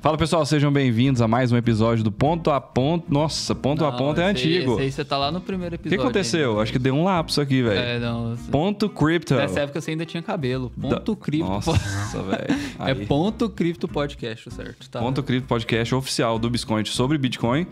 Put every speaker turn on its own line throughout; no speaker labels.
Fala pessoal, sejam bem-vindos a mais um episódio do Ponto a Ponto. Nossa, Ponto a
Não,
Ponto é
esse aí-
antigo.
esse
O
aí você tá lá no primeiro
que
episódio.
aconteceu?
ainda.
Acho que deu um lapso aqui, velho.
É, não.
Ponto Crypto.
Nessa época você ainda tinha cabelo. Ponto Cripto.
Nossa, velho.
É
Aí.
ponto Cripto Podcast, certo? Tá.
Ponto Cripto Podcast oficial do Biscoint sobre Bitcoin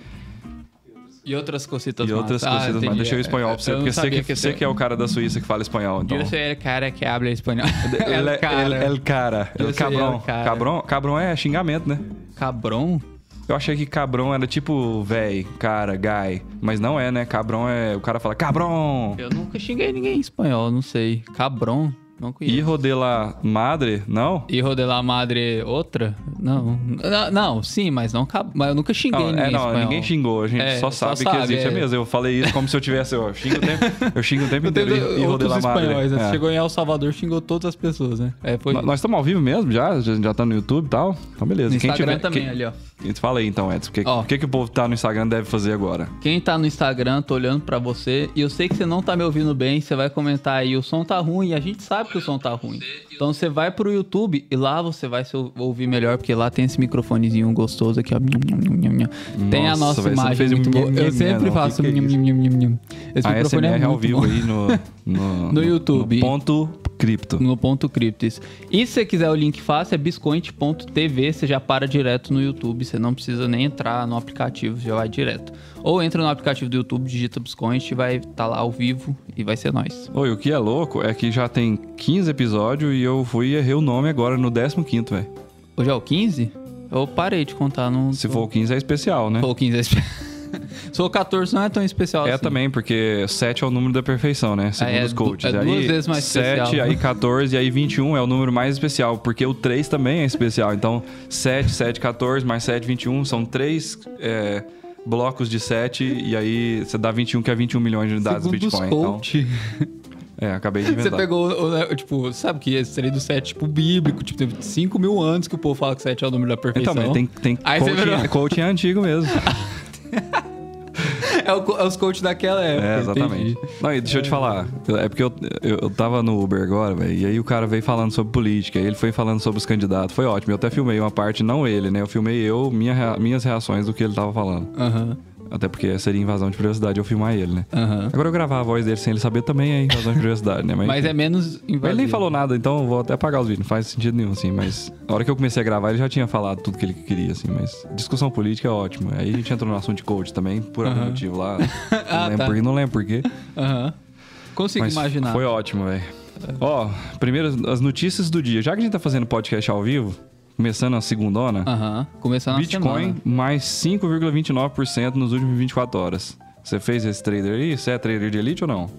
E outras cositas
e
más.
outras
Ah,
coisas. Mas
entendi.
deixa eu em espanhol pra você,
Eu não
porque você,
sabia
que, você
tem-
que é o cara da Suíça que fala espanhol. Então. é-
Eu sou o é cara que habla espanhol.
El,
El
el,
cara.
el cara. é El
Eu sei,
cabrão.
el cara.
Cabrão, cabrão é xingamento, né?
Cabrão?
Eu achei que cabrão era tipo véi, cara, guy. Mas não é, né? Cabrão é. O cara fala cabrão!
Eu nunca xinguei ninguém em espanhol, não sei. Cabrão? Não conheço.
Hijo de la madre? Não?
Hijo de la madre outra? Não. Não, não, sim, mas não cab... mas eu nunca xinguei
Não,
ninguém
é,
em
não,
espanhol.
ninguém xingou. A gente
É,
só
só
sabe que
sabe,
existe é
é.
mesmo. Eu falei isso como se eu tivesse. Eu xingo o tempo, eu xingo o tempo
Eu
inteiro.
tenho
Hijo de
outros
la madre.
espanhóis, né? Você
É.
Chegou em El Salvador, xingou todas as pessoas, né? É, foi
Nó- Nós estamos ao vivo mesmo já? Já, já tá no YouTube e tal? Então, beleza.
No Instagram
tiver,
também,
quem,
ali, ó.
quem- Fala aí então, Edson. O que,
Ó.
o que, que o povo que tá no Instagram deve fazer agora?
Quem tá no Instagram, tô olhando pra você, e eu sei que você não tá me ouvindo bem, você vai comentar aí, o som tá ruim, e a gente sabe que o som tá ruim. Então você vai pro YouTube e lá você vai se ou- ouvir melhor, porque lá tem esse microfonezinho gostoso aqui, ó. Tem a
Nossa,
nossa
velho, você não
imagem
fez um
muito boa. Eu sempre
não,
faço. um
que que é isso?
Esse
A
microfone é
SMR ao
muito
vivo
bom.
aí no. No,
YouTube.
no ponto cripto.
No ponto criptis. E se você quiser o link fácil, é biscoint.tv, você já para direto no YouTube, você não precisa nem entrar no aplicativo, já vai direto. Ou entra no aplicativo do YouTube, digita Biscoint, vai estar lá ao vivo e vai ser nóis.
Oi, o que é louco é que já tem 15 episódios e eu fui e errei o nome agora no 15, velho.
Hoje é o 15? Eu parei de contar, não...
Se for o 15 é especial, né?
Se for o 15 é espe- Se for o 14 não é tão especial
É
assim.
também, porque 7 é o número da perfeição, né? Segundo
é
os
du-
coaches.
é duas
aí,
vezes mais
7,
especial.
aí 14, e aí 21 é o número mais especial, porque o 3 também é especial. Então, 7, 7, 14, mais 7, 21, são 3 blocos de 7, e aí você dá 21, que é 21 milhões de unidades
Segundo
de
os
Bitcoin. Então,
coach,
é, acabei de
você
inventar.
pegou, o- o- tipo, sabe que esse seria do 7, tipo, bíblico, tipo, teve 5 mil anos que o povo fala que 7 é o número da perfeição.
Então, mas tem, tem
Aí você
coaching,
virou-
coaching é antigo mesmo.
É, o co- é os coaches daquela época.
É, exatamente.
entendi.
Não, e deixa eu te falar. É porque eu, eu, eu tava no Uber agora, velho. E aí o cara veio falando sobre política. Aí ele foi falando sobre os candidatos. Foi ótimo. Eu até filmei uma parte, não ele, né? Eu filmei eu, minha rea- minhas reações do que ele tava falando.
Aham,
Até porque seria invasão de privacidade eu filmar ele, né?
aham.
Agora eu gravar a voz dele sem ele saber também é invasão de privacidade, né?
Mas é
enfim.
menos invasivo.
Mas ele nem falou nada, então eu vou até apagar os vídeos. Não faz sentido nenhum, assim. Mas a hora que eu comecei a gravar, ele já tinha falado tudo que ele queria, assim. Mas discussão política é ótimo. Aí a gente entrou no assunto de coach também, por algum motivo lá. Não
Ah,
lembro
tá.
por quê, não lembro por quê.
Aham. Consigo
Mas
imaginar.
Foi ótimo, velho. Ó, primeiro as notícias do dia. Já que a gente tá fazendo podcast ao vivo, começando a segundona,
Aham. Começando
Bitcoin
a Ah, semana.
mais 5,29% nos últimos 24 horas. Você fez esse trader aí? Você é trader de elite ou não?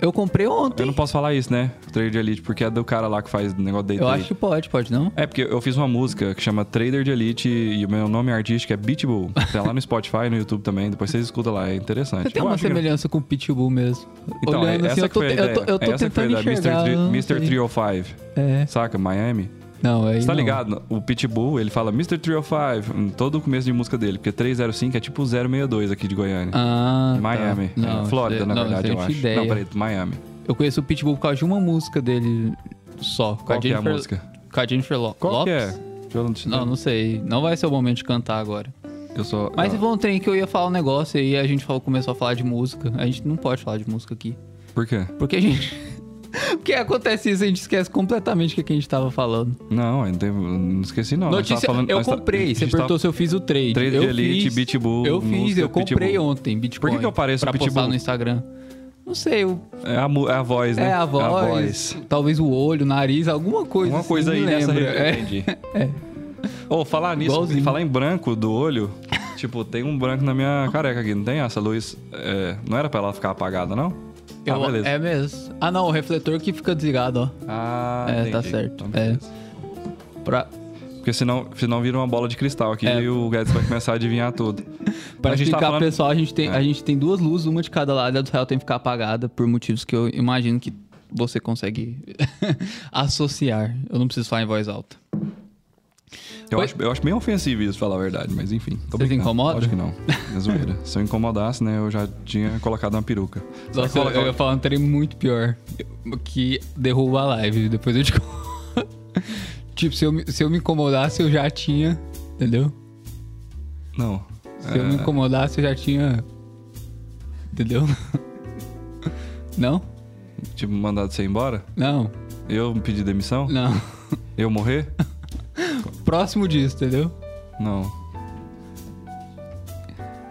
Eu comprei
Eu
ontem.
não posso falar isso, né? Trader de elite, porque é do cara lá que faz o negócio day
Eu
trade.
acho que pode, pode não?
É, porque eu fiz uma música que chama Trader de Elite e o meu nome artístico é Beatbull. Tá lá no Spotify, no YouTube também. Depois vocês escutam lá, é interessante.
Você tem
Eu
uma
acho que-
semelhança com o Pitbull mesmo.
Então, é-
Olhando assim,
essa
eu
que
tô,
foi a
te- eu tô, eu
ideia. É
tô
Essa que foi a
tentando
ideia.
enxergar. né? eu não
Mr.
sei.
305.
É.
Saca? Miami?
Não, aí
Você tá
não.
ligado? O Pitbull, ele fala Mr. 305 em todo o começo de música dele, porque 305 é tipo 062 aqui de Goiânia.
Ah, tá.
Miami. É,
Não,
Flórida,
sei-
na
não,
verdade,
sei
eu
de
acho.
ideia.
Não, peraí, Miami.
Eu conheço o Pitbull por causa de uma música dele só. com
Qual que é a
Jennifer-
música?
Com a Jennifer Lo
Qual
Lopes.
que é? Deixa eu te-
Não, não sei. Não vai ser o momento de cantar agora.
Eu só...
Mas
ah,
se for um trem que eu ia falar um negócio e a gente falou, começou a falar de música. A gente não pode falar de música aqui.
Por quê?
Porque a gente. Porque acontece isso, a gente esquece completamente o que que a gente tava falando.
Não, eu não, tenho- não esqueci não. Nós
Notícia,
tava falando-
eu
nós tá- a
comprei.
gente
Você
tava-
perguntou se eu fiz o trade.
Trade
eu
Elite,
fiz,
Pitbull,
Eu fiz,
música,
eu comprei
Pitbull.
ontem Bitcoin.
Por que que eu pareço
pra
o Pitbull?
postar no Instagram? Não sei, eu-
É a, mu- é a voz, né?
é a voz, talvez o olho, o nariz, alguma coisa.
Alguma
assim,
coisa
me
aí nessa
lembra.
região.
É.
Entendi. Ô, falar nisso,
Igualzinho.
falar em branco do olho, tipo, tem um branco na minha careca aqui, não tem essa luz? é, não era pra ela ficar apagada, não?
Eu-
ah, beleza.
é mesmo. Ah não, o refletor que fica desligado, ó.
Ah,
É, tá
entendi.
certo.
Então, beleza.
Pra,
Porque senão, senão vira uma bola de cristal aqui
É.
e o Guedes vai começar a adivinhar tudo.
Pra
a gente tá
explicar pro
falando- É.
pessoal, a gente, tem, a gente tem duas luzes, uma de cada lado, e a do Israel tem que ficar apagada por motivos que eu imagino que você consegue associar. Eu não preciso falar em voz alta.
Eu
Oi?
acho, eu acho meio ofensivo isso, falar a verdade, mas enfim. tô
Vocês
brincando.
incomodam?
Lógico que não. É zoeira. Se eu incomodasse, né, eu já tinha colocado uma peruca. Será que
Nossa, eu,
colocar-
eu ia falar um trem muito pior, que derruba a live, depois eu te conto. Tipo, se eu, me- se eu me incomodasse, eu já tinha Entendeu?
Não. É,
Se eu me incomodasse, eu já tinha. Entendeu? Não?
Tipo, mandado você ir embora?
Não,
Eu pedir demissão?
não.
Eu morrer?
Próximo disso, entendeu?
Não.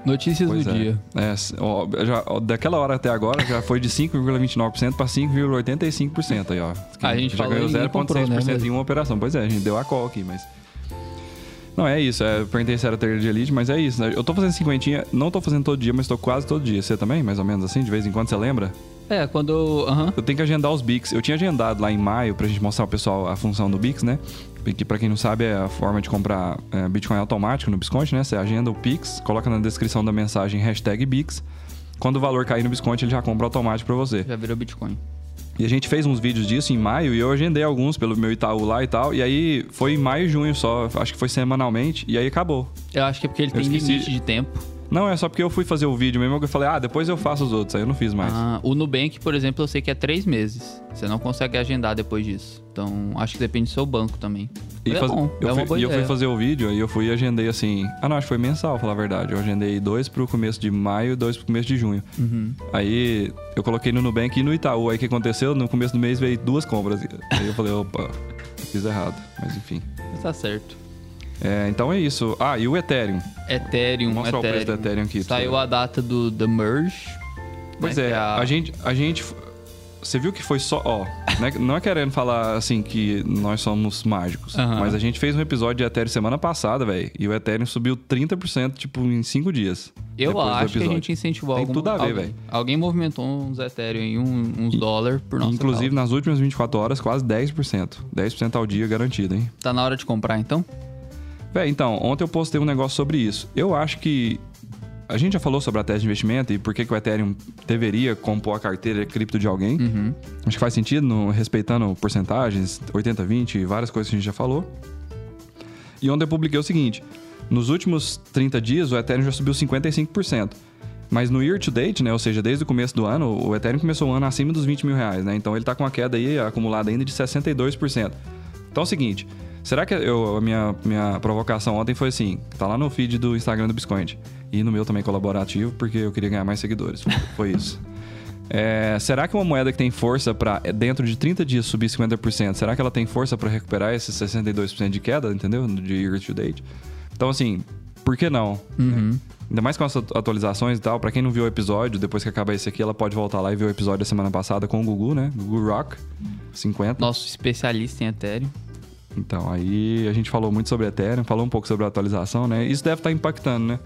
Notícias
Pois
do
é.
dia.
É, s- ó, já, ó, daquela hora até agora já foi de 5,29% para 5,85% aí, ó.
A gente
já
falou
ganhou
e ninguém comprou,
0,6%
né, mas-
em uma operação. Pois é, a gente deu a call aqui, mas. Não, é isso. É, eu perguntei se era trader de elite, mas é isso. né? Eu tô fazendo cinquentinha, não tô fazendo todo dia, mas tô quase todo dia. Você também, mais ou menos assim? De vez em quando você lembra?
É, quando eu. Aham.
Eu tenho que agendar os Bix. Eu tinha agendado lá em maio pra gente mostrar ao pessoal a função do Bix, né? Que pra quem não sabe é a forma de comprar é, Bitcoin automático no Bisconte, né? Você agenda o Pix, coloca na descrição da mensagem hashtag Bix. Quando o valor cair no Bisconte, ele já compra automático pra você.
Já virou Bitcoin.
E a gente fez uns vídeos disso em maio e eu agendei alguns pelo meu Itaú lá e tal. E aí foi em maio e junho só, acho que foi semanalmente, e aí acabou.
Eu acho que é porque ele
Eu
tem
esqueci.
limite de tempo.
Não, é só porque eu fui fazer o vídeo mesmo, que eu falei, ah, depois eu faço os outros, aí eu não fiz mais.
Ah, o Nubank, por exemplo, eu sei que é três meses. Você não consegue agendar depois disso. Então, acho que depende do seu banco também. Mas é
faz-
bom,
eu
é uma
fui,
boa
e eu fui
ideia.
fazer o vídeo, aí eu fui e agendei assim. Ah, não, acho que foi mensal, falar a verdade. Eu agendei dois pro começo de maio e dois pro começo de junho.
Uhum.
Aí eu coloquei no Nubank e no Itaú. Aí o que aconteceu? No começo do mês veio duas compras. Aí eu falei, opa, fiz errado. Mas enfim.
Mas tá certo.
É, então é isso. Ah, e o Ethereum.
Ethereum,
Mostra o
Ethereum.
preço do Ethereum aqui pra
Saiu
você ver.
a data do The Merge.
Pois
né, que
é, a... gente. A gente você viu que foi só. Ó, né, não é querendo falar assim que nós somos mágicos,
Aham.
mas a gente fez um episódio de Ethereum semana passada, velho, e o Ethereum subiu 30%, tipo, em 5 dias.
Eu
depois do
acho que a
episódio.
gente incentivou
Tem
algum,
tudo a ver,
alguém.
velho.
Alguém movimentou uns Ethereum e um- uns dólares por nossa
Inclusive,
causa.
nas últimas 24 horas, quase 10%. 10% ao dia garantido, hein?
Tá na hora de comprar, então?
Véi, então, ontem eu postei um negócio sobre isso. Eu acho que. A gente já falou sobre a tese de investimento e por que, que o Ethereum deveria compor a carteira cripto de alguém. Acho que faz sentido, no- respeitando porcentagens, 80, 20 e várias coisas que a gente já falou. E ontem eu publiquei o seguinte: nos últimos 30 dias, o Ethereum já subiu 55%. Mas no year to date, né? Ou seja, desde o começo do ano, o Ethereum começou o ano acima dos 20 mil reais, né? Então ele tá com uma queda aí acumulada ainda de 62%. Então é o seguinte. Será que eu, a minha, minha provocação ontem foi assim? Tá lá no feed do Instagram do Biscoint. E no meu também colaborativo, porque eu queria ganhar mais seguidores. Foi isso. É, será que uma moeda que tem força para dentro de 30 dias subir 50%, será que ela tem força para recuperar esses 62% de queda, entendeu? De year to date. Então, assim, por que não?
Uhum.
né? Ainda mais com as atu- atualizações e tal. Pra quem não viu o episódio, depois que acabar esse aqui, ela pode voltar lá e ver o episódio da semana passada com o Gugu, né? Gugu Rock 50.
Nosso especialista em Ethereum.
Então, aí a gente falou muito sobre Ethereum, falou um pouco sobre a atualização, né? Isso deve estar impactando, né?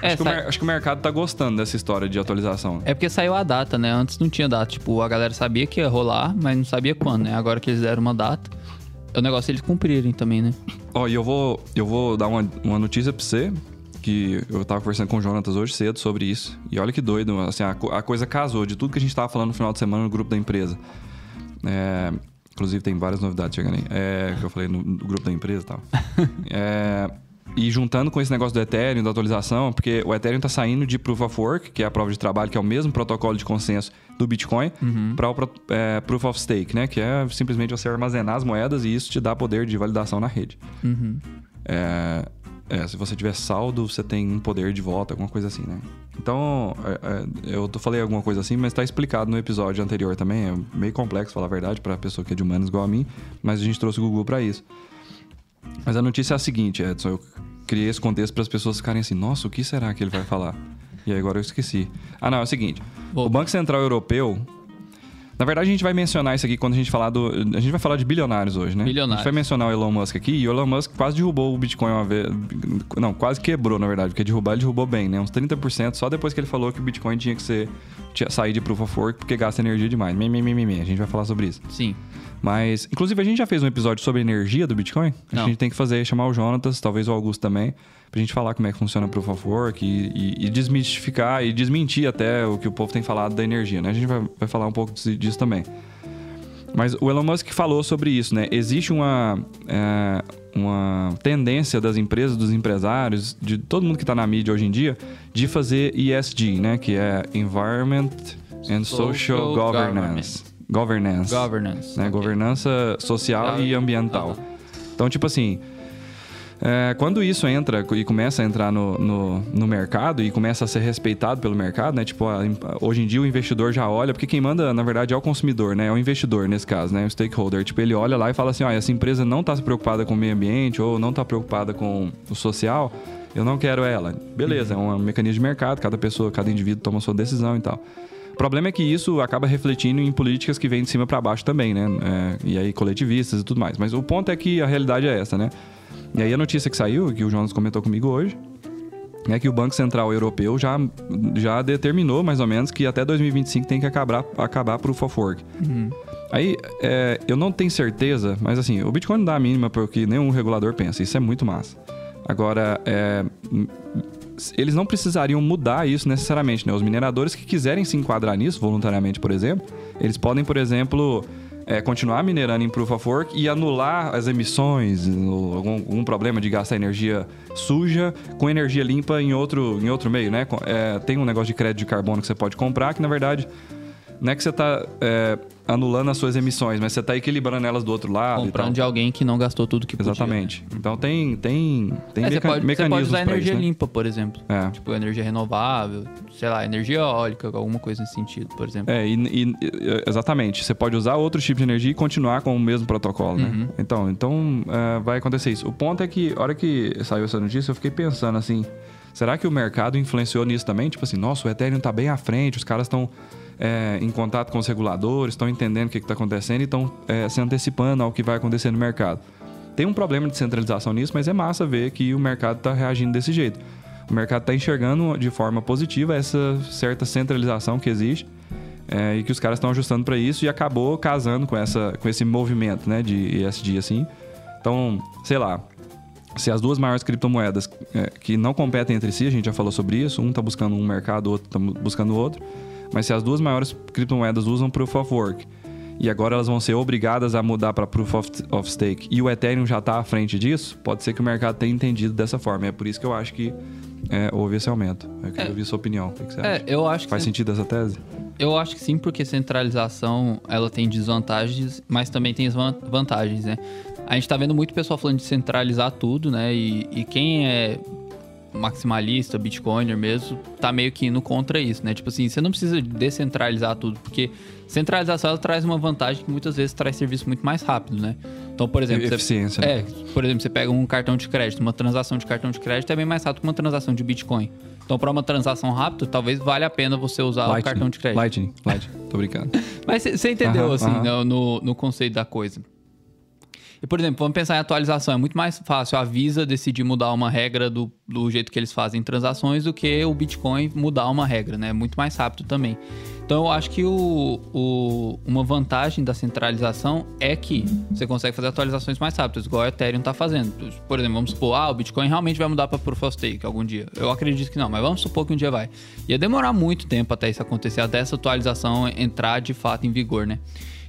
É,
acho, que o
sai-
mer- acho que o mercado tá gostando dessa história de atualização.
É porque saiu a data, né? Antes não tinha data. Tipo, a galera sabia que ia rolar, mas não sabia quando, né? Agora que eles deram uma data, é o negócio é eles cumprirem também, né?
Ó, e eu vou, eu vou dar uma, uma notícia pra você, que eu tava conversando com o Jonatas hoje cedo sobre isso. E olha que doido, assim, a, co- a coisa casou de tudo que a gente tava falando no final de semana no grupo da empresa. É, inclusive tem várias novidades chegando aí. É, que eu falei no, no grupo da empresa e tal. É, e juntando com esse negócio do Ethereum, da atualização, porque o Ethereum tá saindo de Proof of Work, que é a prova de trabalho, que é o mesmo protocolo de consenso do Bitcoin, para o pro- é, Proof of Stake, né? Que é simplesmente você armazenar as moedas e isso te dá poder de validação na rede. É, é, se você tiver saldo, você tem um poder de volta, alguma coisa assim, né? Então, é, é, eu tô- falei alguma coisa assim, mas tá explicado no episódio anterior também. É meio complexo, falar a verdade, pra pessoa que é de humanos igual a mim, mas a gente trouxe o Google pra isso. Mas a notícia é a seguinte, Edson. Eu criei esse contexto para as pessoas ficarem assim: nossa, o que será que ele vai falar? E aí agora eu esqueci. Ah, não, é o seguinte:
Bom.
o Banco Central Europeu. Na verdade, a gente vai mencionar isso aqui quando a gente falar do. A gente vai falar de bilionários hoje, né?
Bilionários.
A gente vai mencionar o Elon Musk aqui. E o Elon Musk quase derrubou o Bitcoin uma vez. Não, quase quebrou, na verdade. Porque derrubar, ele derrubou bem, né? Uns 30%. Só depois que ele falou que o Bitcoin tinha que ser. Tinha, sair de Proof of Work porque gasta energia demais. Mim, mim, mim, mim, mim. A gente vai falar sobre isso.
Sim.
Mas, inclusive, a gente já fez um episódio sobre energia do Bitcoin.
Não.
A gente tem que fazer, chamar o Jonatas, talvez o Augusto também, pra gente falar como é que funciona o Proof of Work e, e- e desmistificar e desmentir até o que o povo tem falado da energia, né? A gente vai, vai falar um pouco disso, disso também. Mas o Elon Musk falou sobre isso, né? Existe uma, é, uma tendência das empresas, dos empresários, de todo mundo que está na mídia hoje em dia, de fazer ESG, né? Que é Environment and Social,
Social
Governance. Governance
Governance.
né?
Ok.
Governança social
Ah,
e ambiental. Então, tipo assim, É, quando isso entra e começa a entrar no, no, no mercado e começa a ser respeitado pelo mercado, né? Tipo, a- hoje em dia o investidor já olha, porque quem manda, na verdade, é o consumidor, né? É o investidor nesse caso, né? O stakeholder. Tipo, ele olha lá e fala assim: ó, essa empresa não tá se preocupada com o meio ambiente ou não tá preocupada com o social, eu não quero ela. Beleza, é um mecanismo de mercado, cada pessoa, cada indivíduo toma a sua decisão e tal. O problema é que isso acaba refletindo em políticas que vêm de cima pra baixo também, né? É, e aí coletivistas e tudo mais. Mas o ponto é que a realidade é essa, né? E aí a notícia que saiu, que o Jonas comentou comigo hoje, é que o Banco Central Europeu já, já determinou, mais ou menos, que até 2025 tem que acabar, acabar Proof of Work. Aí, é, eu não tenho certeza, mas assim, o Bitcoin não dá a mínima para o que nenhum regulador pensa. Isso é muito massa. Agora, é, m- eles não precisariam mudar isso necessariamente, né? Os mineradores que quiserem se enquadrar nisso voluntariamente, por exemplo, eles podem, por exemplo, é, continuar minerando em Proof of Work e anular as emissões, ou algum, algum problema de gastar energia suja com energia limpa em outro, em outro meio, né? Com- é, tem um negócio de crédito de carbono que você pode comprar que, na verdade, não é que você está anulando as suas emissões, mas você está equilibrando elas do outro lado. e tal.
Comprando de alguém que não gastou tudo que podia.
Exatamente. Então tem, tem, tem
É,
meca-
você, pode, você pode
mecanismos
usar
pra
energia
isso, né?
limpa, por exemplo.
É.
Tipo, energia renovável, sei lá, energia eólica, alguma coisa nesse sentido, por exemplo.
É, e, e- e- exatamente. Você pode usar outro tipo de energia e continuar com o mesmo protocolo, né? Então, então é, vai acontecer isso. O ponto é que, a hora que saiu essa notícia, eu fiquei pensando assim: será que o mercado influenciou nisso também? Tipo assim, nossa, o Ethereum tá bem à frente, os caras estão é, em contato com os reguladores, estão entendendo o que está acontecendo e estão é, se antecipando ao que vai acontecer no mercado. Tem um problema de centralização nisso, mas é massa ver que o mercado está reagindo desse jeito. O mercado está enxergando de forma positiva essa certa centralização que existe é, e que os caras estão ajustando para isso e acabou casando com, essa, com esse movimento né, de ESG assim. Então, sei lá, se as duas maiores criptomoedas é, que não competem entre si, a gente já falou sobre isso, um está buscando um mercado, o outro está buscando o outro, mas se as duas maiores criptomoedas usam Proof of Work e agora elas vão ser obrigadas a mudar para Proof of, of Stake e o Ethereum já está à frente disso, pode ser que o mercado tenha entendido dessa forma. É por isso que eu acho que é, houve esse aumento. Eu queria
É.
ouvir sua opinião. O que que você
É,
acha?
eu acho que
Faz
sim.
sentido essa tese?
Eu acho que sim, porque centralização ela tem desvantagens, mas também tem van- vantagens, né? A gente tá vendo muito pessoal falando de centralizar tudo, né? E, e quem é maximalista, bitcoiner mesmo, tá meio que indo contra isso, né? Tipo assim, você não precisa descentralizar tudo, porque centralização ela traz uma vantagem que muitas vezes traz serviço muito mais rápido, né? Então, por exemplo, você-
Eficiência. né?
é, por exemplo, você pega um cartão de crédito, uma transação de cartão de crédito é bem mais rápido que uma transação de Bitcoin. Então, para uma transação rápida, talvez valha a pena você usar Tá, o cartão de crédito.
Lightning, Lightning. Tô brincando.
Mas você entendeu,
Aham,
assim,
aham.
no, no- no conceito da coisa. E, por exemplo, vamos pensar em atualização. É muito mais fácil a Visa decidir mudar uma regra do, do jeito que eles fazem transações do que o Bitcoin mudar uma regra, né? É muito mais rápido também. Então, eu acho que o, o- uma vantagem da centralização é que você consegue fazer atualizações mais rápidas, igual o Ethereum tá fazendo. Por exemplo, vamos supor, ah, o Bitcoin realmente vai mudar para Proof of Stake algum dia. Eu acredito que não, mas vamos supor que um dia vai. Ia demorar muito tempo até isso acontecer, até essa atualização entrar de fato em vigor, né?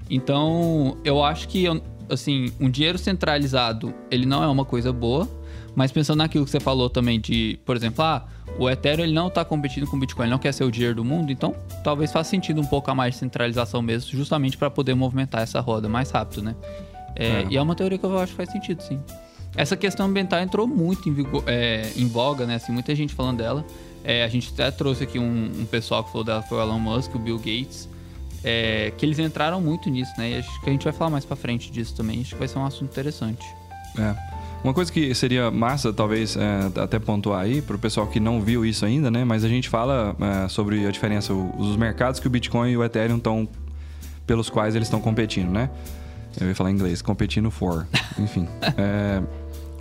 Então, eu acho que, eu- assim, um dinheiro centralizado, ele não é uma coisa boa, mas pensando naquilo que você falou também de, por exemplo, ah, o Ethereum ele não tá competindo com o Bitcoin, ele não quer ser o dinheiro do mundo, então talvez faça sentido um pouco a mais de centralização mesmo, justamente para poder movimentar essa roda mais rápido, né? É,
É.
E é uma teoria que eu acho que faz sentido, sim. Essa questão ambiental entrou muito em, vigo- é, em voga, né? Assim, muita gente falando dela. É, a gente até trouxe aqui um, um pessoal que falou dela, foi o Elon Musk, o Bill Gates, é, que eles entraram muito nisso, né? E acho que a gente vai falar mais pra frente disso também. Acho que vai ser um assunto interessante.
É. Uma coisa que seria massa, talvez, é, até pontuar aí, pro pessoal que não viu isso ainda, né? Mas a gente fala é, sobre a diferença, o- os mercados que o Bitcoin e o Ethereum estão. pelos quais eles estão competindo, né? Eu ia falar em inglês, competindo for. Enfim. É,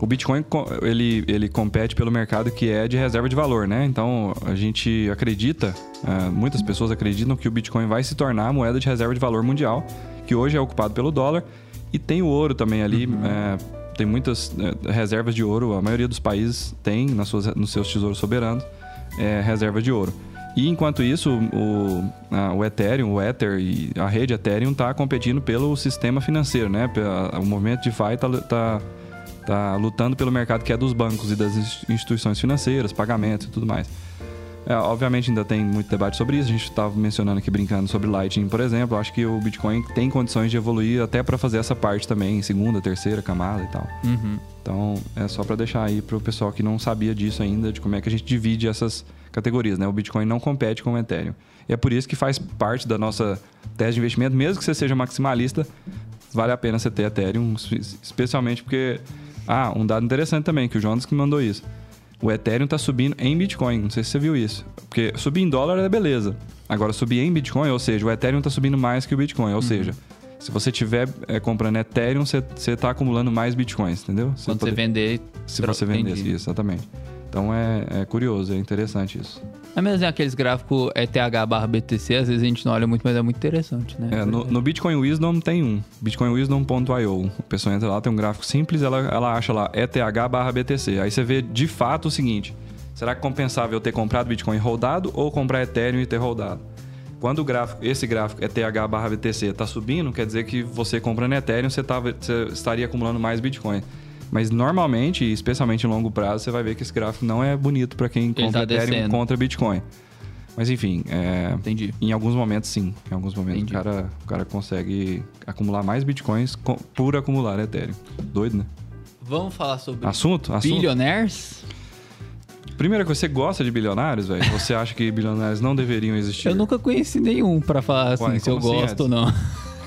o Bitcoin, co- ele, ele compete pelo mercado que é de reserva de valor, né? Então, a gente acredita, é, muitas pessoas acreditam que o Bitcoin vai se tornar a moeda de reserva de valor mundial, que hoje é ocupado pelo dólar. E tem o ouro também ali, é, tem muitas é, reservas de ouro, a maioria dos países tem nas suas, nos seus tesouros soberanos é, reserva de ouro. E enquanto isso, o, a- o Ethereum, o Ether e a rede Ethereum está competindo pelo sistema financeiro, né? Pela- O movimento DeFi está tá, tá lutando pelo mercado que é dos bancos e das ins- instituições financeiras, pagamentos e tudo mais. É, obviamente ainda tem muito debate sobre isso. A gente estava mencionando aqui brincando sobre Lightning, por exemplo. Eu acho que o Bitcoin tem condições de evoluir até para fazer essa parte também, em segunda, terceira camada e tal.
Uhum.
Então é só para deixar aí para o pessoal que não sabia disso ainda, de como é que a gente divide essas categorias, né? O Bitcoin não compete com o Ethereum. E é por isso que faz parte da nossa tese de investimento, mesmo que você seja maximalista, vale a pena você ter Ethereum, especialmente porque ah, um dado interessante também que o Jonas que mandou isso. O Ethereum tá subindo em Bitcoin, não sei se você viu isso. Porque subir em dólar é beleza. Agora subir em Bitcoin, ou seja, o Ethereum tá subindo mais que o Bitcoin, ou uhum. seja, se você tiver é, comprando Ethereum, você está acumulando mais bitcoins, entendeu?
Você Quando poder... você vender.
Se você vender, entendi. isso, exatamente. Então é, é, curioso, é interessante isso.
É mesmo aqueles gráficos ETH barra BTC, às vezes a gente não olha muito, mas é muito interessante, né?
É, no, no, Bitcoin Wisdom tem um, bitcoinwisdom.io. A pessoa entra lá, tem um gráfico simples, ela, ela acha lá ETH barra BTC. Aí você vê de fato o seguinte, será que compensável eu ter comprado Bitcoin rodado ou comprar Ethereum e ter rodado? Quando o gráfico, esse gráfico ETH barra BTC está tá subindo, quer dizer que você comprando Ethereum, você, tava, você estaria acumulando mais Bitcoin. Mas normalmente, especialmente em longo prazo, você vai ver que esse gráfico não é bonito para quem Ele compra tá Ethereum descendo. contra Bitcoin. Mas enfim, é,
Entendi.
em alguns momentos sim. Em alguns momentos Entendi. o cara, o cara consegue acumular mais bitcoins por acumular Ethereum. Doido, né?
Vamos falar sobre
assunto? assunto?
Bilionaires?
Primeiro que você gosta de bilionários, velho? Você acha que bilionários não deveriam existir?
Eu nunca conheci nenhum para falar assim, Uai, se eu assim, gosto é? ou não.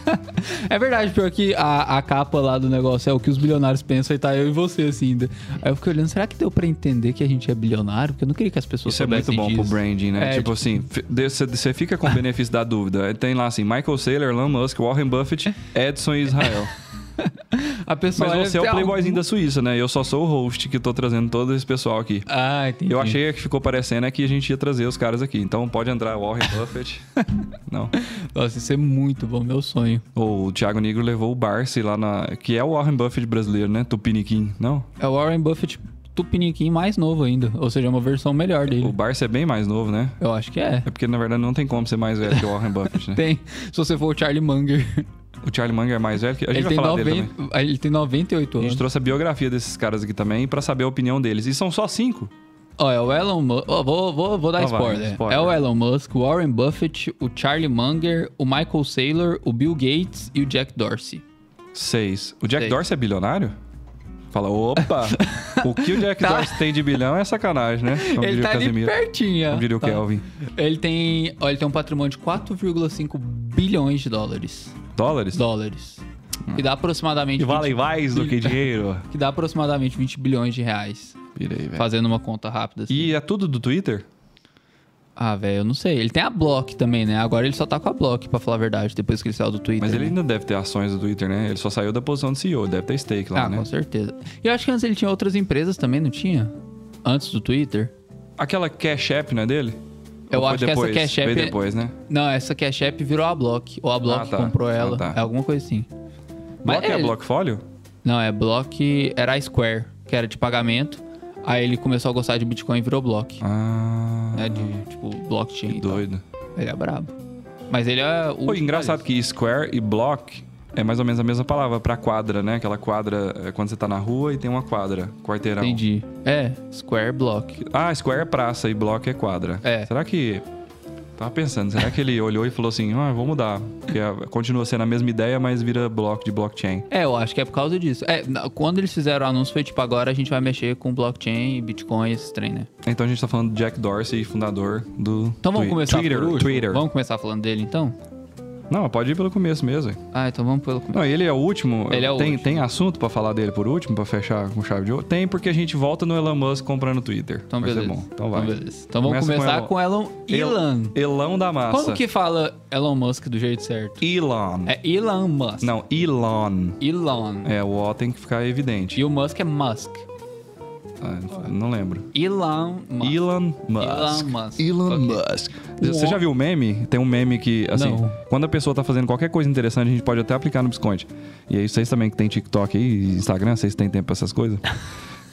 é verdade, pior que a, a, capa lá do negócio é o que os bilionários pensam e tá eu e você assim ainda. Aí eu fiquei olhando, será que deu pra entender que a gente é bilionário? Porque eu não queria que as pessoas
Isso é muito bom
disso.
pro branding, né? É, tipo, tipo, assim, você fica com o benefício da dúvida. Tem lá assim, Michael Saylor, Elon Musk, Warren Buffett, Edson e Israel.
A pessoa
Mas você é o playboyzinho algum... da Suíça, né? Eu só sou o host que tô trazendo todo esse pessoal aqui.
Ah, entendi.
Eu achei que ficou parecendo é que a gente ia trazer os caras aqui. Então pode entrar Warren Buffett. Não.
Nossa, isso é muito bom, meu sonho.
O Thiago Negro levou o Barsi lá na. Que é o Warren Buffett brasileiro, né? Tupiniquim, não?
É o Warren Buffett Tupiniquim mais novo ainda. Ou seja, é uma versão melhor dele.
O Barça é bem mais novo, né?
Eu acho que é.
É porque, na verdade, não tem como ser mais velho que o Warren Buffett, né?
tem. Se você for o Charlie Munger.
O Charlie Munger é mais velho que... A gente vai
ele
falar
90...
dele também.
Ele tem 98 anos.
A gente trouxe a biografia desses caras aqui também para saber a opinião deles. E são só cinco.
Olha, o Elon Musk... Oh, vou, vou, vou dar
Ah, vai,
spoiler.
spoiler.
É o Elon Musk, o Warren Buffett, o Charlie Munger, o Michael Saylor, o Bill Gates e o Jack Dorsey.
Seis. O Jack
Seis.
Dorsey é bilionário? Fala, opa, o que o Jack
Tá.
Dorsey tem de bilhão é sacanagem, né? Como
ele
diria o
tá ali
Casemiro.
pertinho.
Como diria é o
Tá.
Kelvin.
Ele tem, ó, ele tem um patrimônio de 4,5 bilhões de dólares.
Dólares?
Dólares. Que dá aproximadamente...
E valem mais do que dinheiro.
Que dá aproximadamente 20 bilhões de reais.
Virei, velho.
Fazendo uma conta rápida. assim.
É. E é tudo do Twitter?
Ah, velho, eu não sei. Ele tem a Block também, né? Agora ele só tá com a Block, pra falar a verdade, depois que ele saiu do Twitter.
Mas ele
né?
ainda deve ter ações do Twitter, né? Ele só saiu da posição de CEO, deve ter stake lá,
Ah,
né?
com certeza. E eu acho que antes ele tinha outras empresas também, não tinha? Antes do Twitter?
Aquela Cash App, não é dele?
Eu
Ou foi
acho que essa
depois?
Cash App
Veio
é-
depois, né?
Não, essa Cash App virou a Block. Ou a Block
Ah, tá.
comprou
Ah,
ela.
tá.
É alguma coisa assim. Mas
Block é,
ele-
Blockfolio?
Não, é Block... Era a Square, que era de pagamento. Aí ele começou a gostar de Bitcoin e virou Block.
Ah,
Né? De, tipo, blockchain.
que
e tal.
doido.
Ele é brabo. Mas ele é o...
Pô, engraçado que Square e Block é mais ou menos a mesma palavra pra quadra, né? Aquela quadra é quando você tá na rua e tem uma quadra, quarteirão.
Entendi. É, Square Block.
Ah, Square é praça e Block é quadra.
É.
Será que... Tava pensando, será que ele olhou e falou assim, ah, vou mudar. Porque ah, continua sendo a mesma ideia, mas vira bloco de blockchain.
É, eu acho que é por causa disso. É, na- quando eles fizeram o anúncio foi tipo, agora a gente vai mexer com blockchain, Bitcoin, esses trem, né?
Então a gente tá falando do Jack Dorsey, fundador do
Então vamos
Twi-
começar
Twitter.
por último?
Twitter.
Vamos começar falando dele então?
Não, pode ir pelo começo mesmo. hein?
Ah, então vamos pelo começo.
Não, ele é o último.
Ele é o
tem,
último.
tem assunto pra falar dele por último, pra fechar com chave de ouro? Tem, porque a gente volta no Elon Musk comprando o Twitter.
Então
Vai ser
beleza.
bom. Então vai.
Então, beleza. Então vamos
Começa
começar com Elon, Elon.
Elão da massa.
Como que fala Elon Musk do jeito certo?
Elon.
É Elon Musk.
Não, Elon.
Elon.
É, o O tem que ficar evidente.
E o Musk é Musk.
Ah, não lembro.
Elon Musk.
Elon Musk.
Elon Musk.
Elon
Ok.
Musk. Você já viu o meme? Tem um meme que, assim,
Não.
quando a pessoa tá fazendo qualquer coisa interessante, a gente pode até aplicar no Bisconde. E aí, vocês também que tem TikTok aí, Instagram, vocês têm tempo pra essas coisas?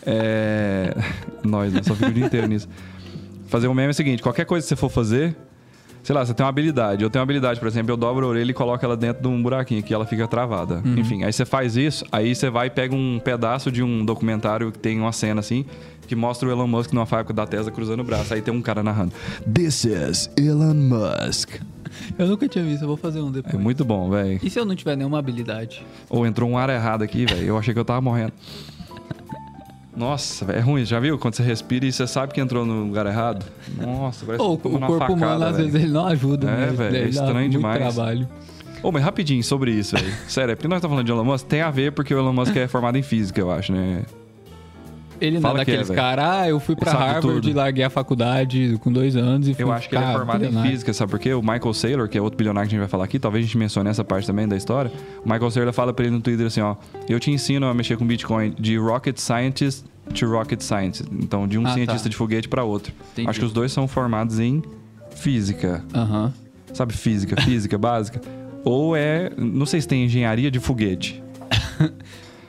é. Nós, né? Só fico o dia inteiro nisso. Fazer um meme é o seguinte: qualquer coisa que você for fazer, sei lá, você tem uma habilidade. Eu tenho uma habilidade, por exemplo, eu dobro a orelha e coloco ela dentro de um buraquinho que ela fica travada. Enfim, aí você faz isso, aí você vai e pega um pedaço de um documentário que tem uma cena assim, que mostra o Elon Musk numa fábrica da Tesla cruzando o braço. Aí tem um cara narrando: This is Elon Musk.
Eu nunca tinha visto, eu vou fazer um depois.
É muito bom, velho.
E se eu não tiver nenhuma habilidade?
Ou entrou um ar errado aqui, velho. Eu achei que eu tava morrendo. Nossa, velho, é ruim, já viu? Quando você respira e você sabe que entrou no lugar errado. Nossa, parece
Ou
que tomou
o
uma
corpo
facada,
humano, às
velho.
vezes, ele não ajuda.
É,
né?
velho, é
Ele dá
estranho
muito
demais.
trabalho. é-
Ô, mas rapidinho sobre isso, velho. Sério, é porque nós tá falando de Elon Musk, tem a ver porque o Elon Musk é formado em física, eu acho, né?
Ele não é
Fala que é,
daqueles
velho.
caras, ah, eu fui pra
sabe
Harvard,
tudo.
larguei a faculdade com dois anos e fui
Eu acho que ele é
ficar
formado em
bilionário."
física, sabe por quê? O Michael Saylor, que é outro bilionário que a gente vai falar aqui, talvez a gente mencione essa parte também da história. O Michael Saylor fala pra ele no Twitter assim, ó: "Eu te ensino a mexer com Bitcoin de rocket scientist to rocket scientist", então de um
Ah, tá.
cientista de foguete pra outro.
Entendi.
Acho que os dois são formados em física.
Aham.
Sabe física, física básica? Ou é, não sei se tem engenharia de foguete.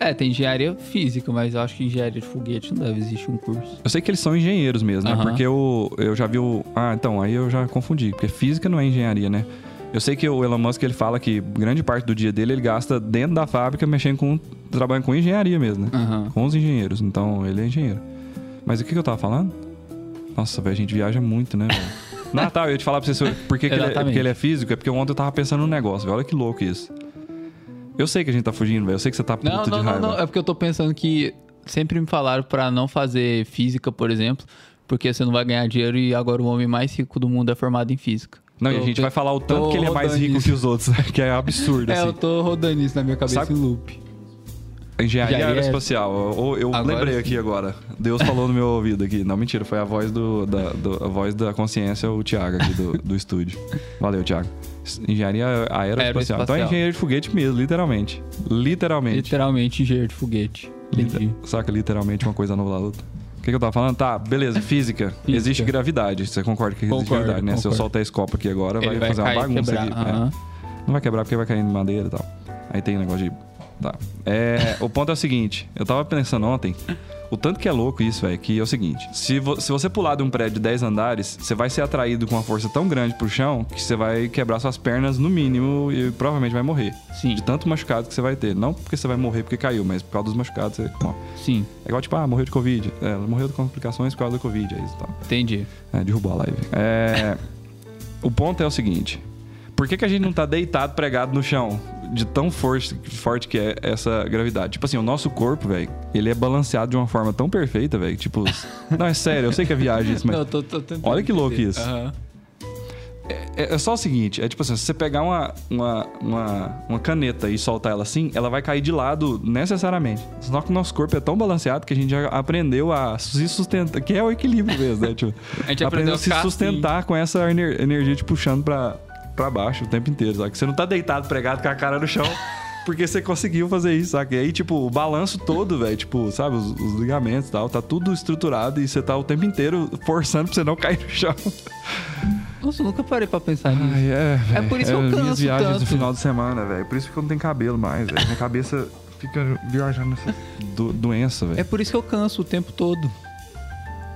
É, tem engenharia física, mas eu acho que engenharia de foguete não deve existir um curso.
Eu sei que eles são engenheiros mesmo, né?
Aham.
Porque eu, eu já vi o. Ah, então, aí eu já confundi. Porque física não é engenharia, né? Eu sei que o Elon Musk ele fala que grande parte do dia dele ele gasta dentro da fábrica mexendo com. trabalhando com engenharia mesmo, né?
Aham.
Com os engenheiros. Então ele é engenheiro. Mas o que, que eu tava falando? Nossa, velho, a gente viaja muito, né, velho? Natal, eu ia te falar pra você por que, que ele, é,
Exatamente.
porque ele é físico, é porque ontem eu tava pensando num negócio, velho. Olha que louco isso. Eu sei que a gente tá fugindo, velho. Eu sei que você tá puto
Não,
de
não, não,
raiva.
não. É porque eu tô pensando que sempre me falaram pra não fazer física, por exemplo, porque você não vai ganhar dinheiro e agora o homem mais rico do mundo é formado em física.
Não, e a
Tô
gente
pe-
vai falar o tanto
tô
que ele é mais
rodando
rico
isso.
que os outros, que é absurdo,
É,
assim.
eu tô rodando isso na minha cabeça
Sabe-
em loop.
Engenharia
Engenharia- é.
aeroespacial. Eu, eu
Agora-
lembrei aqui agora. Deus falou no meu ouvido aqui. Não, mentira, foi a voz do, da, do- a voz da consciência, o Thiago aqui do, do estúdio. Valeu, Thiago. Engenharia aeroespacial.
Aeroespacial.
Então é engenharia de foguete mesmo, literalmente. Literalmente.
Literalmente engenheiro de foguete. Entendi.
Saca literalmente uma coisa anula a outra. O que, que eu tava falando? Tá, beleza, física.
Física.
Existe gravidade. Você concorda que existe
Concordo,
gravidade, né? Se eu
concordo.
soltar esse copo aqui agora,
Ele
vai,
vai
fazer
cair,
uma bagunça
quebrar.
aqui. É.
Aham.
Não vai quebrar porque vai cair em madeira e tal. Aí tem um negócio de. Tá. É, o ponto é o seguinte: eu tava pensando ontem, o tanto que é louco isso, velho, que é o seguinte: se, vo- se você pular de um prédio de 10 andares, você vai ser atraído com uma força tão grande pro chão que você vai quebrar suas pernas no mínimo e provavelmente vai morrer.
Sim,
De tanto machucado que você vai ter. Não porque você vai morrer porque caiu, mas por causa dos machucados você. Bom,
sim.
é igual tipo, ah, morreu de Covid. É, morreu de complicações por causa da Covid, é isso e tal.
Entendi.
É, derrubou a live. É, o ponto é o seguinte: por que, que a gente não tá deitado pregado no chão? De tão forte, forte que é essa gravidade. Tipo assim, o nosso corpo, velho, ele é balanceado de uma forma tão perfeita, velho. Tipo. s- não, é sério, eu sei que é viagem isso, mas.
Não, eu tô, tô tentando
Olha que louco
entender.
isso.
Aham.
É, é só o seguinte: é tipo assim, se você pegar uma, uma, uma, uma caneta e soltar ela assim, ela vai cair de lado necessariamente. Só que o nosso corpo é tão balanceado que a gente já aprendeu a se sustentar, que é o equilíbrio mesmo, né? Tipo,
A gente
aprendeu
aprendeu a
a se
ficar assim.
sustentar com essa ener- energia te puxando pra, pra baixo o tempo inteiro, sabe? Que você não tá deitado, pregado com a cara no chão. Porque você conseguiu fazer isso, saca? E aí, tipo, o balanço todo, velho, tipo, sabe, os, os ligamentos e tal, tá tudo estruturado e você tá o tempo inteiro forçando pra você não cair no chão.
Nossa, eu nunca parei pra pensar nisso.
Ai, é,
É
véi.
por isso que eu
minhas
canso
viagens
tanto.
no final de semana, velho. Por isso que eu não tenho cabelo mais, velho. Minha cabeça fica viajando nessa do- doença, velho.
É por isso que eu canso o tempo todo.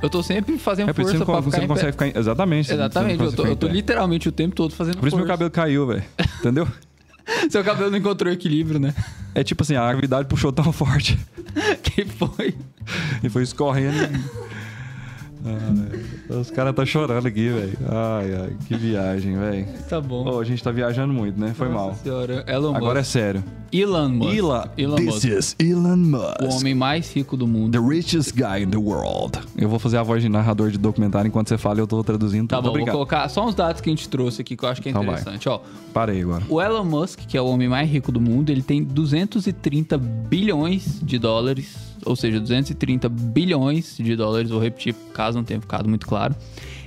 Eu tô sempre fazendo
É por isso que
força
você
pra
não,
ficar
você
em
não
pé.
consegue ficar... em- Exatamente. você não-
Exatamente,
você não
eu tô,
consegue
eu tô
ficar em pé.
literalmente o tempo todo fazendo
Por isso meu
força.
cabelo caiu, velho. Entendeu?
Seu cabelo não encontrou equilíbrio, né?
É tipo assim, a gravidade puxou tão forte
Que foi?
e foi escorrendo. Ah, véi. os caras tá chorando aqui, velho. Ai, ai, que viagem, velho.
Tá bom.
Ô, a gente tá viajando muito, né? Foi
Nossa
mal.
Senhora. Elon Musk.
Agora é sério.
Elon Musk.
Elon,
Elon
this
Musk.
is Elon Musk.
O homem mais rico do mundo.
The richest guy in the world. Eu vou fazer a voz de narrador de documentário enquanto você fala e eu tô traduzindo.
Tá
tudo.
bom, vou
Obrigado.
colocar só uns dados que a gente trouxe aqui que eu acho que é
Então vai.
interessante. Ó,
Parei agora.
o Elon Musk, que é o homem mais rico do mundo, ele tem 230 bilhões de dólares, ou seja, 230 bilhões de dólares, vou repetir caso não tenha ficado muito claro.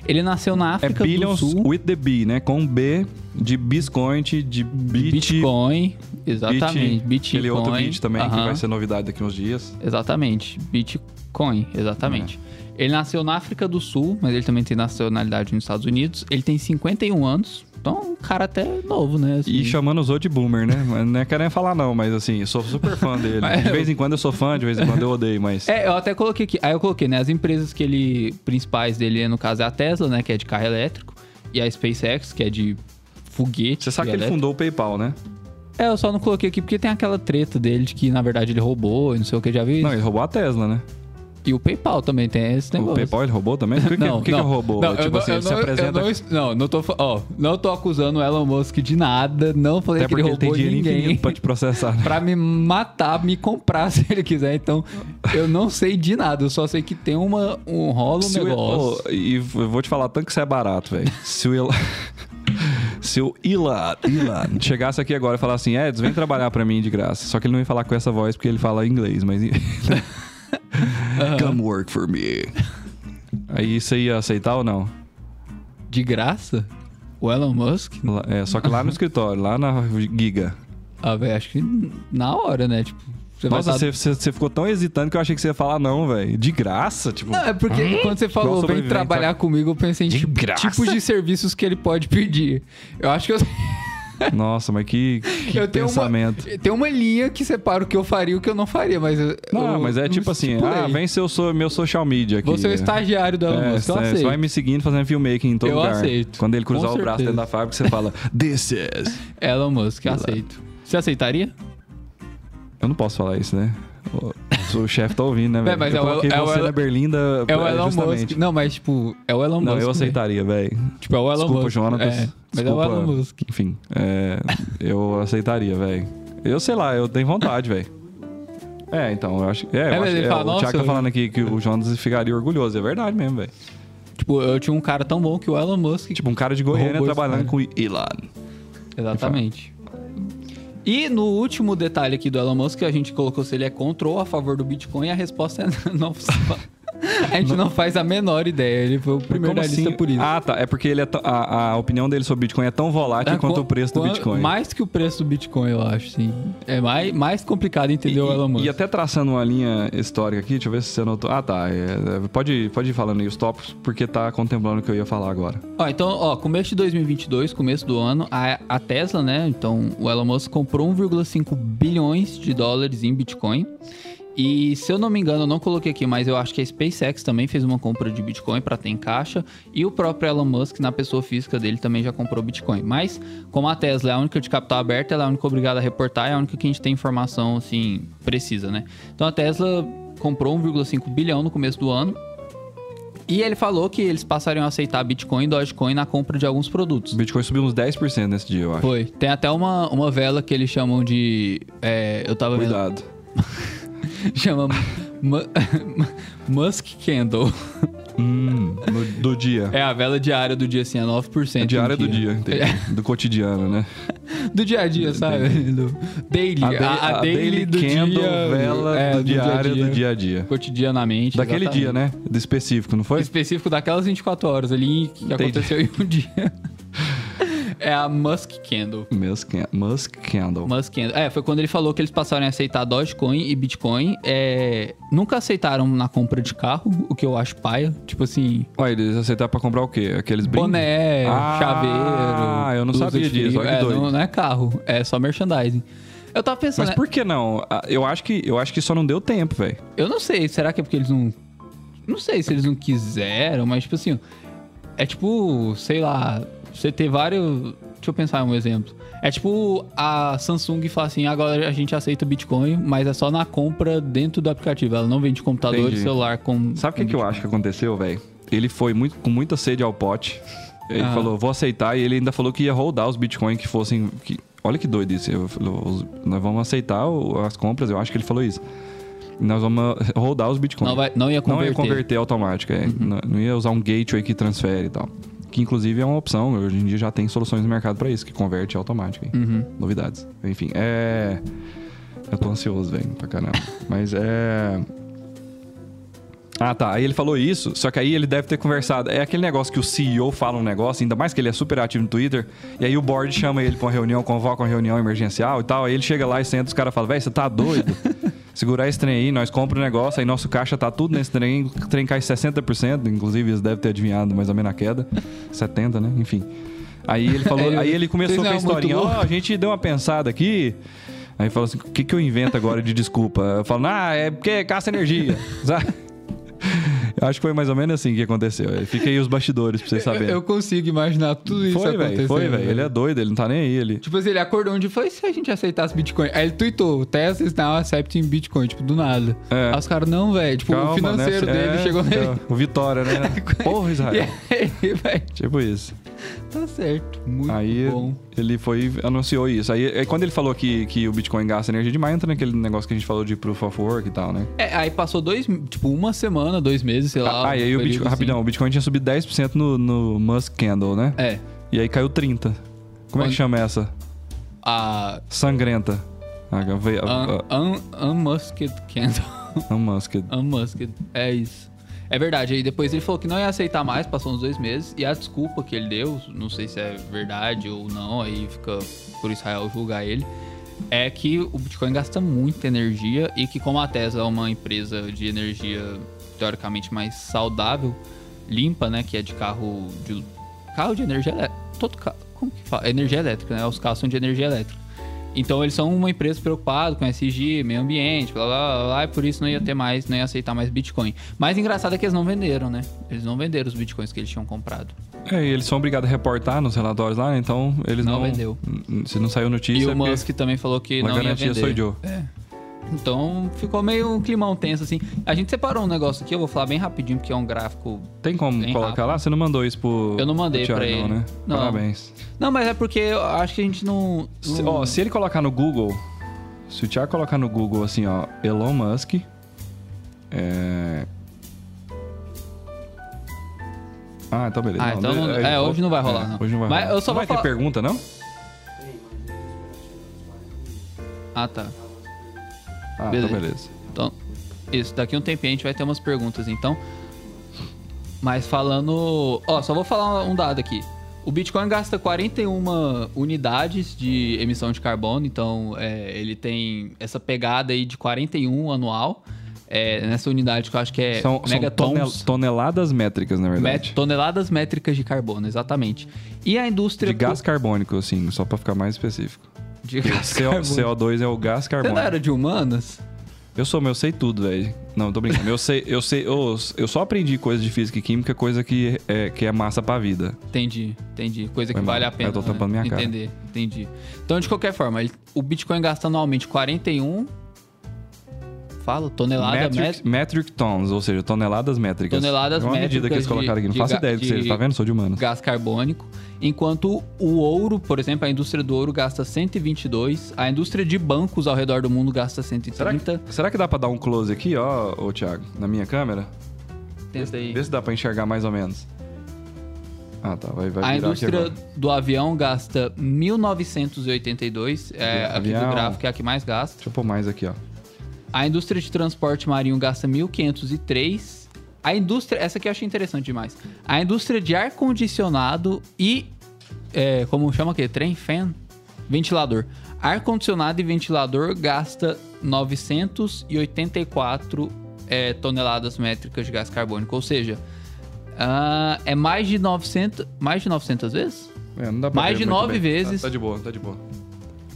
Ele nasceu na
É
África do
billions
Sul,
with the B, né? Com B de Biscoint, de bit,
Bitcoin, exatamente,
bit-
Bitcoin.
Aquele outro bit também que
aham.
vai ser novidade daqui uns dias.
Exatamente. Bitcoin, exatamente.
É.
Ele nasceu na África do Sul, mas ele também tem nacionalidade nos Estados Unidos. Ele tem 51 anos, então um cara até novo, né? assim.
E chamando os outros de boomer, né? Mas Não é querendo falar não, mas assim, eu sou super fã dele. De vez em quando eu sou fã, de vez em quando eu odeio, mas...
É, eu até coloquei aqui. Aí eu coloquei, né? As empresas que ele. principais dele, no caso, é a Tesla, né? Que é de carro elétrico. E a SpaceX, que é de foguete.
Você sabe
e
que ele
elétrico.
fundou o PayPal, né?
É, eu só não coloquei aqui porque tem aquela treta dele de que, na verdade, ele roubou e não sei o que, já vi.
Não, ele roubou a Tesla, né?
E o PayPal também tem esse
O
negócio.
PayPal ele roubou também? O que, que- o que, que é robô?
Não,
tipo
eu não-
assim,
eu
ele se
não- eu
apresenta.
Não, não, não tô, fa- ó, não tô acusando o Elon Musk de nada, não falei
até
que ele
porque ele tem
roubou
dinheiro
ninguém.
infinito pra te processar. né?
Pra me matar, me comprar se ele quiser. Então, eu não sei de nada. Eu só sei que tem uma, um rolo um
Se o-
negócio.
Ô, e eu vou te falar tanto que isso é barato, velho. Se o Elon... Se o Elon, Elon chegasse aqui agora e falasse assim, Eds, vem trabalhar pra mim de graça. Só que ele não ia falar com essa voz porque ele fala inglês, mas. Come work for me. Aí você ia aceitar ou não?
De graça? O Elon Musk?
Lá- É, só que lá no escritório, lá na Giga.
Ah, velho, acho que na hora, né? Tipo, você
Nossa,
vai tá-
você você- você ficou tão hesitando que eu achei que você ia falar não, velho. De graça, tipo.
Não, é porque quando você falou, vem
sobrevivente,
trabalhar comigo, eu pensei em
De
tipo-
graça?
tipos de serviços que ele pode pedir. Eu acho que eu,
Nossa, mas que, que
eu tenho, uma,
pensamento.
tem uma linha que separa o que eu faria e o que eu não faria, mas. eu-
Não,
eu
mas é
não
tipo assim,
estipulei.
ah, vem seu, so- meu social media aqui.
Você é o estagiário do Elon
É,
Musk, eu
é, você
aceito.
vai me seguindo fazendo filmmaking em todo
Eu
lugar.
aceito.
Quando ele
Com
cruzar o braço
certeza.
dentro da fábrica, você fala, this is.
Elon Musk, eu aceito. Você aceitaria?
Eu não posso falar isso, né? O, o chefe tá ouvindo, né,
Véi,
velho?
mas
eu
é o-
coloquei
é o
você
Elon-
na berlinda
É o
é,
Elon
justamente.
Musk. Não, mas tipo, é o Elon
Não,
Musk.
eu
né?
aceitaria, velho.
Tipo, é o Elon
Desculpa,
Musk.
Jonatas.
É, mas é o
Desculpa.
Elon Musk.
Enfim, é, eu aceitaria, velho. Eu sei lá, eu tenho vontade, velho. É, então, eu acho que. É, eu
mas
acho,
ele
é,
fala,
o
"Nossa,
Thiago tá
eu-
falando aqui que o Jonas ficaria orgulhoso. É verdade mesmo, velho.
Tipo, eu tinha um cara tão bom que o Elon Musk.
Tipo, um cara de Goiânia
Roubou esse
trabalhando com Elon.
Exatamente. E no último detalhe aqui do Elon Musk, a gente colocou se ele é contra ou a favor do Bitcoin, a resposta é não. A gente não faz a menor ideia. Ele foi o primeiro da
Como
lista
assim?
por isso.
Ah, tá. É porque ele é tão- a, a opinião dele sobre Bitcoin é tão volátil
É,
quanto
quan-
o preço do
quan-
Bitcoin.
Mais que o preço do Bitcoin, eu acho, sim. É mais, mais complicado entender o
E-
Elon Musk.
E, até traçando uma linha histórica aqui, deixa eu ver se você anotou. Ah, tá. é, é, pode, pode ir falando aí os tópicos, porque tá contemplando o que eu ia falar agora.
Ó, então, ó, começo de 2022, começo do ano, a, a Tesla, né? Então, o Elon Musk comprou 1,5 bilhões de dólares em Bitcoin. E se eu não me engano, eu não coloquei aqui, mas eu acho que a SpaceX também fez uma compra de Bitcoin para ter em caixa. E o próprio Elon Musk, na pessoa física dele, também já comprou Bitcoin. Mas, como a Tesla é a única de capital aberta, ela é a única obrigada a reportar, é a única que a gente tem informação, assim, precisa, né? Então, a Tesla comprou 1,5 bilhão no começo do ano. E ele falou que eles passariam a aceitar Bitcoin e Dogecoin na compra de alguns
O
produtos.
Bitcoin subiu uns 10% nesse dia, eu acho.
Foi. Tem até uma, uma vela que eles chamam de. é, eu tava vendo.
Cuidado.
Chama Mu- Musk Candle.
Hum, no- do dia.
É a vela diária do É. dia, assim, é 9%.
É, diária
no É,
do dia, entende? do cotidiano, né?
Do dia a dia, sabe? Do daily. A,
da-
a daily, do
candle,
dia.
vela
é,
do diário do dia a dia.
Cotidianamente.
Daquele
exatamente.
dia, né? Do específico, não foi?
Específico daquelas 24 horas ali que aconteceu em um dia. É a Musk Candle.
Musk, Musk Candle.
Musk Candle. É, foi quando ele falou que eles passaram a aceitar Dogecoin e Bitcoin. É, nunca aceitaram na compra de carro, o que eu acho paia. Tipo assim,
Ué, eles aceitaram pra comprar o quê? Aqueles brindes?
boné,
Ah,
chaveiro.
eu não
blusa
sabia
de frio.
disso, olha que
É,
doido.
não, não é carro, é só merchandising. Eu tava pensando,
Mas por que não? Ah, Eu acho que, eu acho que só não deu tempo, velho.
eu não sei, será que é porque eles não. Não sei se eles não quiseram, mas tipo assim, é tipo, sei lá, você ter vários. Deixa eu pensar um exemplo. É tipo a Samsung falar assim, agora a gente aceita Bitcoin, mas é só na compra dentro do aplicativo. Ela não vende computador
Entendi.
e celular com.
Sabe o que, que eu acho que aconteceu, velho? Ele foi muito, com muita sede ao pote. Ele
Ah.
falou, vou aceitar. E ele ainda falou que ia rodar os bitcoins que fossem. que- Olha que doido isso. Eu falei, "Os- nós vamos aceitar o- as compras. Eu acho que ele falou isso. Nós vamos rodar os bitcoins.
Não, vai, não ia
Não
converter.
ia converter automático, é. Não- Não ia usar um gateway que transfere e tal. Que inclusive é uma opção, hoje em dia já tem soluções no mercado pra isso, que converte automático. hein? Novidades. Enfim, é. Eu tô ansioso, velho, pra caramba. Mas é. Ah, tá. Aí ele falou isso, só que aí ele deve ter conversado. É aquele negócio que o CEO fala um negócio, ainda mais que ele é super ativo no Twitter, e aí o board chama ele pra uma reunião, convoca uma reunião emergencial e tal. Aí ele chega lá e senta, os caras falam, velho, você tá doido? Segurar esse trem aí, nós compra o negócio, aí nosso caixa tá tudo nesse trem, o trem cai 60%, inclusive eles devem ter adivinhado mais ou menos a queda. 70, né? Enfim. Aí ele falou, aí ele começou
É, Vocês
com a
não, muito
historinha, ó,
louco.
a gente deu uma pensada aqui. Aí falou assim, o que, que eu invento agora de desculpa? Eu falo, ah, é porque é caça energia. sabe? Eu acho que foi mais ou menos assim que aconteceu. Fiquei os bastidores pra vocês saberem.
Eu, eu consigo imaginar tudo isso
tá foi,
acontecendo. né?
velho. Foi, velho. Ele é doido, ele não tá nem aí. Ele...
Tipo assim, ele acordou um dia e falou, e se a gente aceitasse Bitcoin? Aí ele tweetou, Tesla is now accepting Bitcoin, tipo, do nada.
É.
Aí os caras, não, velho, tipo, o financeiro
né?
dele
É,
chegou nele.
então, O Vitória, né? Porra,
E
Israel.
aí, velho,
Tipo isso.
tá certo. Muito
Aí
bom.
ele foi anunciou isso. Aí aí quando ele falou que, que o Bitcoin gasta energia demais, entra naquele negócio que a gente falou de proof of work e tal, né?
É, aí passou dois, tipo, uma semana, dois meses, sei lá.
Ah, e aí o
período
Bitcoin,
assim.
rapidão, o Bitcoin tinha subido 10% no, no Musk Candle, né?
É.
E aí caiu 30. Como é que
Onde-
chama essa?
A
Sangrenta. Ah, eu veio-
un,
ah,
un, Unmusked Candle.
ah, Musk.
unmusked. É isso. É verdade. Aí depois ele falou que não ia aceitar mais, passou uns dois meses. E a desculpa que ele deu, não sei se é verdade ou não, aí fica por Israel julgar ele. É que o Bitcoin gasta muita energia e que como a Tesla é uma empresa de energia teoricamente mais saudável, limpa, né? Que é de carro de. Carro de energia elétrica. Todo carro. Como que fala? Energia elétrica, né? Os carros são de energia elétrica. Então eles são uma empresa preocupada com SG, meio ambiente, blá blá blá, blá e por isso não ia ter mais, não ia aceitar mais Bitcoin. Mas engraçado é que eles não venderam, né? Eles não venderam os Bitcoins que eles tinham comprado.
É, e eles são obrigados a reportar nos relatórios lá, né? então eles
Não
não.
vendeu.
N- Se não saiu notícia.
e
é
o
porque
Musk também falou que
uma
não ia
garantia
vender. É.
sou eu.
Então ficou meio um climão tenso assim. A gente separou um negócio aqui, eu vou falar bem rapidinho porque é um gráfico.
Tem como
Bem
colocar lá? Você não mandou isso pro.
Eu não mandei
pro Thiago,
pra ele.
Não, né?
Não.
Parabéns.
Não, mas é porque eu acho que a gente não.
Se,
não-
ó, se ele colocar no Google, se o Thiago colocar no Google assim, ó, Elon Musk, é... Ah, então beleza.
Ah, então não-
de-
é, hoje não vai rolar, não.
Hoje não vai
Mas
rolar.
eu só
não vai
vou falar-
ter pergunta, não?
Ah, tá.
Ah,
Beleza.
então beleza.
Então, isso, daqui a um tempinho a gente vai ter umas perguntas, então. Mas falando. Ó, só vou falar um dado aqui. O Bitcoin gasta 41 unidades de emissão de carbono, então é, ele tem essa pegada aí de 41 anual. É, nessa unidade que eu acho que é
são são tonel-
megatons.
toneladas métricas, na verdade.
met- toneladas métricas de carbono, exatamente. E a indústria.
De gás carbônico, assim, só pra ficar mais específico.
De gás
CO,
carbono.
CO2 é o gás
Você não
carbônico.
era de humanas?
Eu sou, meu, eu sei tudo, velho. Não, tô brincando. Eu sei, eu sei, eu, eu só aprendi coisa de física e química, coisa que é, que é massa pra vida.
Entendi, entendi. Coisa que
Foi mal.
vale a pena. né?
Eu tô tampando minha cara.
Entender, entendi. Então, de qualquer forma, ele- o Bitcoin gasta anualmente 41. Fala, tonelada
Metric,
met-
metric tons, ou seja, toneladas métricas.
Toneladas
é uma medida que
métricas
eles
de-
colocaram aqui. Não
de
faço
ga-
ideia do que
de-
seja, tá vendo? Sou de humanas.
gás carbônico. Enquanto o ouro, por exemplo, a indústria do ouro gasta 122. A indústria de bancos ao redor do mundo gasta 130.
Será que, será que dá pra dar um close aqui, ó, ô Thiago, na minha câmera?
Tenta aí.
Vê se dá pra enxergar mais ou menos. Ah, tá. Vai, vai
A
virar aqui
indústria
agora.
do avião gasta 1982. É, aqui do
Avião.
gráfico é a que mais gasta.
Deixa eu pôr mais aqui, ó.
A indústria de transporte marinho gasta 1.503. A indústria. Essa aqui eu achei interessante demais. A indústria de ar-condicionado e. é, como chama aqui? Trem? Fan? Ventilador. Ar-condicionado e ventilador gasta 984 é, toneladas métricas de gás carbônico. Ou seja, ah, é mais de 900. Mais de 900 vezes?
É, não dá pra
Mais
ver
de
muito
nove
bem.
vezes.
Tá, tá de boa, tá de boa.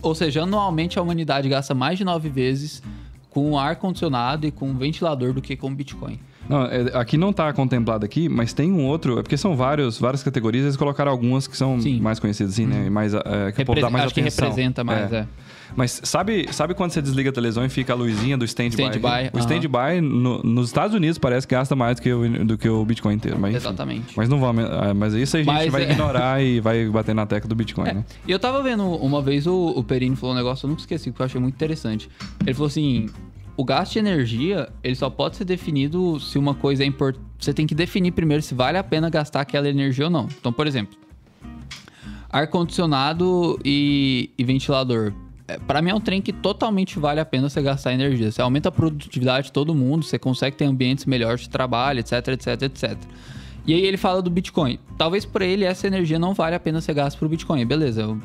Ou seja, anualmente a humanidade gasta mais de nove vezes com ar-condicionado e com ventilador do que com Bitcoin.
Não, é, aqui não tá contemplado aqui, mas tem um outro, é porque são vários, várias categorias, eles colocaram algumas que são
Sim.
mais conhecidas, assim, né? E mais, é, que o povo dá
Repre-
mais
acho que
atenção.
representa mais,
É.
é.
Mas sabe, sabe quando você desliga a televisão e fica a luzinha do stand-by?
Stand-by,
aqui? o
aham.
stand-by no- nos Estados Unidos parece que gasta mais do que o, do que o Bitcoin inteiro. Mas, enfim.
Exatamente.
Mas não vamos. ah, Mas isso a gente
Mas
vai
é-
ignorar e vai bater na tecla do Bitcoin, né?
E eu tava vendo uma vez o, o Perini falou um negócio, eu nunca esqueci, que eu achei muito interessante. Ele falou assim: o gasto de energia, ele só pode ser definido se uma coisa é importante. Você tem que definir primeiro se vale a pena gastar aquela energia ou não. Então, por exemplo, ar-condicionado e, e ventilador. É, Pra mim é um trem que totalmente vale a pena você gastar energia. Você aumenta a produtividade de todo mundo, você consegue ter ambientes melhores de trabalho, etc, etc, etc. E aí ele fala do Bitcoin. Talvez pra ele essa energia não vale a pena ser gasta pro Bitcoin, beleza? eu-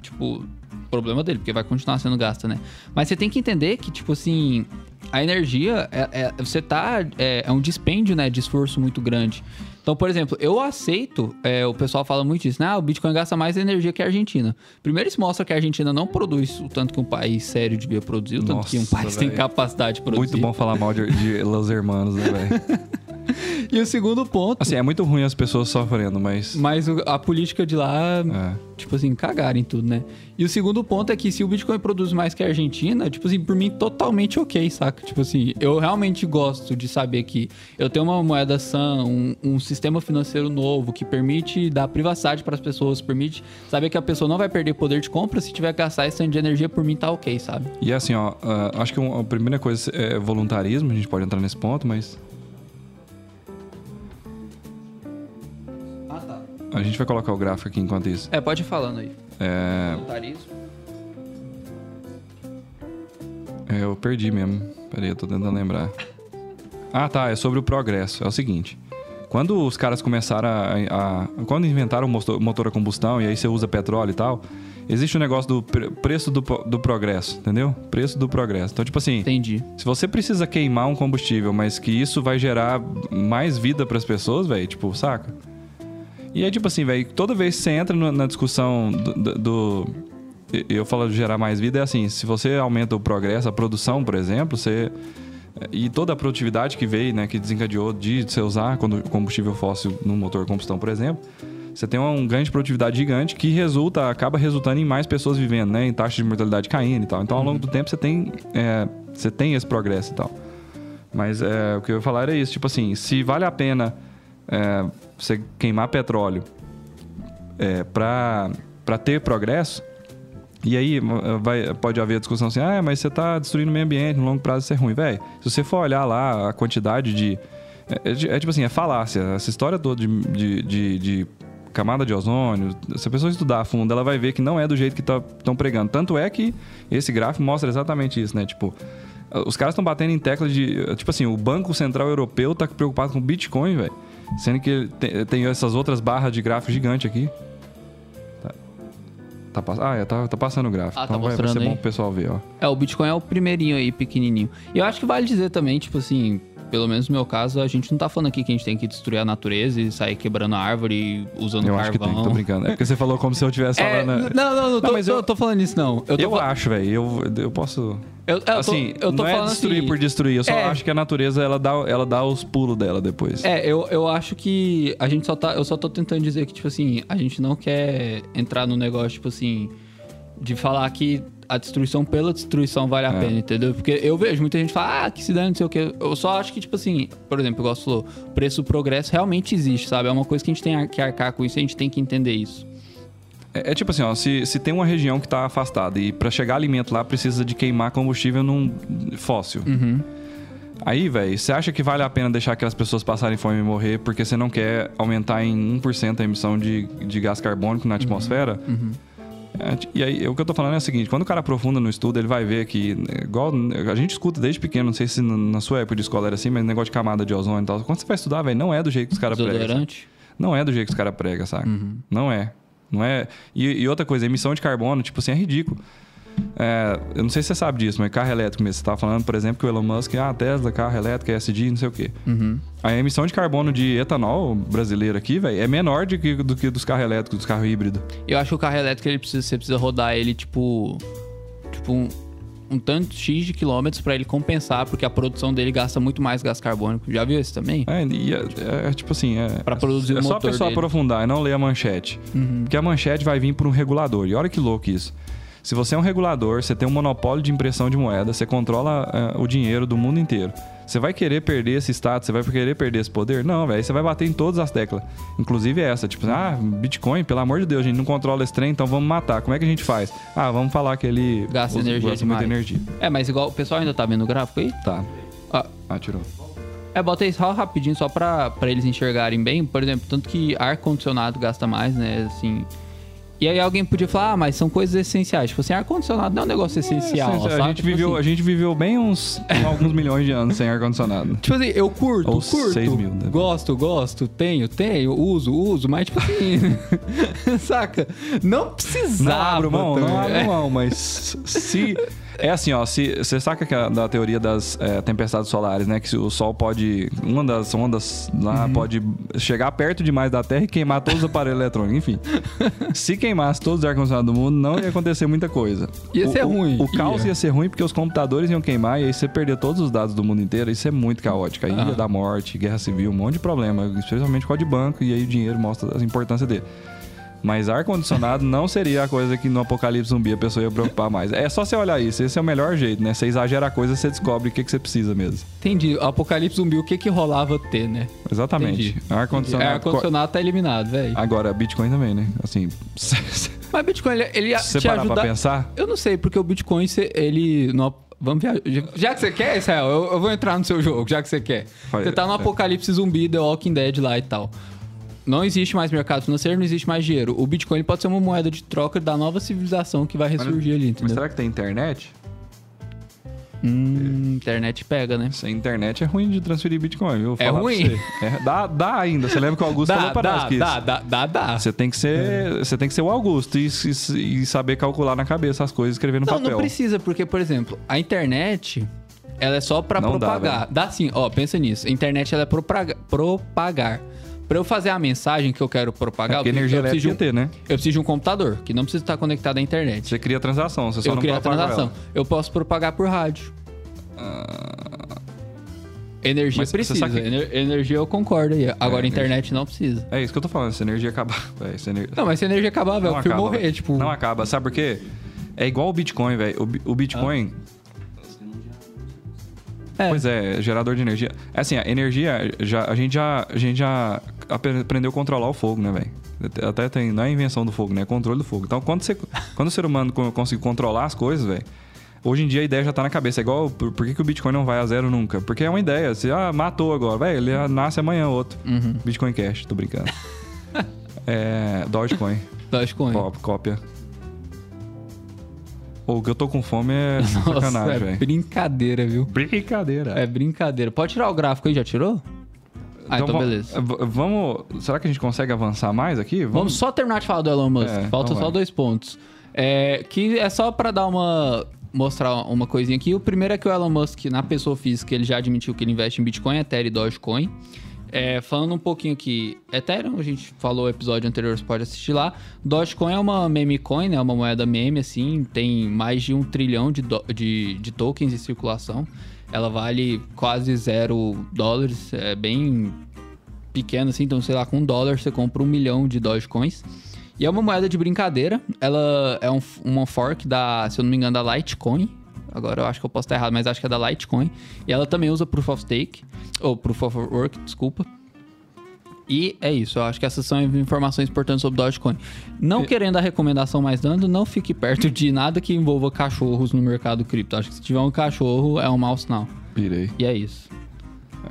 Tipo, problema dele, porque vai continuar sendo gasta, né? Mas você tem que entender que, tipo assim, a energia, é, é- você tá. É, é um dispêndio, né? De esforço muito grande. Então, por exemplo, eu aceito, é, o pessoal fala muito isso, né? Ah, o Bitcoin gasta mais energia que a Argentina. Primeiro, isso mostra que a Argentina não produz o tanto que um país sério devia produzir, o tanto que um
Nossa,
país tem
velho.
capacidade de produzir.
Muito bom falar mal de, de Los Hermanos, né, velho?
E o segundo ponto.
Assim, é muito ruim as pessoas sofrendo, mas.
Mas o- a política de lá,
É.
tipo assim, cagaram em tudo, né? E o segundo ponto é que se o Bitcoin produz mais que a Argentina, tipo assim, por mim totalmente ok, saca? Tipo assim, eu realmente gosto de saber que eu tenho uma moeda sã, um, um sistema financeiro novo que permite dar privacidade para as pessoas, permite saber que a pessoa não vai perder poder de compra se tiver que gastar esse tanto de energia, por mim tá ok, sabe?
E assim, ó, ah, acho que um- a primeira coisa é voluntarismo, a gente pode entrar nesse ponto, mas.
Ah, tá.
A gente vai colocar o gráfico aqui enquanto isso.
É, pode ir falando aí.
É,
Voluntarismo.
É, eu perdi mesmo. Peraí, eu tô tentando lembrar. Ah, tá. É sobre o progresso. É o seguinte. Quando os caras começaram a. a- quando inventaram o mosto- motor a combustão e aí você usa petróleo e tal, existe o negócio do pre- preço do, po- do progresso, entendeu? Preço do progresso. Então, tipo assim,
Entendi.
se você precisa queimar um combustível, mas que isso vai gerar mais vida pras pessoas, velho, tipo, saca? E é tipo assim, velho, toda vez que você entra no- na discussão do, do- do- e- Eu falo de gerar mais vida, é assim, se você aumenta o progresso, a produção, por exemplo, você. E toda a produtividade que veio, né, que desencadeou de você usar quando combustível fóssil no motor a combustão, por exemplo, você tem um ganho de produtividade gigante que resulta, acaba resultando em mais pessoas vivendo, né, em taxa de mortalidade caindo e tal. Então, ao longo do tempo, você tem, é, você tem esse progresso e tal. Mas é, o que eu ia falar era isso, tipo assim, se vale a pena é, você queimar petróleo é, pra, pra ter progresso, e aí eh, vai- pode haver discussão assim, ah, mas você tá destruindo o meio ambiente, no longo prazo isso é ruim. Véi, se você for olhar lá a quantidade de... É, é de- é tipo assim, é falácia. Essa história toda de, de, de- de camada de ozônio, se a pessoa estudar a fundo, ela vai ver que não é do jeito que estão pregando. Tanto é que esse gráfico mostra exatamente isso, né? Tipo, os caras estão batendo em tecla de... Tipo assim, o Banco Central Europeu tá preocupado com Bitcoin, velho. Sendo que ele te- tem essas outras barras de gráfico gigante aqui. Tá pass- Ah, é, tá, tá passando o gráfico.
Ah, tá
então vai, vai
mostrando
ser
aí.
bom pro pessoal ver, ó.
É, o Bitcoin é o primeirinho aí, pequenininho. E eu acho que vale dizer também, tipo assim, pelo menos no meu caso, a gente não tá falando aqui que a gente tem que destruir a natureza e sair quebrando a árvore, e usando
Eu acho que
carvão.
tem, tô brincando. É porque você falou como se eu estivesse
É,
falando.
n- não, não, não, tô,
mas
tô-
eu-
tô falando isso não. Eu tô,
Eu
fa-
acho, velho. Eu, eu posso.
eu, eu tô-
assim,
eu tô
não
falando
é destruir
assim,
por destruir. Eu só
é.
acho que a natureza ela dá, ela dá os pulos dela depois.
É, eu, eu acho que a gente só tá. Eu só tô tentando dizer que, tipo assim, a gente não quer entrar no negócio, tipo assim, de falar que a destruição pela destruição vale a pena, entendeu? Porque eu vejo muita gente falar, ah, que se dane, não sei o quê. Eu só acho que, tipo assim, por exemplo, igual você falou, o preço do progresso realmente existe, sabe? É uma coisa que a gente tem que arcar com isso, a gente tem que entender isso.
É, é tipo assim, ó, se, se tem uma região que tá afastada e pra chegar alimento lá precisa de queimar combustível num fóssil. Aí, velho, você acha que vale a pena deixar aquelas pessoas passarem fome e morrer porque você não quer aumentar em 1% a emissão de, de gás carbônico na atmosfera? É, ti- E aí, o que eu tô falando é o seguinte: quando o cara aprofunda no estudo, ele vai ver que, né, igual a gente escuta desde pequeno, não sei se na- na sua época de escola era assim, mas negócio de camada de ozônio e tal. Quando você vai estudar, velho, não é do jeito que os caras pregam.
Desodorante.
Não é do jeito que os caras pregam, saca? Não é. Não é. E, e outra coisa, emissão de carbono, tipo assim, é ridículo. É, eu não sei se você sabe disso, mas carro elétrico mesmo. Você tá falando, por exemplo, que o Elon Musk, ah, Tesla, carro elétrico, ESG, não sei o quê. A emissão de carbono de etanol brasileiro aqui, velho, é menor de que- do que dos carros elétricos, dos carros híbridos.
Eu acho que o carro elétrico ele precisa, você precisa rodar ele tipo. Tipo um, um tanto X de quilômetros pra ele compensar, porque a produção dele gasta muito mais gás carbônico. Já viu esse também?
É, e é, é, é tipo assim, é.
Pra produzir
é
o
só a
motor
pessoa
dele. Uhum.
aprofundar e não ler a manchete. Porque a manchete vai vir por um regulador. E olha que louco isso. Se você é um regulador, você tem um monopólio de impressão de moeda, você controla eh, o dinheiro do mundo inteiro. Você vai querer perder esse status? Você vai querer perder esse poder? Não, velho. Você vai bater em todas as teclas. Inclusive essa. Tipo, ah, Bitcoin, pelo amor de Deus, a gente não controla esse trem, então vamos matar. Como é que a gente faz? Ah, vamos falar que ele
Gasta
usa-
energia
gasta muita
demais.
energia.
É, mas igual o pessoal ainda tá vendo o gráfico aí?
Tá.
Ah,
Ah, tirou.
é, bota isso só rapidinho, só pra, pra eles enxergarem bem. Por exemplo, tanto que ar-condicionado gasta mais, né? Assim. E aí alguém podia falar, ah, mas são coisas essenciais. Tipo assim, ar-condicionado não é um negócio essencial.
Sim,
sabe?
a, gente
Tipo
viveu,
assim-
a gente viveu bem uns alguns milhões de anos sem ar-condicionado.
Tipo assim, eu curto,
Ou
curto.
seis mil, né?
Gosto, gosto, tenho, tenho, uso, uso, mas tipo assim. saca? Não precisava.
Não abro mão, não
também.
abro mão, mas se. É assim, ó, se, você saca que a- da teoria das é, tempestades solares, né? Que se o Sol pode. Uma das ondas lá
Uhum.
pode chegar perto demais da Terra e queimar todos os aparelhos eletrônicos, enfim. se queimasse todos os ar-condicionados do mundo, não ia acontecer muita coisa.
Ia
O-
ser
o-
ruim,
O, caos
ia.
ia ser ruim porque os computadores iam queimar e aí você perder todos os dados do mundo inteiro, isso é muito caótico. Aí
Aham.
ia dar morte, guerra civil, um monte de problema, especialmente com a de banco, e aí o dinheiro mostra a importância dele. Mas ar-condicionado não seria a coisa que no apocalipse zumbi a pessoa ia preocupar mais. É só você olhar isso, esse é o melhor jeito, né? Você exagera a coisa, você descobre o que, que você precisa mesmo.
Entendi. Apocalipse zumbi, o que que rolava ter, né?
Exatamente.
Entendi. É,
Ar-condicionado.
ar-condicionado tá eliminado, velho.
Agora, Bitcoin também, né? Assim, se se
Mas Bitcoin, ele, ele ia
você
te
parar pra
ajudar...
pensar,
Eu não sei, porque o Bitcoin, cê- ele... No, vamos viajar. Já que você quer, Israel, eu, eu vou entrar no seu jogo, já que você quer.
Vai,
Você tá no
é.
apocalipse zumbi, The Walking Dead lá e tal. Não existe mais mercado financeiro, não existe mais dinheiro. O Bitcoin ele pode ser uma moeda de troca da nova civilização que vai ressurgir ali,
mas
entendeu?
será que tem internet?
Hum, internet pega, né?
Sem internet é ruim de transferir Bitcoin, viu? Vou
É
falar pra
ruim?
você. É, dá, dá ainda. Você lembra que o Augusto
Dá,
falou pra nós
dá,
que isso.
dá, É. dá, dá, dá.
Você tem que ser, você tem que ser o Augusto e, e- e saber calcular na cabeça as coisas e escrever no
Não,
papel.
não precisa, porque, por exemplo, a internet, ela é só pra
Não dá,
propagar. Dá, sim, ó, pensa nisso. A internet, ela é propaga- propagar. Pra eu fazer a mensagem que eu quero propagar,
É Porque
eu, preciso,
energia
eu, preciso
elétrica
de
ia
um,
ter, né?
eu preciso de um computador, que não precisa estar conectado à internet.
Você cria transação, você só
eu
não
crio a
propaga
transação.
ela. Ah.
Eu posso propagar por rádio. Energia
Mas você
precisa.
sabe que-
ener- Energia eu concordo aí. Agora,
É,
internet não precisa.
É isso que eu tô falando, se a energia acabar. Véio, se a energia...
Não, mas se a energia acabar, velho, eu prefiro é morrer,
velho.
tipo...
Não acaba, sabe por quê? É igual o Bitcoin, velho. O, bi- o Bitcoin.
Ah. É.
Pois é, gerador de energia. É Assim, a energia, já, a, gente já, a gente já apre- aprendeu a controlar o fogo, né, velho? Até tem, não é invenção do fogo, né? É controle do fogo. Então, quando, você, quando o ser humano co- consegue controlar as coisas, velho, hoje em dia a ideia já tá na cabeça. É igual, por, por que, que o Bitcoin não vai a zero nunca? Porque é uma ideia. Você, ah, matou agora, velho, ele ah, nasce amanhã outro.
Uhum.
Bitcoin Cash, tô brincando. é, Dogecoin.
Dogecoin.
Ó, cópia. O que eu tô com fome é
Nossa,
sacanagem,
é
velho. Então
brincadeira, viu?
Brincadeira.
É brincadeira. Pode tirar o gráfico aí, já tirou? Ah, então,
va-
beleza.
v- Vamos. Será que a gente consegue avançar mais aqui?
Vamos só terminar de falar do Elon Musk.
É,
Falta
vamos
só
lá.
dois pontos. É, que é só pra dar uma. mostrar uma coisinha aqui. O primeiro é que o Elon Musk, na pessoa física, ele já admitiu que ele investe em Bitcoin, Ethereum e Dogecoin. É, falando um pouquinho aqui, Ethereum, a gente falou no episódio anterior, você pode assistir lá. Dogecoin é uma meme coin, né? Uma moeda meme, assim, tem mais de um trilhão de, do- de, de tokens em circulação. Ela vale quase zero dólares, é bem pequeno, assim, então sei lá, com um dólar você compra um milhão de Dogecoins. E é uma moeda de brincadeira, ela é um, uma fork da, se eu não me engano, da Litecoin. Agora eu acho que eu posso estar errado, mas acho que é da Litecoin. E ela também usa Proof of Stake, ou Proof of Work, desculpa. E é isso, eu acho que essas são informações importantes sobre Dogecoin. Não querendo a recomendação mais dando, não fique perto de nada que envolva cachorros no mercado cripto. Acho que se tiver um cachorro, é um mau sinal.
Pirei.
E é isso.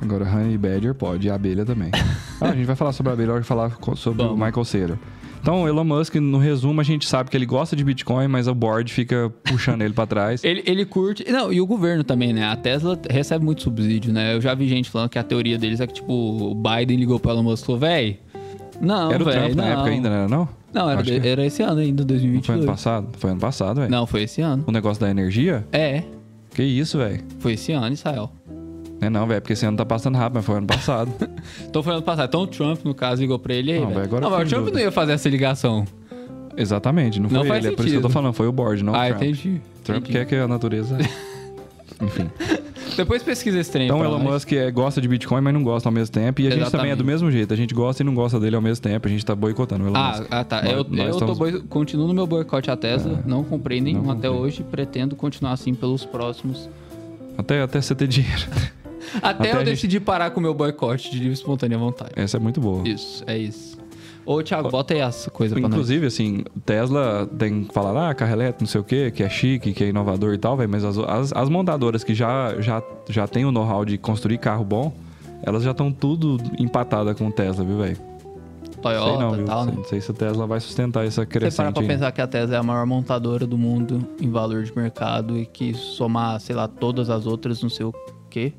Agora, Honey Badger pode, e a abelha também. Ah, a gente vai falar sobre a abelha, a hora que falar co- sobre o
Vamos.
Michael Cera. Então, o Elon Musk, no resumo, a gente sabe que ele gosta de Bitcoin, mas o board fica puxando ele pra trás.
Ele, ele curte. Não, e o governo também, né? A Tesla recebe muito subsídio, né? Eu já vi gente falando que a teoria deles é que, tipo, o Biden ligou pra Elon Musk e falou, véi. Não,
Era o
véi,
Trump
não.
na época ainda, não era não?
Não, era,
Acho
de-
que- é.
era esse ano ainda,
Não foi
2022.
ano passado? Foi ano passado, velho.
Não, foi esse ano.
O negócio da energia?
É,
Que isso, velho.
foi esse ano, Israel.
Não é não, velho, porque esse ano tá passando rápido, mas foi ano passado.
Então foi ano passado. Então o Trump, no caso, ligou pra ele e aí.
Não,
véi.
véi, agora
não
eu
mas o
fiquei em
Trump não
dúvida.
ia fazer essa ligação.
Exatamente, não,
Não
foi
faz
ele. É por isso que eu tô
sentido.
falando, foi o board, não
ah,
o Trump.
entendi.
Trump
entendi.
quer que a natureza. Enfim.
Depois pesquisa esse trem.
Então, o
pra
Elon
nós.
Musk é, gosta de Bitcoin, mas não gosta ao mesmo tempo. E a gente também é
Exatamente.
do mesmo jeito. A gente gosta e não gosta dele ao mesmo tempo. A gente tá boicotando o Elon
Ah,
Musk.
ah, tá.
Nós-
eu
nós
eu tô
estamos- É,
boi- continuo no meu boicote à Tesla. não comprei nenhum
não
até
comprei.
hoje. Pretendo continuar assim pelos próximos
Até, até você ter dinheiro.
Até,
Até
eu
a gente-
decidi parar com o meu boicote de livre e espontânea vontade.
Essa é muito boa.
Isso, é isso. Ô, Thiago, bota aí essa coisa pra nós.
Inclusive, assim, Tesla tem que falar, ah, carro elétrico, não sei o quê, que é chique, que é inovador e tal, velho. Mas as, as, as montadoras que já, já, já tem o know-how de construir carro bom, elas já estão tudo empatada com o Tesla, viu, velho? Sei não,
Toyota
viu?
e tal,
Sei-
né?
Não sei se a Tesla vai sustentar essa
Você para
crescente.
pra
aí.
pensar que a Tesla é a maior montadora do mundo em valor de mercado e que somar, sei lá, todas as outras, não sei o quê,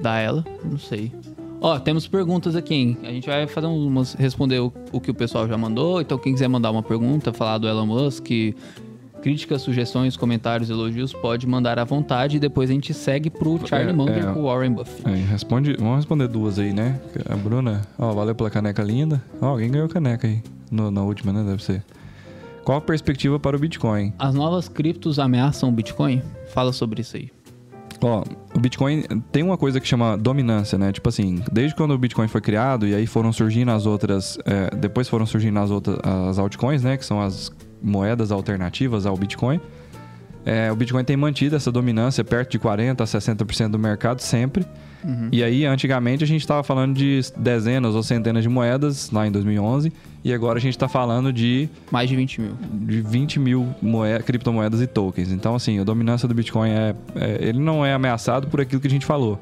dá ela, não sei. Ó, temos perguntas aqui, hein? A gente vai fazer um, umas, responder o, o que o pessoal já mandou. Então, quem quiser mandar uma pergunta, falar do Elon Musk, Críticas, sugestões, comentários, elogios, pode mandar à vontade e depois a gente segue pro Charlie
É,
Munger
é.
com o Warren Buffett.
Aí, responde, vamos responder duas aí, né? A Bruna, ó, valeu pela caneca linda. Ó, alguém ganhou caneca aí. No- na última, né? Deve ser. Qual a perspectiva para o Bitcoin?
As novas criptos ameaçam o Bitcoin? Fala sobre isso aí.
Ó, o Bitcoin tem uma coisa que chama dominância, né? Tipo assim, desde quando o Bitcoin foi criado e aí foram surgindo as outras, é, depois foram surgindo as outras as altcoins, né? Que são as moedas alternativas ao Bitcoin. É, o Bitcoin tem mantido essa dominância perto de 40 a 60% do mercado sempre. E aí, antigamente, a gente estava falando de dezenas ou centenas de moedas lá em 2011. E agora a gente está falando de
Mais de 20 mil.
de 20 mil moe- criptomoedas e tokens. Então, assim, a dominância do Bitcoin é, é- ele não é ameaçado por aquilo que a gente falou.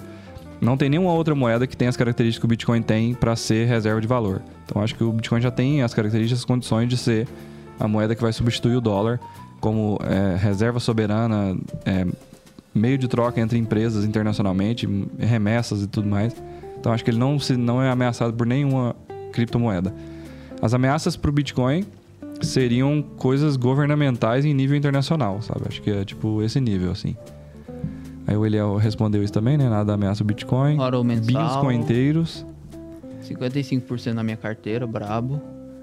Não tem nenhuma outra moeda que tenha as características que o Bitcoin tem para ser reserva de valor. Então, acho que o Bitcoin já tem as características, as condições de ser a moeda que vai substituir o dólar como é, reserva soberana, é, meio de troca entre empresas internacionalmente, remessas e tudo mais. Então, acho que ele não, se, não é ameaçado por nenhuma criptomoeda. As ameaças para o Bitcoin seriam coisas governamentais em nível internacional, sabe? Acho que é tipo esse nível, assim. Aí o Eliel respondeu isso também, né? Nada ameaça o Bitcoin.
Oro
Bins
mensal,
cointeiros.
55% na minha carteira, brabo.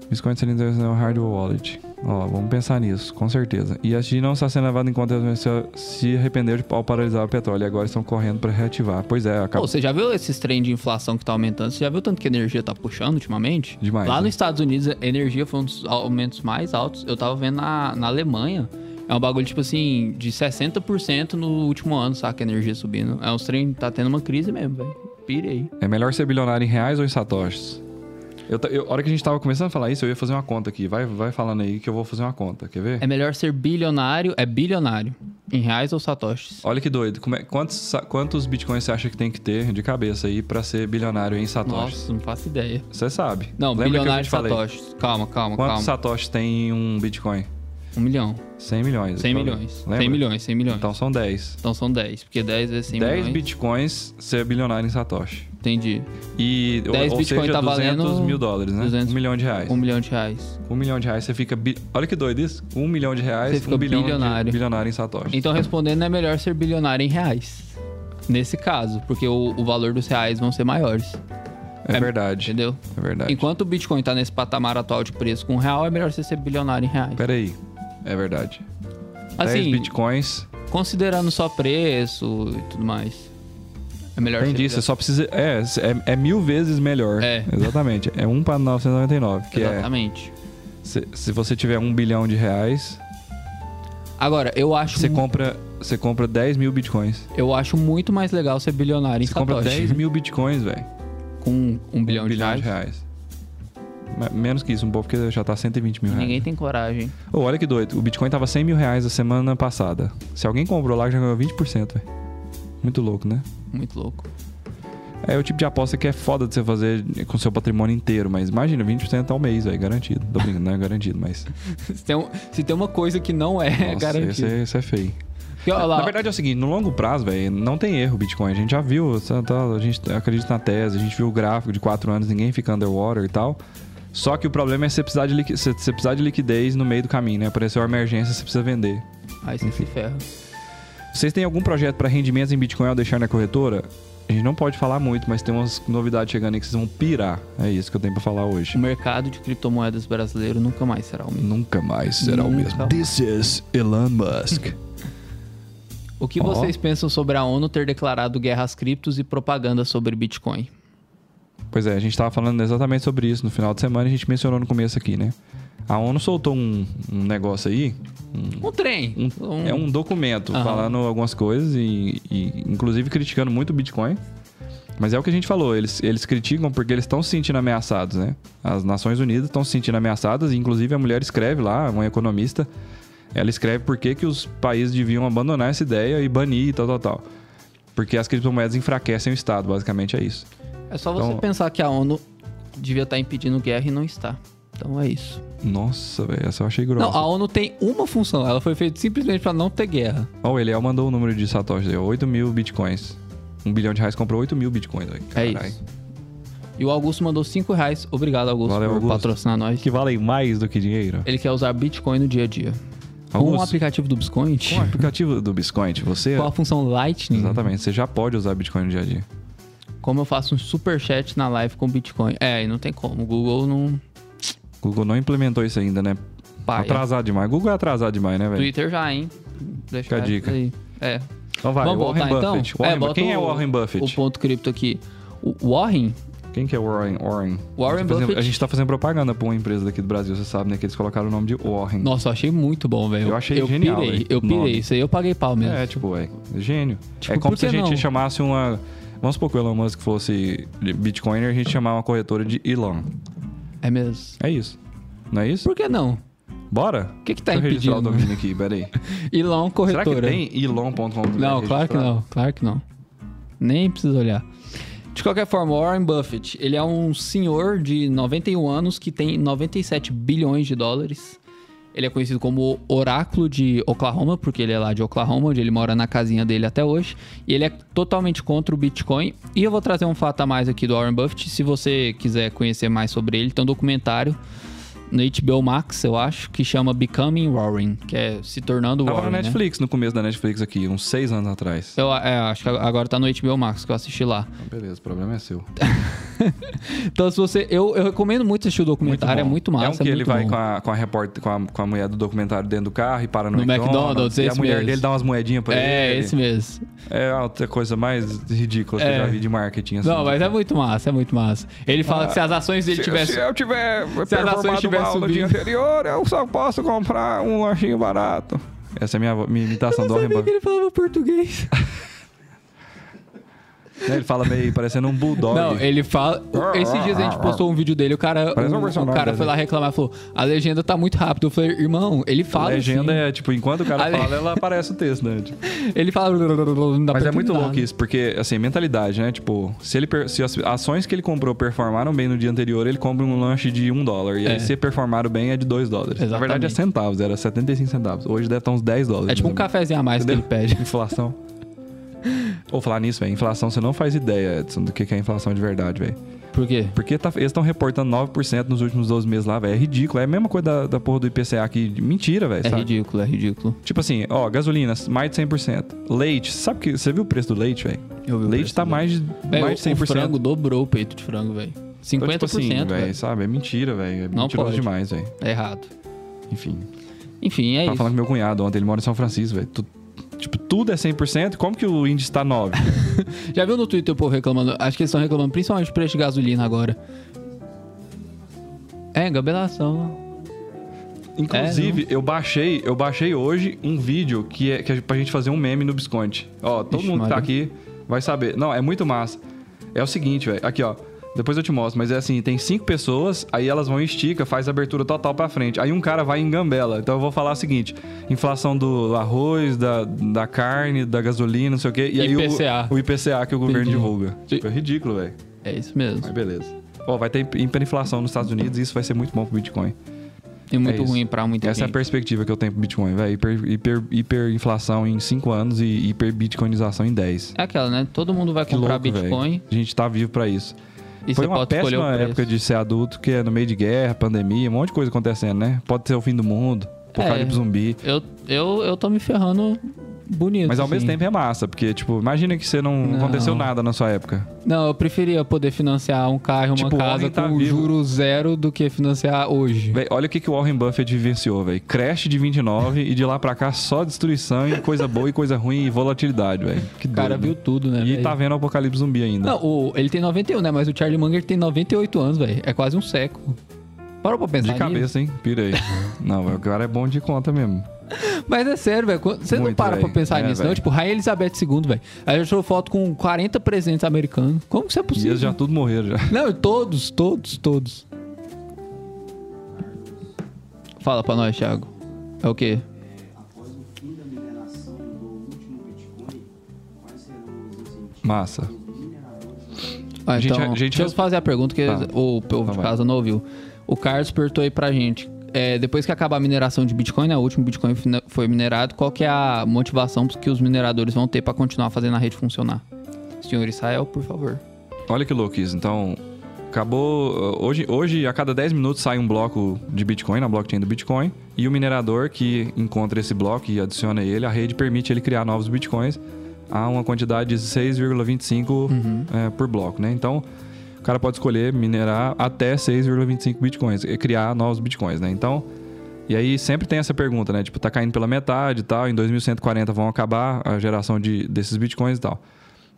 Bitcoin seria internacional é hardware wallet. Ó, vamos pensar nisso, com certeza. E a China não está sendo levada em conta se, se arrependeu de, ao paralisar o petróleo. E agora estão correndo para reativar. Pois é,
Pô,
acabou.
você já viu esses trem de inflação que tá aumentando? Você já viu tanto que a energia tá puxando ultimamente?
Demais,
Lá
né?
nos Estados Unidos, a energia foi um dos aumentos mais altos. Eu tava vendo na, na Alemanha. É um bagulho, tipo assim, de 60% no último ano, saca? A energia subindo. É uns trem, tá tendo uma crise mesmo, velho. Pire aí.
É melhor ser bilionário em reais ou em satoshis? Eu, ta- eu, a hora que a gente tava começando a falar isso, eu ia fazer uma conta aqui. Vai, vai falando aí que eu vou fazer uma conta. Quer ver?
É melhor ser bilionário, é bilionário, em reais ou satoshis?
Olha que doido. Como é- quantos, sa- quantos bitcoins você acha que tem que ter de cabeça aí pra ser bilionário em satoshis?
Nossa, não faço ideia.
Você sabe.
Não,
Lembra que eu
bilionário
te
em
falei?
satoshis. Calma, calma,
Quantos
calma.
satoshis tem em um bitcoin?
Um milhão.
100 milhões.
100
eu falei.
milhões.
Lembra?
100 milhões, 100 milhões. Então,
Então são 10.
são 10, porque 10 vezes 100
10
milhões.
bitcoins, você é bilionário em satoshi.
Entendi.
E, ou-
10
ou,
bitcoin
seja,
tá
200
valendo
mil dólares, né?
200
Um milhão de reais.
1 milhão de reais.
Um milhão de reais, você fica... bi- Olha que doido isso. Um milhão de reais,
Você
um
fica
bilhão de-
bilionário.
bilionário em satoshi.
Então, respondendo, é melhor ser bilionário em reais. Nesse caso, porque o, o valor dos reais vão ser maiores,
É, verdade.
entendeu?
É verdade.
Enquanto o Bitcoin tá nesse patamar atual de preço com um real, é melhor você ser bilionário em reais.
Peraí. É verdade. 10
Assim,
bitcoins...
considerando só preço e tudo mais, é melhor
Entendi,
ser
você só precisa. É, é, é mil vezes melhor.
É.
Exatamente. É 1 para 999. Que é.
Exatamente.
Se, se você tiver um bilhão de reais,
Agora, eu acho,
você
mu-
compra. Você compra 10 mil bitcoins.
eu acho muito mais legal ser bilionário em
Você compra
satoshi.
10 mil bitcoins, velho.
Com um, bilhão,
Um
de,
bilhão
reais.
de reais. Me- Menos que isso, um pouco, porque já tá 120 mil reais.
Ninguém tem coragem.
Ô, olha que doido. O Bitcoin tava 100 mil reais a semana passada. Se alguém comprou lá, já ganhou 20%, velho. Muito louco, né?
Muito louco.
É o tipo de aposta que é foda de você fazer com seu patrimônio inteiro, mas imagina, 20% ao mês, velho, garantido. Tô brincando, não é garantido, mas.
Se tem, um- se tem uma coisa que não é
Nossa,
garantida.
esse é- esse é feio.
Porque, olha lá,
Na verdade é o seguinte, no longo prazo, velho, não tem erro o Bitcoin. A gente já viu, tá- tá- a gente acredita na tese, a gente viu o gráfico de 4 anos, ninguém fica underwater e tal. Só que o problema é você precisar de, liqui- você- você precisar de liquidez no meio do caminho, né? Apareceu uma emergência, você precisa vender.
aí você se ferra.
Vocês têm algum projeto para rendimentos em Bitcoin ao deixar na corretora? A gente não pode falar muito, mas tem umas novidades chegando aí que vocês vão pirar. É isso que eu tenho pra falar
O
hoje.
mercado de criptomoedas brasileiro nunca mais será o mesmo.
Nunca mais será o
Nunca
mesmo.
mais.
This is Elon Musk.
O que
Ó.
vocês pensam sobre a ONU ter declarado guerra às criptos e propaganda sobre Bitcoin?
Pois é, a gente estava falando exatamente sobre isso no final de semana e a gente mencionou no começo aqui, né? A ONU soltou um, um negócio aí, um-
Um trem.
um- é um documento
Aham.
falando algumas coisas e, e inclusive criticando muito o Bitcoin. Mas é o que a gente falou, eles, eles criticam porque eles estão se sentindo ameaçados, né? As Nações Unidas estão se sentindo ameaçadas, e inclusive a mulher escreve lá, uma economista, ela escreve por que, que os países deviam abandonar essa ideia e banir e tal, tal, tal. Porque as criptomoedas enfraquecem o Estado, basicamente é isso.
É só você
Então-
pensar que a ONU devia estar impedindo guerra e não está. Então é isso.
Nossa, velho, essa eu achei grossa.
Não, a ONU tem uma função. Ela foi feita simplesmente para não ter guerra.
Ó, o Eliel mandou o número de satoshis aí, 8 mil bitcoins. Um bilhão de reais comprou 8 mil bitcoins. velho.
É
Caralho.
isso. E o Augusto mandou 5 reais. Obrigado, Augusto,
Valeu,
por
Augusto.
patrocinar nós. É.
Que valem mais do que dinheiro.
Ele quer usar Bitcoin no dia a dia. Com o
Augusto,
aplicativo do Biscoint,
com o aplicativo do Biscoint, você.
com a função Lightning,
Exatamente, você já pode usar Bitcoin no dia a dia.
como eu faço um superchat na live com Bitcoin. É, e não tem como. O Google não
Google não implementou isso ainda, né?
paga.
Atrasado demais. Google é atrasado demais, né, velho?
Twitter já, hein? Deixa
Fica a
eu-
dica.
aí. É,
Então vai,
Vamos
Warren
voltar,
Buffett.
então?
Warren
É,
Bu-
bota
Quem é
o-
Warren
o
Buffett?
ponto cripto aqui. O Warren,
Quem que é Warren? Warren, A
Warren
gente tá fazendo-
Buffett.
A gente tá fazendo propaganda pra uma empresa daqui do Brasil, você sabe, né? Que eles colocaram o nome de Warren.
nossa, eu achei muito bom, velho.
Eu achei genial,
Pirei,
velho.
eu pirei,
Nome.
isso aí eu paguei pau mesmo.
É, tipo, é gênio.
Tipo,
é como
por
se a
que
gente
não?
chamasse uma. Vamos supor que o Elon Musk fosse de Bitcoiner, a gente chamar uma corretora de Elon.
É, mesmo.
É isso. Não é isso?
Por que não?
Bora?
O que que tá
Deixa eu registrar o
impedindo?
domínio aqui, peraí.
Elon
Será que
Corretora.
tem elon.com?
Não, claro que não, claro que não. Nem precisa olhar. De qualquer forma, Warren Buffett, ele é um senhor de 91 anos que tem 97 bilhões de dólares. Ele é conhecido como o Oráculo de Oklahoma, porque ele é lá de Oklahoma, onde ele mora na casinha dele até hoje. E ele é totalmente contra o Bitcoin. E eu vou trazer um fato a mais aqui do Warren Buffett. Se você quiser conhecer mais sobre ele, tem um documentário no HBO Max, eu acho, que chama Becoming Warren, que é se tornando
Tava
Warren.
na
né?
Netflix, no começo da Netflix aqui, uns seis anos atrás.
Eu é, acho que agora tá no HBO Max que eu assisti lá.
Então, beleza, o problema é seu.
Então, se você. Eu, eu recomendo muito assistir o documentário,
bom.
é muito massa.
É um que
é
ele
muito
vai
bom.
com a, com, a repórter, com, a, com a mulher do documentário dentro do carro e para no,
No McDonald's,
E a
esse
mulher
mesmo.
dele dá umas moedinhas pra
É,
ele.
esse mesmo.
É a outra coisa mais ridícula que
É.
eu já vi de marketing. Assim,
Não, mas é muito massa, é muito massa. Ele
Ah,
fala que se as ações dele tivessem.
eu tiver
ações tiver subindo.
anterior, eu só posso comprar um lanchinho barato. Essa é a minha, vo- minha imitação do Warren Buffett.
ele falava português.
Né, Ele fala meio parecendo um bulldog.
Não, ele fala. Esses dias a gente postou um vídeo dele, o cara,
Ah, Parece um
o, o
personagem,
cara foi
né?
lá reclamar e falou: a legenda tá muito rápida. Eu falei, irmão, ele
A
fala.
legenda
assim.
é, tipo, enquanto o cara
A le-
fala, ela aparece o texto, né? Tipo,
assim." Ele fala. não dá
Mas
pra
é muito
terminar,
louco
né?
isso, porque, assim, mentalidade, né? Tipo, se, ele per- se as ações que ele comprou performaram bem no dia anterior, ele compra um lanche de 1 dólar. E
É.
aí, se performaram bem, é de 2 dólares. Na verdade, é
Exatamente.
centavos, era 75 centavos. Hoje deve estar uns 10 dólares.
É tipo um
mais ou menos.
cafezinho a mais que ele pede.
Inflação. Ou falar nisso, velho. Inflação, você não faz ideia, Edson, do que que é inflação de verdade, velho.
Por quê?
Porque tá- eles estão reportando 9% nos últimos 12 meses lá, velho. É ridículo. É a mesma coisa da, da porra do IPCA aqui. Mentira, velho.
É
sabe?
ridículo, é ridículo.
Tipo assim, ó, gasolina, mais de 100%. Leite, sabe que. Você viu o preço do leite, velho?
Eu vi o
Leite
preço
tá
dele.
mais de,
Véi,
mais de
É, o-
100%.
O frango dobrou o peito de frango, velho. 50%,
Então, tipo assim,
velho.
velho, sabe? É mentira, velho. É
Não
mentiroso
pode.
demais, velho.
É errado.
Enfim.
Enfim, é
tava
isso.
falando com meu cunhado ontem, ele mora em São Francisco, velho. Tu- Tipo, tudo é 100%, como que o índice tá 9?
Já viu no Twitter o povo reclamando? Acho que eles estão reclamando principalmente do preço de gasolina agora. É, engabelação. É,
Inclusive, eu baixei, eu baixei hoje um vídeo que é, que é pra gente fazer um meme no Bisconte. Ó, todo
Ixi,
mundo que tá
Maria.
aqui vai saber. Não, é muito massa. É o seguinte, velho. Aqui, ó. Depois eu te mostro, mas é assim, tem cinco pessoas, aí elas vão e estica, faz a abertura total pra frente. Aí um cara vai em gambela. Então eu vou falar o seguinte: inflação do arroz, da, da carne, da gasolina, não sei o quê. E aí o-
IPCA.
O, IPCA que o governo
Entendi.
divulga.
Sim.
Tipo, é ridículo, velho.
É isso mesmo.
Mas beleza. Ó, vai ter hiperinflação nos Estados Unidos e isso vai ser muito bom pro Bitcoin.
E muito
é isso.
ruim pra muita
Essa é a
gente.
perspectiva que eu tenho pro Bitcoin, velho. Hiper, hiper- hiperinflação em 5 anos e hiperbitcoinização em 10.
É aquela, né? Todo mundo vai
Que
comprar
louco,
Bitcoin
velho. A gente tá vivo pra isso.
e
Foi
você
uma
pode escolher o
péssima
preço.
época de ser adulto, que é no meio de guerra, pandemia, um monte de coisa acontecendo, né? Pode ser o fim do mundo, apocalipse
É.
zumbi.
Eu, eu, eu tô me ferrando bonito.
Mas ao
assim.
mesmo tempo é massa, porque, tipo, imagina que você não,
Não.
aconteceu nada na sua época.
Não, eu preferia poder financiar um carro, uma
Tipo, o
casa
homem tá
com
vivo.
juro zero do que financiar hoje.
Véi, olha o que, que o Warren Buffett vivenciou, velho. Crash de 29 e de lá pra cá só destruição e coisa boa e coisa ruim e volatilidade, velho. Que
O cara
doido.
viu tudo, né?
E
velho?
tá vendo o apocalipse zumbi ainda.
Não, o- ele tem 91, né? Mas o Charlie Munger tem 98 anos, velho. É quase um século. Parou pra pensar
De cabeça, hein? Pira aí. não, velho, o cara é bom de conta mesmo.
nisso? Mas é sério, velho. quando- Você não
Muito,
para pra
velho.
pensar
É,
nisso, não?
velho.
Tipo, Rainha Elizabeth II, velho. Ela já tirou foto com 40 presidentes americanos. Como que isso é
E
possível?
eles já tudo morreram já.
Não, todos, todos, todos. Fala pra nós, Thiago. É o quê?
Após o fim da mineração do último Bitcoin, quais serão os incentivos
Massa.
dos mineradores a
Ah,
Gente,
então,
a gente
deixa eu
resp-
fazer a pergunta que
Tá.
o o povo
Tá,
de
vai.
casa não ouviu. O Carlos perguntou aí pra gente. é, depois que acabar a mineração de Bitcoin, né, o último Bitcoin fina- foi minerado, qual que é a motivação que os mineradores vão ter pra continuar fazendo a rede funcionar? Senhor Israel, por favor.
Olha que louco isso. Então, Acabou. Hoje, hoje, a cada 10 minutos, sai um bloco de Bitcoin na blockchain do Bitcoin. E o minerador que encontra esse bloco e adiciona ele, a rede permite ele criar novos Bitcoins a uma quantidade de 6,25 é, por bloco, né? Então, o cara pode escolher minerar até 6,25 Bitcoins e criar novos Bitcoins, né? Então, e aí sempre tem essa pergunta, né? Tipo, tá caindo pela metade e tal, em 2140 vão acabar a geração de, desses bitcoins e tal.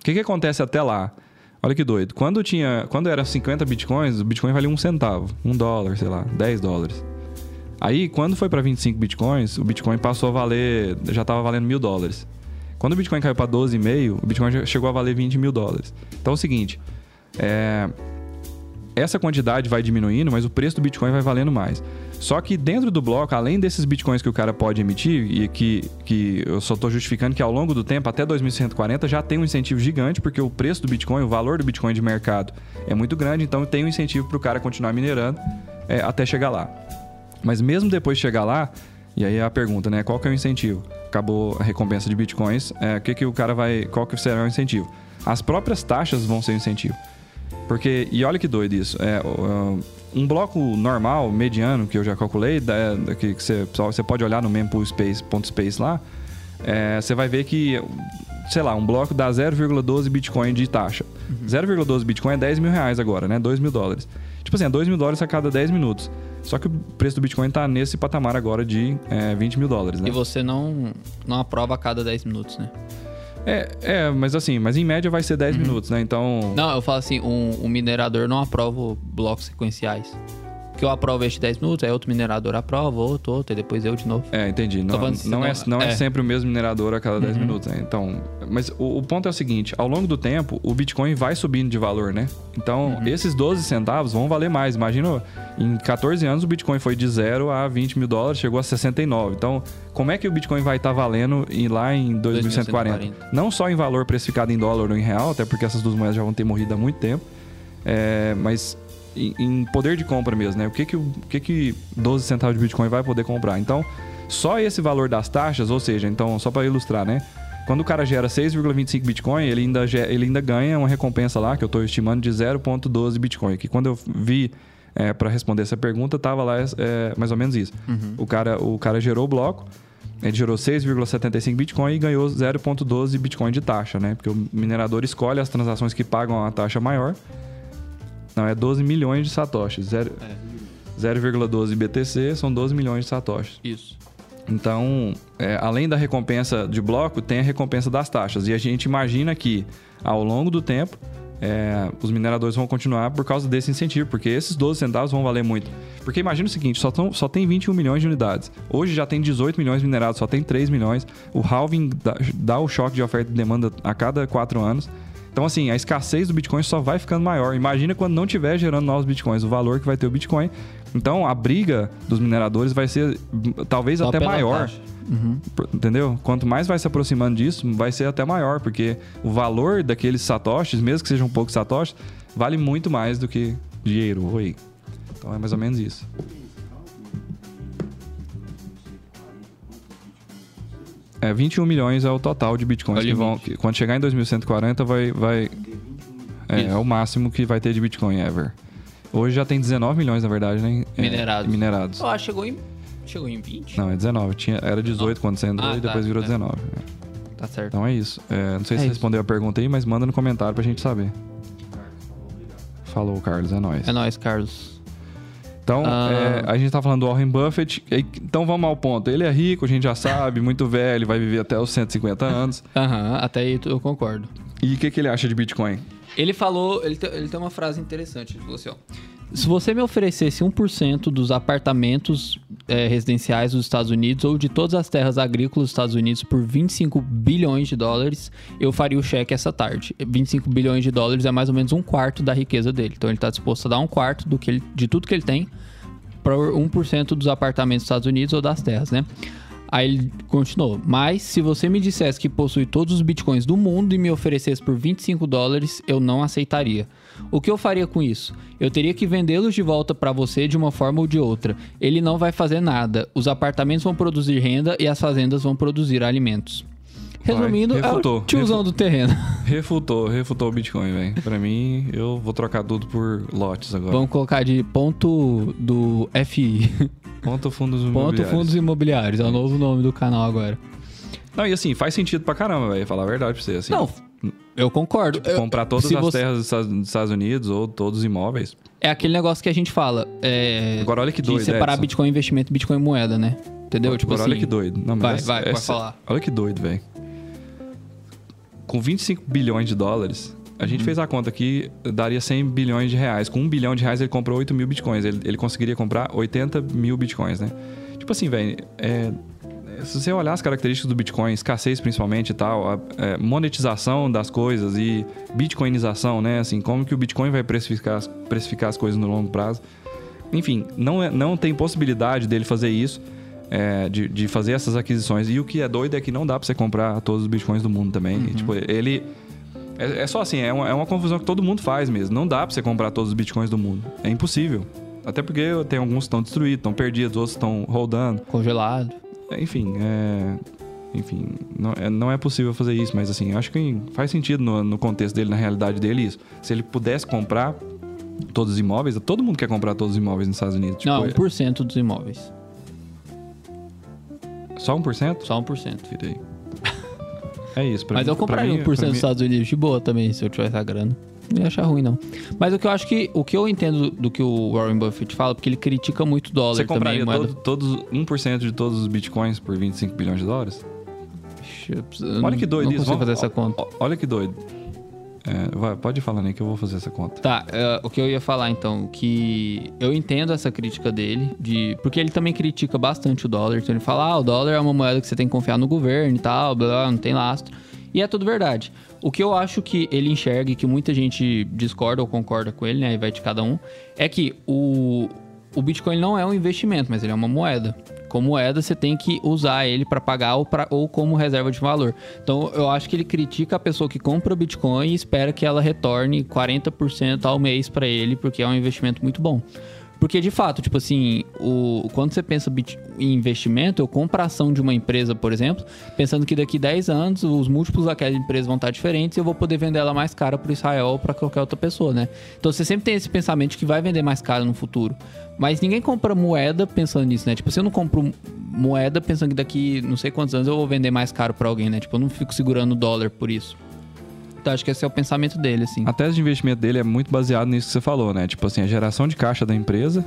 O que, que acontece até lá? Olha que doido. Quando tinha, quando era 50 bitcoins, o bitcoin valia um centavo, um dólar, sei lá, 10 dólares. Aí, quando foi para 25 bitcoins, o bitcoin passou a valer, já tava valendo mil dólares. Quando o bitcoin caiu para 12,5, o bitcoin já chegou a valer 20 mil dólares. Então é o seguinte, é, essa quantidade vai diminuindo, mas o preço do Bitcoin vai valendo mais. Só que dentro do bloco, além desses bitcoins que o cara pode emitir, e que, que eu só estou justificando que ao longo do tempo, até 2140, já tem um incentivo gigante, porque o preço do Bitcoin, o valor do Bitcoin de mercado é muito grande, então tem um incentivo para o cara continuar minerando é, até chegar lá. Mas mesmo depois de chegar lá, e aí a pergunta, né? Qual que é o incentivo? Acabou a recompensa de bitcoins, é, que que o cara vai, qual que será o incentivo? As próprias taxas vão ser o incentivo. Porque, e olha que doido isso. É, ó, um bloco normal, mediano, que eu já calculei, da- da- que você você pode olhar no mempoolspace.space lá, é, você vai ver que, sei lá, um bloco dá 0,12 Bitcoin de taxa.
Uhum.
0,12 Bitcoin é 10 mil reais agora, né? 2 mil dólares. Tipo assim, é 2 mil dólares a cada 10 minutos. Só que o preço do Bitcoin tá nesse patamar agora de é, 20 mil dólares, né?
E você não, não aprova a cada 10 minutos, né?
É, é, mas assim, mas em média vai ser 10 minutos, né? Então.
Uhum. Não, eu falo assim, um, um minerador não aprova blocos sequenciais. Que eu aprovo este 10 minutos, aí outro minerador aprova, outro, outro, e depois eu de novo.
É, entendi. Não,
falando assim,
não, é,
não-
não é.
é. Uhum.
sempre o mesmo minerador a cada 10 minutos, né? Então, mas o, o ponto é o seguinte: ao longo do tempo, o Bitcoin vai subindo de valor, né? Então,
Uhum.
esses 12 centavos vão valer mais. Imagina, em 14 anos, o Bitcoin foi de 0 a 20 mil dólares, chegou a 69. Então, como é que o Bitcoin vai estar valendo em- lá em 2140?
2140?
Não só em valor precificado em dólar ou em real, até porque essas duas moedas já vão ter morrido há muito tempo, é, mas em, em poder de compra mesmo, né? O que que, o o que que 12 centavos de Bitcoin vai poder comprar? Então, só esse valor das taxas, ou seja, então só para ilustrar, né? Quando o cara gera 6,25 Bitcoin, ele ainda, ge- ele ainda ganha uma recompensa lá, que eu estou estimando de 0,12 Bitcoin. Que quando eu vi é, para responder essa pergunta, tava lá é, mais ou menos isso. O, cara, o cara gerou o bloco, ele gerou 6,75 Bitcoin e ganhou 0,12 Bitcoin de taxa, né? Porque o minerador escolhe as transações que pagam a taxa maior. Não, é 12 milhões de satoshis. Zero- 0,12 BTC são 12 milhões de satoshis.
Isso.
Então, é, além da recompensa de bloco, tem a recompensa das taxas. E a gente imagina que, ao longo do tempo, é, os mineradores vão continuar por causa desse incentivo, porque esses 12 centavos vão valer muito. Porque imagina o seguinte, só, tão- só tem 21 milhões de unidades. Hoje já tem 18 milhões minerados, só tem 3 milhões. O halving dá, dá o choque de oferta e demanda a cada 4 anos. Então, assim, a escassez do Bitcoin só vai ficando maior. Imagina quando não tiver gerando novos Bitcoins, o valor que vai ter o Bitcoin. Então, a briga dos mineradores vai ser hum, talvez
Só
até
pela
maior.
taxa. Uhum.
Por- Entendeu? Quanto mais vai se aproximando disso, vai ser até maior, porque o valor daqueles satoshis, mesmo que sejam poucos satoshis, vale muito mais do que dinheiro. Oi. Então é mais ou menos isso. É, 21 milhões é o total de bitcoins
É o
que vão.
limite.
que quando chegar em 2140, vai. vai é, é o máximo que vai ter de bitcoin ever. Hoje já tem 19 milhões, na verdade, né? É,
Minerados.
minerados.
Ah, chegou em. Chegou em 20?
Não, é 19. Tinha, era 18 quando você entrou
Ah,
e
tá,
depois virou
tá.
19. É.
Tá certo.
Então é isso. É, não sei
É
se
isso.
respondeu a pergunta aí, mas manda no comentário pra gente saber. Falou, Carlos, é nóis.
É nóis, Carlos.
Então,
Ah.
é, a gente tá falando do Warren Buffett. e- Então vamos ao ponto. Ele é rico, a gente já sabe, muito velho, vai viver até os 150 anos.
Aham, até aí tu- eu concordo.
E o que, que ele acha de Bitcoin?
Ele falou, ele, te- ele tem uma frase interessante, ele falou assim, ó. Se você me oferecesse 1% dos apartamentos eh, residenciais dos Estados Unidos ou de todas as terras agrícolas dos Estados Unidos por 25 bilhões de dólares, eu faria o cheque essa tarde. 25 bilhões de dólares é mais ou menos um quarto da riqueza dele. Então ele está disposto a dar um quarto do que ele- de tudo que ele tem para 1% dos apartamentos dos Estados Unidos ou das terras, né? Aí ele continuou. Mas se você me dissesse que possui todos os bitcoins do mundo e me oferecesse por 25 dólares, eu não aceitaria. O que eu faria com isso? Eu teria que vendê-los de volta para você de uma forma ou de outra. Ele não vai fazer nada. Os apartamentos vão produzir renda e as fazendas vão produzir alimentos. Resumindo, é o
refutou,
tiozão do terreno.
Refutou, refutou o Bitcoin, velho. Pra mim, eu vou trocar tudo por lotes agora.
Vamos colocar de ponto do FI.
Ponto fundos
Ponto
imobiliários.
Fundos Imobiliários. É o novo nome do canal agora.
Não, e assim, faz sentido pra caramba, velho, falar a verdade pra você. Assim,
Não, eu concordo. Eu-
comprar todas
se
as
você-
terras dos Estados- dos Estados Unidos ou todos os imóveis.
É aquele negócio que a gente fala. É,
Agora olha que
de
doido,
separar
Edson.
Bitcoin investimento e Bitcoin moeda, né? Entendeu? Tipo
Agora,
assim,
olha que doido. Não, mas
vai,
essa-
vai, vai
essa-
falar.
Olha que doido, velho. Com 25 bilhões de dólares, a
Uhum.
gente fez a conta aqui, daria 100 bilhões de reais. Com 1 bilhão de reais, ele comprou 8 mil bitcoins. Ele, ele conseguiria comprar 80 mil bitcoins, né? Tipo assim, velho, é, é, se você olhar as características do Bitcoin, escassez principalmente e tal, a é, monetização das coisas e bitcoinização, né? Assim, como que o Bitcoin vai precificar, as- precificar as coisas no longo prazo. Enfim, não, é- não tem possibilidade dele fazer isso, é, de, de fazer essas aquisições. E o que é doido é que não dá pra você comprar todos os Bitcoins do mundo também. E, tipo, ele... É, é só assim, é uma, é uma confusão que todo mundo faz mesmo. Não dá pra você comprar todos os Bitcoins do mundo. É impossível. Até porque tem alguns que estão destruídos, estão perdidos, outros estão rodando.
Congelado.
Tipo, Enfim, é... Enfim, não é, não é possível fazer isso, mas assim, acho que faz sentido no, no contexto dele, na realidade dele, isso. Se ele pudesse comprar todos os imóveis, todo mundo quer comprar todos os imóveis nos Estados Unidos.
Não,
tipo,
1% dos imóveis.
Só 1%?
Só 1%.
Vira aí. É isso, pra
Mas
mim.
eu compraria
pra mim-
1% dos
pra mim-
Estados Unidos de boa também, se eu tivesse a grana. Não ia achar ruim, não. Mas o que eu acho que. O que eu entendo do que o Warren Buffett fala, porque ele critica muito o dólar
Você
também,
compraria
moeda.
todo, todos 1% de todos os bitcoins por 25 bilhões de dólares?
Ixi, eu preciso- eu
Olha que doido
não
isso.
consigo
vamos-
fazer essa conta.
o- o- Olha que doido. É, vai, pode falar, né, que eu vou fazer essa conta.
Tá, é, o que eu ia falar então, que eu entendo essa crítica dele, de porque ele também critica bastante o dólar. Então ele fala, ah, o dólar é uma moeda que você tem que confiar no governo e tal, blá, blá, não tem lastro. E é tudo verdade. O que eu acho que ele enxerga e que muita gente discorda ou concorda com ele, né? E vai de cada um, é que o, o Bitcoin não é um investimento, mas ele é uma moeda. Como moeda, você tem que usar ele para pagar ou, pra- ou como reserva de valor. Então, eu acho que ele critica a pessoa que compra Bitcoin e espera que ela retorne 40% ao mês para ele, porque é um investimento muito bom. Porque, de fato, tipo assim, o, quando você pensa bit- em investimento, eu compro a ação de uma empresa, por exemplo, pensando que daqui 10 anos os múltiplos daquela empresa vão estar diferentes e eu vou poder vender ela mais cara para Israel ou para qualquer outra pessoa, né? Então, você sempre tem esse pensamento que vai vender mais caro no futuro. Mas ninguém compra moeda pensando nisso, né? Tipo, se eu não compro moeda pensando que daqui não sei quantos anos eu vou vender mais caro pra alguém, né? Tipo, eu não fico segurando o dólar por isso. Então, acho que esse é o pensamento dele, assim.
A tese de investimento dele é muito baseada nisso que você falou, né? Tipo assim, a geração de caixa da empresa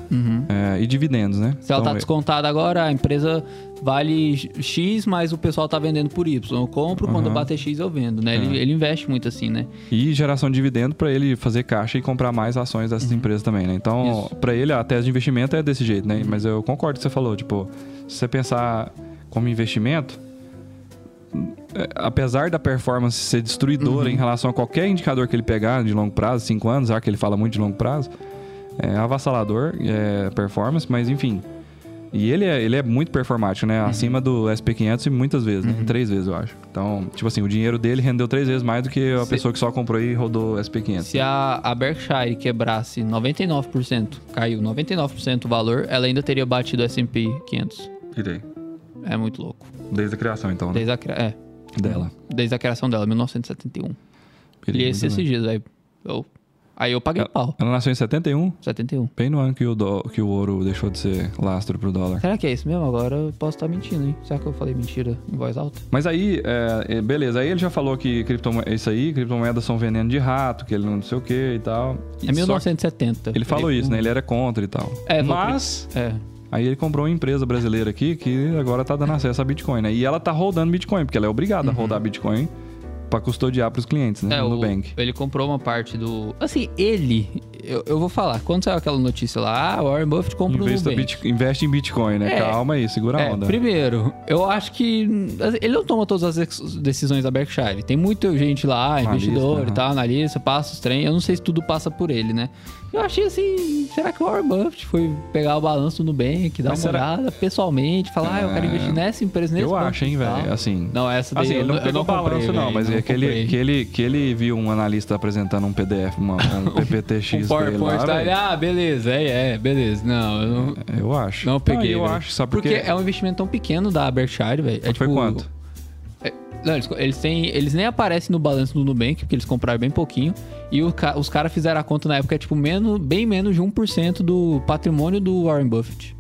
é, e dividendos, né?
Uhum. Se ela tá
Então,
descontada agora, a empresa vale X, mas o pessoal tá vendendo por Y. Eu compro, quando
Aham. É.
bater X eu vendo, né? Ele, ele investe muito assim, né?
E geração de dividendo para ele fazer caixa e comprar mais ações dessas empresas também, né? Então,
Uhum. Isso. Uhum.
para ele, a tese de investimento é desse jeito, né? Mas eu concordo com o que você falou, tipo, se você pensar como investimento, é, apesar da performance ser
Uhum.
destruidora em relação a qualquer indicador que ele pegar de longo prazo, 5 anos, já que ele fala muito de longo prazo, é avassalador é, performance, mas enfim. E ele é, ele é muito performático,
Uhum.
né? Acima do SP500 e muitas vezes, né? Três vezes, eu acho. Então, tipo assim, o dinheiro dele rendeu três vezes mais do que a
Se-
pessoa que só comprou e rodou SP500.
Se a, a Berkshire quebrasse 99%, caiu 99% o valor, ela ainda teria batido o S&P 500.
Tirei.
É muito louco.
Desde a criação, então, né?
Desde a, cria- é,
Dela.
desde a criação dela, 1971.
Pirei, é muito
Li um.
É.
esse esses
bem.
dias aí. Eu, aí eu paguei pau.
Ela nasceu em 71,
71.
bem no ano que o, dó- que o ouro deixou de ser lastro pro dólar.
Será que é isso mesmo? Agora eu posso estar mentindo, hein? Será que eu falei mentira em voz alta?
Mas aí, é, é, beleza, aí ele já falou que criptoma isso aí, criptomoedas são veneno de rato, que ele não sei o que e tal. E
É
só-
1970.
Ele falou isso, né? Ele era contra e tal.
É, foi
Mas...
É.
Aí ele comprou uma empresa brasileira aqui que agora tá dando acesso a Bitcoin, né? E ela tá rodando Bitcoin, porque ela é obrigada a rodar Bitcoin pra custodiar pros clientes, né?
Uhum. É,
no
o,
Nubank.
ele comprou uma parte do. Assim, ele. Eu, eu vou falar. Quando saiu aquela notícia lá, ah, Warren Buffett compra o
Investa
Nubank.
Bit- investe em Bitcoin, né?
É.
Calma aí, segura a
É,
onda.
primeiro, eu acho que ele não toma todas as ex- decisões da Berkshire. Tem muita gente lá,
Analista,
investidor e
aham.
tal, analista, passa os trem. Eu não sei se tudo passa por ele, né? Eu achei assim, será que o Warren Buffett foi pegar o balanço do Nubank, dar
Mas
uma
será-
olhada pessoalmente, falar, ah, eu quero
É,
investir nessa empresa, nesse
Eu
banco
acho, hein,
e tal."
velho? Assim.
tá? Não, essa daí
Assim,
eu,
ele não
eu
pegou
comprei,
balanço, não,
velho,
mas é que ele,
comprei.
que, ele, que ele viu um analista apresentando um PDF, uma, um PPTX
Um
pra ele lá,
PowerPoint tá ali,
velho.
ah, beleza, é, é, beleza. Não, eu não,
Eu acho.
não peguei.
eu
velho.
acho, sabe por
porque um
quê?
é um investimento tão pequeno da Berkshire, velho. É,
Foi
tipo,
quanto?
Não, eles, eles, têm, eles nem aparecem no balanço do Nubank, porque eles compraram bem pouquinho. E o ca- os caras fizeram a conta na época, tipo, menos, bem menos de 1% do patrimônio do Warren Buffett.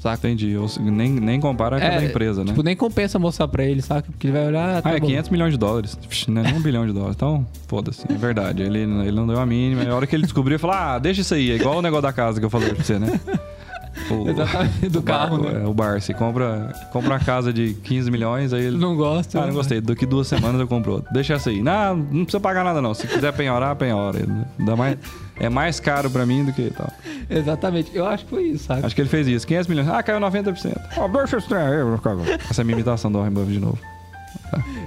Saca?
Entendi. Eu nem, nem compara a cada empresa, né?
Tipo, nem compensa mostrar pra ele, saca? Porque ele vai olhar. ah, tá
Ah, é
bom.
500 milhões de dólares. Psh, Não é nem um bilhão de dólares. Então, foda-se. É verdade. Ele, ele não deu a mínima. E a hora que ele descobriu, ele falou: ah, deixa isso aí. É igual o negócio da casa que eu falei pra você, né? O,
Exatamente, do
o bar-
carro, né?
é, o bar. Você compra, compra uma casa de 15 milhões, aí ele.
Não gosta.
Ah, não gostei. Daqui duas semanas eu compro outro. Deixa essa aí. Não, não precisa pagar nada, não. Se quiser penhorar, penhora. Dá mais, é mais caro pra mim do que tal.
Exatamente. Eu acho que foi isso, saca?
Acho que ele fez isso. 500 milhões. Ah, caiu 90%. Ó, deixa estranho. Essa é a minha imitação do Warren Buffett de novo.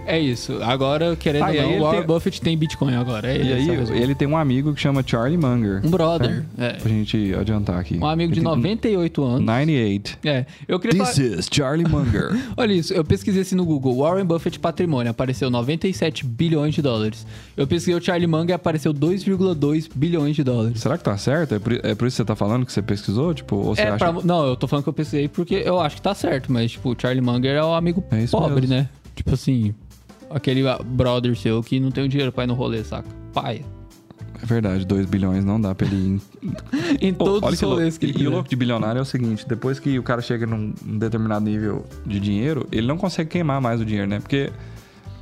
É isso. Agora, querendo
Ah, e
ou
aí
não,
ele
o Warren
tem-
Buffett tem Bitcoin agora. É
E
ele,
aí,
sabe?
ele tem um amigo que chama Charlie Munger.
Um brother.
Pra
É.
gente adiantar aqui.
Um amigo de
Ele tem
98 anos.
98.
É. Eu queria falar...
This is Charlie Munger.
Olha isso, eu pesquisei assim no Google, Warren Buffett patrimônio, apareceu 97 bilhões de dólares. Eu pesquisei o Charlie Munger, apareceu 2,2 bilhões de dólares.
Será que tá certo? É por, é por isso que você tá falando que você pesquisou? Tipo, ou você
É,
acha...
pra- Não, eu tô falando que eu pesquisei porque eu acho que tá certo, mas tipo, o Charlie Munger é um amigo
É isso
pobre,
mesmo.
né? Tipo assim, aquele ah, brother seu que não tem o dinheiro pra ir no rolê, saca? Pai.
É verdade, 2 bilhões não dá pra ele ir em
Em
Pô,
todos
olha
os
que louco.
rolês que ele
E, e o
quiser.
louco de bilionário é o seguinte: depois que o cara chega num num determinado nível de dinheiro, ele não consegue queimar mais o dinheiro, né? Porque.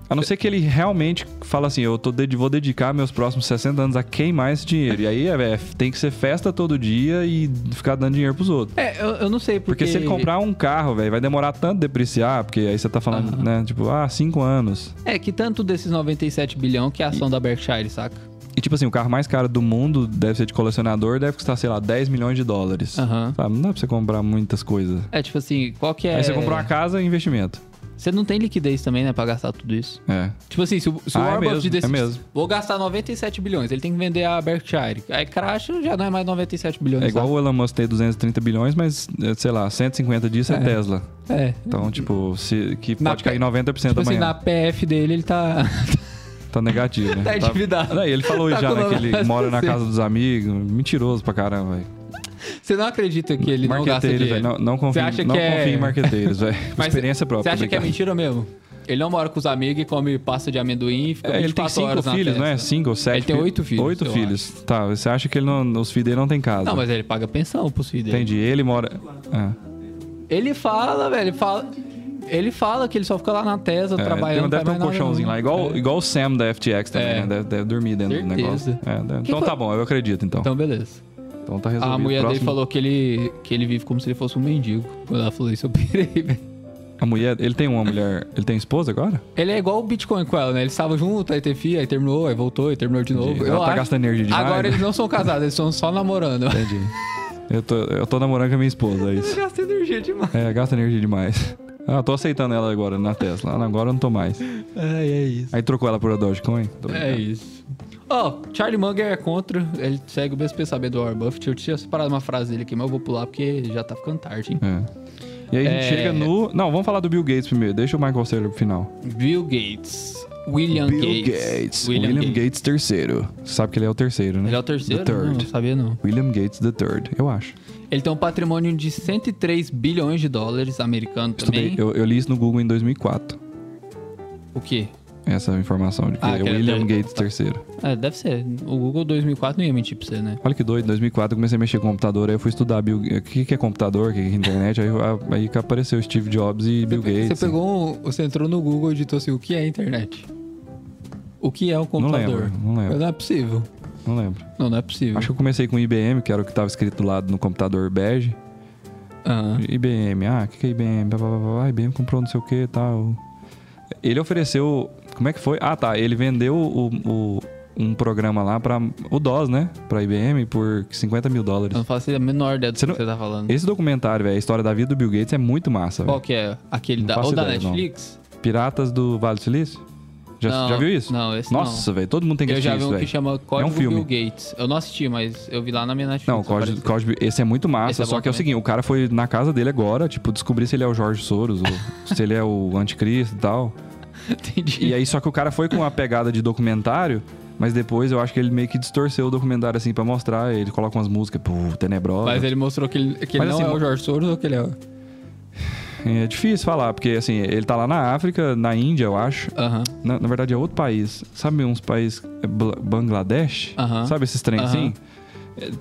A não ser que ele realmente fala assim, eu tô dedi- vou dedicar meus próximos 60 anos a queimar esse dinheiro. E aí, é, é, tem que ser festa todo dia e ficar dando dinheiro pros outros.
É, eu, eu não sei porque...
Porque se ele comprar um carro, velho, vai demorar tanto depreciar, porque aí você tá falando, né, tipo, ah, 5 anos.
É, que tanto desses 97 bilhão que é a ação da Berkshire, saca?
E tipo assim, o carro mais caro do mundo deve ser de colecionador, deve custar, sei lá, 10 milhões de dólares.
Aham.
Sabe? Não dá pra você comprar muitas coisas.
É, tipo assim, qual que é...
Aí você comprou uma casa, investimento.
Você não tem liquidez também, né, pra gastar tudo isso.
É.
Tipo assim, se o, se o
Ah, é
Warren
mesmo,
Buffett
é
decide,
mesmo.
vou gastar 97 bilhões, ele tem que vender a Berkshire. Aí cracha, já não é mais 97 bilhões.
É igual
sabe?
o Elon Musk ter 230 bilhões, mas, é, sei lá, 150 disso é, Tesla.
É.
Então, tipo, se, que
Na
pode
pe-
cair 90%
Tipo assim,
amanhã.
na PF dele, ele tá...
Tá negativo, né?
Tá endividado.
Daí, ele falou isso
Tá
já,
com
né? Que ele
90%.
mora na casa dos amigos. Mentiroso pra caramba, velho.
Você não acredita que ele não gasta
Marqueteiro,
dinheiro.
velho. Não, não confia,
Você acha
não
que é-
confia em marqueteiros, velho. Por
Mas
Experiência própria.
Você acha que é
obrigado.
mentira mesmo? Ele não mora com os amigos e come pasta de amendoim e
É,
fica
ele tem
24
cinco
horas na
filhos,
festa.
né? Cinco ou sete.
Ele tem
fi-
oito filhos,
Oito
eu
filhos. Tá, você acha que ele não- os filhos dele não tem casa?
Não, mas ele paga pensão pros filhos dele.
né? Entendi. Ele mora. É.
Ele fala, velho, ele fala... Ele fala que ele só fica lá na Tesla,
É,
Tá trabalhando.
deve ter um
faz mais nada
colchãozinho
não.
lá, igual,
É.
igual o Sam da FTX também,
É.
né? Deve, deve dormir dentro do
Certeza.
negócio. É, deve-
Que
Então
foi-
tá bom, eu acredito então. Então,
Então, beleza.
tá resolvido.
A mulher dele
Próximo-
falou que ele, que ele vive como se ele fosse um mendigo. Quando ela falou isso, eu pirei, velho.
A mulher, ele tem uma mulher. Ele tem esposa agora?
Ele é igual o Bitcoin com ela, né? Eles estavam juntos, aí teve filho, aí terminou, aí voltou, aí terminou de novo.
Ela
Eu
tá
acho-
gastando energia demais.
Agora
né?
eles não são casados, eles são só namorando.
Entendi. Eu tô, eu tô namorando com a minha esposa, é isso.
Gasta energia demais.
É, gasta energia demais. Ah, eu tô aceitando ela agora na Tesla. Ah, Agora eu não tô mais.
É, é isso.
Aí trocou ela por a Dogecoin? Tô
É
brincando.
isso. Ó, Charlie Munger é contra, ele segue o mesmo pensamento do Warren Buffett. Eu tinha separado uma frase dele aqui, mas eu vou pular porque já tá ficando tarde, hein?
É. E aí a gente
É.
chega no. Não, vamos falar do Bill Gates primeiro. Deixa o Michael Saylor pro final.
Bill Gates. William Gates.
William, Gates terceiro. Você sabe que ele é o terceiro, né?
Ele é o terceiro?
The
Não, não
third.
sabia não.
William Gates the third, eu acho.
Ele tem um patrimônio de 103 bilhões de dólares americano
Estudei,
também.
eu, eu li isso no Google em 2004.
O quê?
Essa informação de que
Ah,
é
que era
William
ter-
Gates terceiro.
É, deve ser. O Google 2004 não ia mentir pra você, né?
Olha que doido, em 2004 eu comecei a mexer com computador, aí eu fui estudar Bill- o que, que é computador, o que, que é internet, aí, aí que apareceu Steve Jobs e Bill
Você
Gates.
pegou um, Você entrou no Google e digitou assim, o que é a internet? O que é um
não
computador?
lembro, não
Mas
lembro,
Não é possível.
não lembro.
Não, não é possível.
Acho que eu comecei com IBM, que era o que estava escrito do lado no computador bege.
Ah,
IBM, ah, o que, que é IBM? Blá, blá, blá, blá, IBM comprou não sei o que e tal. Ele ofereceu. Como é que foi? Ah, tá. Ele vendeu o, o- um programa lá para o DOS, né? Pra IBM por 50 mil
eu
dólares.
não faço a menor ideia do
Você
que
não-
você tá falando.
Esse documentário, velho, a história da vida do Bill Gates é muito massa,
Qual
velho.
que é? Aquele
Não
da.
faço
Ou da
ideia, não.
Netflix?
Piratas do Vale do Silício? Já,
Não,
já viu isso?
Não, esse
Nossa, velho, todo mundo tem
não.
que
Eu já
assistir isso,
vi um que
velho. É
chama Código
filme.
Bill Gates. Eu não assisti, mas eu vi lá na minha Netflix.
Não, o Código,
apareceu.
Código- esse é muito
Esse
massa,
é
só
bom
que é o
também.
seguinte, o cara foi na casa dele agora, tipo, descobrir se ele é o Jorge Soros, ou se ele é o anticristo e tal.
Entendi.
E aí, só que o cara foi com uma pegada de documentário, mas depois eu acho que ele meio que distorceu o documentário, assim, pra mostrar. Ele coloca umas músicas, pô, tenebrosas.
Mas ele mostrou que ele, que ele
Mas
não
assim,
é
mo-
o George Soros ou que ele é. o-
É difícil falar, porque assim, ele tá lá na África, na Índia, eu acho.
Aham.
Na, na verdade é outro país. Sabe uns países. é, Bla- Bangladesh?
Aham.
Sabe esses trem
Aham.
assim?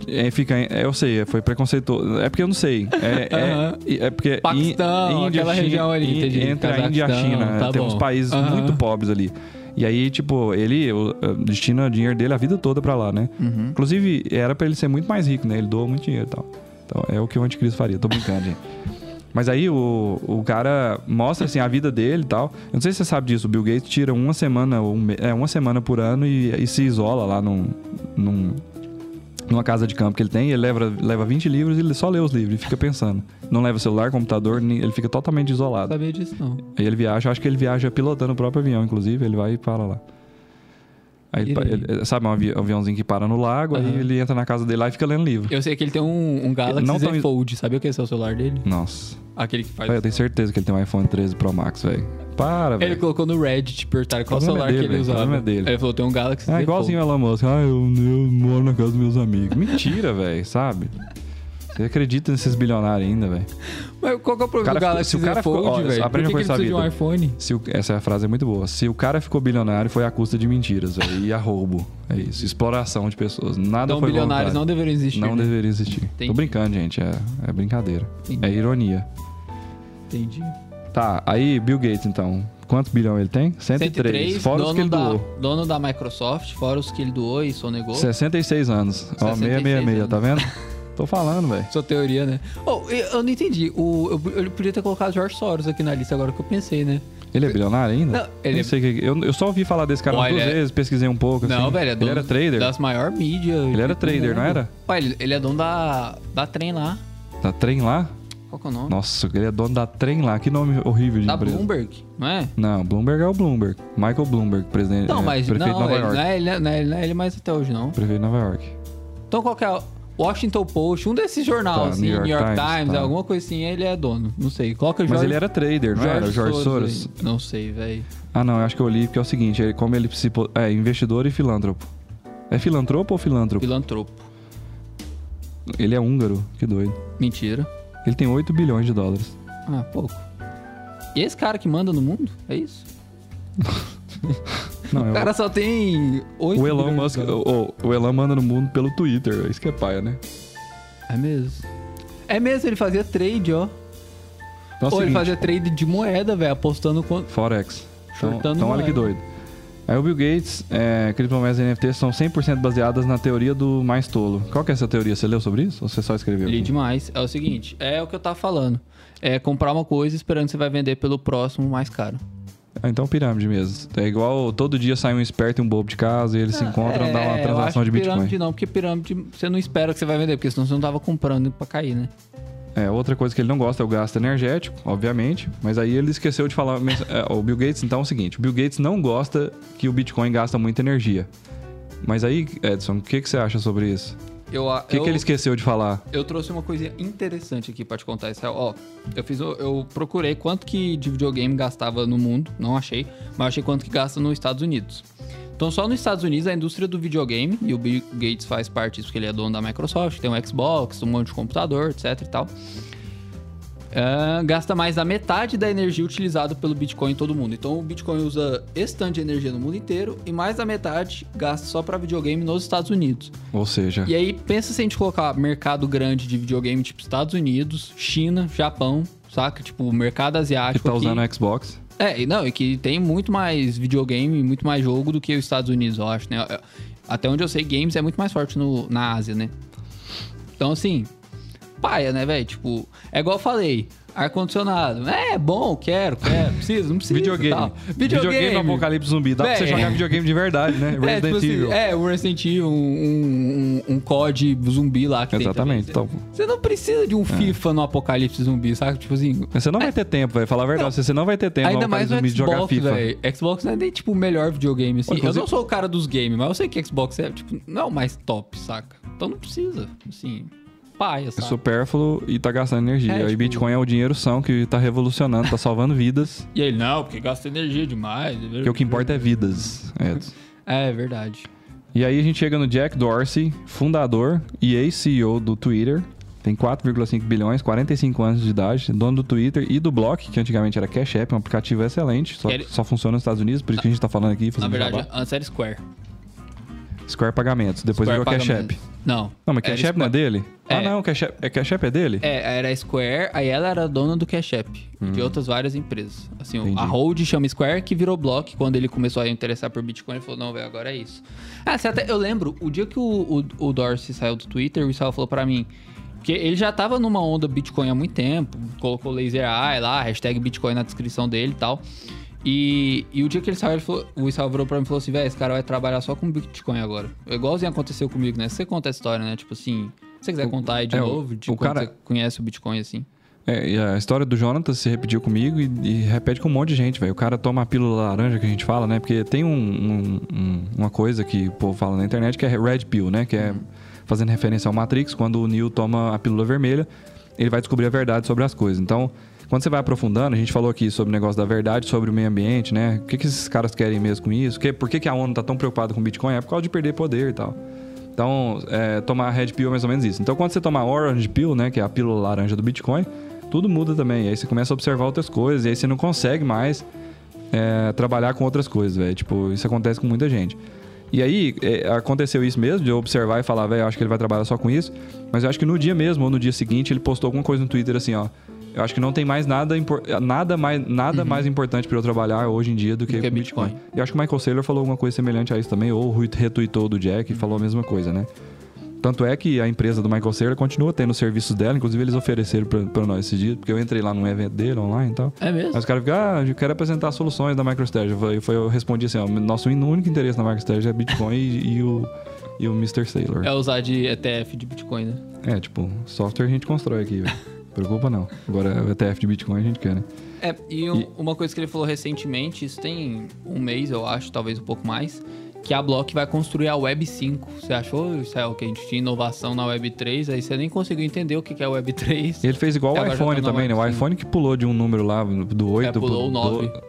É, é, fica, é, eu sei, é, foi preconceituoso. É porque eu não sei. É, é-
Aham.
é, porque.
Paquistão,
Índia,
aquela
China-
região ali, entendi.
Entre a Índia e a
Cazaquistão,
China.
tá
tem
bom.
uns países
Aham.
muito pobres ali. E aí, tipo, ele o- destina o dinheiro dele a vida toda pra lá, né?
Uhum.
Inclusive, era pra ele ser muito mais rico, né? Ele doa muito dinheiro e tal. Então, é o que o anticristo faria. Tô brincando, gente. Mas aí o, o cara mostra, assim, a vida dele e tal. Eu não sei se você sabe disso. O Bill Gates tira uma semana, um me- é, uma semana por ano e, e se isola lá num, num- numa casa de campo que ele tem. Ele leva, leva 20 livros e ele só lê os livros e fica pensando. Não leva celular, computador, nem- ele fica totalmente
Não
isolado.
sabia disso, não.
Aí ele viaja, acho que ele viaja pilotando o próprio avião, inclusive, ele vai e para lá. Aí ele, pa-
Irei.
ele- sabe, um avi- aviãozinho que para no lago, aí
Aham.
ele entra na casa dele lá e fica lendo livro.
Eu sei que ele tem um, um Galaxy
Não tão
Z
is-
Fold. Sabia o que é o celular dele?
Nossa.
Aquele que faz...
Véi, eu tenho certeza que ele tem um iPhone 13 Pro Max, velho. Para,
Ele
velho.
colocou no Reddit, perguntaram qual
O problema
celular
é dele,
que ele
velho, o
usava.
problema é dele.
Ele falou, tem um Galaxy
É
Z
igualzinho o Elon Musk. Ah, eu, eu moro na casa dos meus amigos. Mentira, velho, sabe? Você acredita nesses bilionários ainda, velho?
Fold. Mas qual que é o problema
Cara
do
ficou-
Galaxy
se o cara
Z
ficou- ó,
Fold, velho?
aprende
Por que,
uma
que ele
coisa
precisa de
da
um
vida.
iPhone?
Se o- essa frase é muito boa. Se o cara ficou bilionário, foi à custa de mentiras, velho. E a roubo. É isso. Exploração de pessoas. Nada
Então,
Ah, foi
bilionários
voluntário.
não deveriam existir,
Não
né?
deveria existir.
Entendi.
Tô brincando, gente. É, é brincadeira.
Entendi.
É ironia.
Entendi.
Tá, aí Bill Gates, então. Quantos bilhão ele tem? 103. fora os que ele
dono da-
doou.
Dono da Microsoft, fora os que ele doou e sonegou.
66 anos. Ó,
66
666,
anos.
tá vendo? Tô falando, velho.
Sua teoria, né? Oh, eu eu não entendi. O, eu, eu podia ter colocado Jorge Soros aqui na lista agora que eu pensei, né?
Ele é bilionário ainda?
Não, ele
Não
é-
sei o que- eu, eu só ouvi falar desse cara
Ó,
umas
ele
duas
é-
vezes, pesquisei um pouco.
não,
assim.
velho, é dono
Ele era trader?
das maior mídia.
Ele era
do
trader, não
mundo.
era?
Ué, ele, ele é dono da, da trem lá.
Da trem lá?
Qual que é o nome?
Nossa, ele é dono da trem lá. Que nome horrível de
da
empresa.
Bloomberg, não é?
Não, Bloomberg é o Bloomberg. Michael Bloomberg, presidente.
Não,
é,
mas
prefeito
não,
de Nova
ele,
York.
não é, ele, não, é, ele não é ele mais até hoje, não.
Prefeito de Nova York.
Então qual que é? Washington Post, um desses jornais,
Tá,
assim,
New
New
York
York,
Times,
Times,
tá.
alguma coisinha, ele é dono. Não sei. Coloca
Mas
Jorge,
ele era trader, não era? Jorge Soros.
aí. Não sei, velho.
Ah, não, eu acho que eu li porque é o seguinte: ele, como ele se. po- É, investidor e filantropo. É filantropo ou filântropo?
Filantropo.
Ele é húngaro, que doido.
Mentira.
Ele tem 8 bilhões de dólares.
Ah, pouco. E é esse cara que manda no mundo? É isso?
Não,
O
é
cara só tem
o,
oito.
o Elon
bilhões de
Musk.
dólares.
ô, ô, o Elon manda no mundo pelo Twitter, isso que é paia, né?
É mesmo. É mesmo, ele fazia trade, ó.
Então, é o
Ou ele
seguinte,
fazia trade de moeda, velho, apostando contra.
Forex. Então,
Shortando
então olha que
moeda.
doido. Aí o Bill Gates, é, criptomoedas e NFTs são 100% baseadas na teoria do mais tolo. Qual que é essa teoria? Você leu sobre isso? Ou você só escreveu?
Li
aqui?
demais. É o seguinte, é o que eu tava falando. É comprar uma coisa esperando que você vai vender pelo próximo mais caro.
Ah, então pirâmide mesmo. É igual todo dia sai um esperto e um bobo de casa e eles se encontram e dá uma
Ah, É, eu
transação de
acho que
Bitcoin.
Pirâmide não, porque pirâmide você não espera que você vai vender, porque senão você não tava comprando pra cair, né?
É, outra coisa que ele não gosta é o gasto energético, obviamente, mas aí ele esqueceu de falar. mens- é, o Bill Gates, então, é o seguinte: o Bill Gates não gosta que o Bitcoin gasta muita energia. Mas aí, Edson, o que, que você acha sobre isso?
Eu, a-
O que,
eu,
que ele esqueceu de falar?
eu trouxe uma coisinha interessante aqui pra te contar, Israel. Ó, eu fiz, o- eu procurei quanto que de videogame gastava no mundo, não achei, mas achei quanto que gasta nos Estados Unidos. Então, só nos Estados Unidos, a indústria do videogame, e o Bill Gates faz parte disso, porque ele é dono da Microsoft, tem um Xbox, um monte de computador, etc e tal. Ah, gasta mais da metade da energia utilizada pelo Bitcoin em todo o mundo. Então o Bitcoin usa esse tanto de energia no mundo inteiro e mais da metade gasta só pra videogame nos Estados Unidos.
Ou seja,
E aí pensa se a gente colocar mercado grande de videogame tipo Estados Unidos, China, Japão, saca? Tipo o mercado
que
asiático
tá
aqui.
usando o Xbox.
É, e não, e que tem muito mais videogame, muito mais jogo do que os Estados Unidos, eu acho, né? Até onde eu sei, games é muito mais forte no, na Ásia, né? Então, assim, paia, né, velho? Tipo, é igual eu falei, ar-condicionado. É, bom, quero, quero, preciso, não precisa.
Videogame.
tal.
Videogame. é
Videogame.
no Apocalipse Zumbi. Dá pra
Véi.
você jogar videogame de verdade, né?
É,
Resident
tipo assim,
Evil.
é, um Resident Evil, um, um, um COD zumbi lá que
Exatamente.
tem.
Então, É.
também. Você não precisa de um FIFA no apocalipse zumbi, saca? Tipo assim,
você não vai ter tempo, velho. Falar a verdade, você não vai ter tempo
Ainda
não,
mais
pra
no
resumir, de jogar
Xbox,
FIFA.
velho. Xbox não é nem, tipo, o melhor videogame, assim.
Olha, inclusive-
Eu não sou o cara dos games, mas eu sei que Xbox é, tipo, não é o mais top, saca? Então não precisa, assim, paia,
É
saca?
supérfluo e tá gastando energia.
É,
Aí
tipo-
Bitcoin é o dinheiro são que tá revolucionando, tá salvando vidas.
E ele, não, porque gasta energia demais.
Porque o que importa é vidas. Edson.
É, é verdade.
E aí a gente chega no Jack Dorsey, fundador e ex-CEO do Twitter. Tem 4,5 bilhões, 45 anos de idade, dono do Twitter e do Block, que antigamente era Cash App, um aplicativo excelente, só,
Ele-
só funciona nos Estados Unidos, por isso que a gente tá falando aqui,
Na
fazendo
verdade,
jabá.
antes era Square.
Square Pagamentos, depois
Square
virou Cash
Pagamento.
App.
Não.
Não, mas
era
Cash App não é
Square-
dele? Ah,
É.
não, Cash App é, Cash App é dele?
É, era Square, aí ela era dona do Cash App e de outras várias empresas. Assim, o-
Entendi.
a Hold chama Square, que virou Block. Quando ele começou a interessar por Bitcoin, ele falou, não, velho, agora é isso. Ah, você até, eu lembro, o dia que o, o, o Dorsey saiu do Twitter, o Israel falou pra mim, porque ele já tava numa onda Bitcoin há muito tempo, colocou laser eye lá, hashtag Bitcoin na descrição dele e tal. E, e o dia que ele saiu, ele falou, o Israel virou pra mim e falou assim, velho, esse cara vai trabalhar só com Bitcoin agora. Igualzinho aconteceu comigo, né? Você conta a história, né? Tipo assim, se você quiser contar aí de
é, o-
novo, de
o
quando
cara-
você conhece o Bitcoin assim.
É, e a história do Jonathan se repetiu comigo e, e repete com um monte de gente, velho. O cara toma a pílula laranja que a gente fala, né? Porque tem um- um- um- uma coisa que o povo fala na internet que é Red Pill, né? Que é fazendo referência ao Matrix, quando o Neo toma a pílula vermelha, ele vai descobrir a verdade sobre as coisas. Então, quando você vai aprofundando, a gente falou aqui sobre o negócio da verdade, sobre o meio ambiente, né? O que, que esses caras querem mesmo com isso? Que- por que, que a ONU tá tão preocupada com o Bitcoin? É por causa de perder poder e tal. Então, é, tomar Red Pill é mais ou menos isso. Então, quando você tomar Orange Pill, né, que é a pílula laranja do Bitcoin, tudo muda também. E aí você começa a observar outras coisas, e aí você não consegue mais é, trabalhar com outras coisas, velho. Tipo, isso acontece com muita gente. E aí, é, aconteceu isso mesmo, de eu observar e falar, velho, eu acho que ele vai trabalhar só com isso. Mas eu acho que no dia mesmo, ou no dia seguinte, ele postou alguma coisa no Twitter assim, ó. Eu acho que não tem mais nada, impor- nada mais, nada mais importante para eu trabalhar hoje em dia do que,
Uhum. Do que
com Bitcoin.
Bitcoin.
Eu acho que o Michael Saylor falou alguma coisa semelhante a isso também, ou re- retweetou do Jack e falou a mesma coisa, né? Tanto é que a empresa do Michael Saylor continua tendo os serviços dela, inclusive eles ofereceram pra, pra nós esses dias, porque eu entrei lá num evento dele online e tal.
É mesmo?
Aí os caras ficam, ah, eu quero apresentar soluções da MicroStrategy. Eu, falei- foi- eu respondi assim, ó, nosso único interesse na MicroStrategy é Bitcoin e, e o, e o Mr. Saylor.
É usar de ETF de Bitcoin, né?
É, tipo, software a gente constrói aqui, velho. Preocupa não. Agora o ETF de Bitcoin a gente quer, né?
É, e, um- uma coisa que ele falou recentemente, isso tem um mês, eu acho, talvez um pouco mais, que a Block vai construir a Web 5. Você achou, Israel, que a gente tinha inovação na Web 3, aí você nem conseguiu entender o que que é a Web 3.
E ele fez igual
É,
o
agora já
iPhone
tá na
também, né? O
Web, sim.
iPhone que pulou de um número lá, do 8
pulou o
pro,
nove.
Do,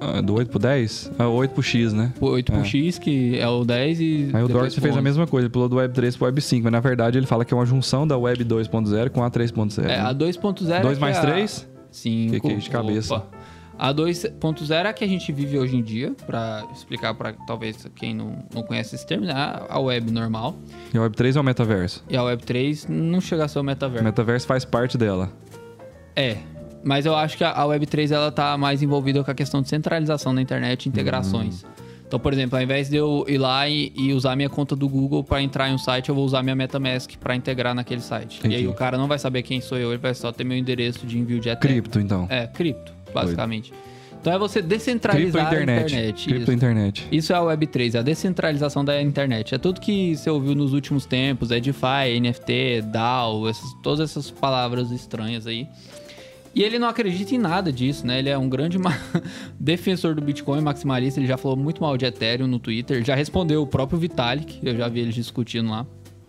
ah, do 8 pro 10? Ah, 8 pro X, né?
8
É.
pro X, que é o 10 e.
Aí o
depois
Dorsey
pro
fez a
11.
mesma coisa, ele pulou do Web 3 pro Web 5, mas na verdade ele fala que é uma junção da Web 2.0 com a 3.0.
É, a
né?
2.0.
2
que
mais
é a-
3?
Cinco.
Que que é de cabeça?
A 2.0 é a que a gente vive hoje em dia, pra explicar pra talvez quem não, não conhece esse termo, né? a a web normal.
E a Web 3 é o metaverso.
E a web 3 não chega a ser o
O
metaverso.
metaverso faz parte dela.
É, mas eu acho que a- a Web3 ela tá mais envolvida com a questão de centralização da internet e integrações.
Hum.
Então, por exemplo, ao invés de eu ir lá e, e usar minha conta do Google para entrar em um site, eu vou usar minha MetaMask para integrar naquele site.
Entendi.
E aí o cara não vai saber quem sou eu, ele vai só ter meu endereço de envio de Ethereum.
Cripto, então.
É, cripto, basicamente. Então é você descentralizar
Cripto-internet.
a internet.
Cripto
isso.
internet.
Isso é a Web3, a descentralização da internet. É tudo que você ouviu nos últimos tempos, é DeFi, NFT, DAO, essas- todas essas palavras estranhas aí. E ele não acredita em nada disso, né? Ele é um grande ma- defensor do Bitcoin, maximalista, ele já falou muito mal de Ethereum no Twitter, já respondeu o próprio Vitalik, eu já vi eles discutindo lá.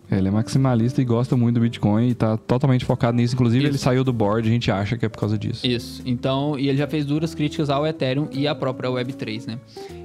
Ele é maximalista e gosta muito do Bitcoin e tá totalmente focado nisso. Inclusive,
Isso.
ele saiu do board, a gente acha que é por causa disso.
Isso. Então, e ele já fez duras críticas ao Ethereum e à própria Web3, né?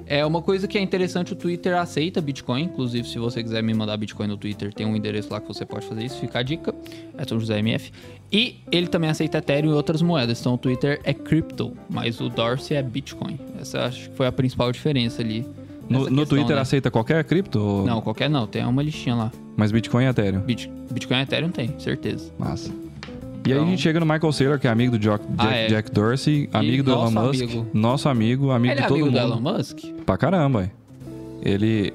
É uma coisa que é interessante, o Twitter aceita Bitcoin, inclusive se você quiser me mandar Bitcoin no Twitter, tem um endereço lá que você pode fazer isso, fica a dica, é São José MF. E ele também aceita Ethereum e outras moedas, então o Twitter é crypto, mas o Dorsey é Bitcoin. Essa acho que foi a principal diferença ali.
No,
nessa
no
questão,
Twitter
né?
aceita qualquer cripto? ou-
Não, qualquer não, tem uma listinha lá.
Mas Bitcoin e Ethereum.
Bit- Bitcoin e Ethereum tem, certeza.
Massa. E aí
Então-
a gente chega no Michael Saylor, que é amigo do Jock-
Ah,
Jack,
é.
Jack Dorsey, amigo do Elon
nosso
Musk,
amigo.
nosso amigo, amigo
ele
de
é
todo
amigo
mundo.
do Elon Musk?
Pra caramba, hein? ele,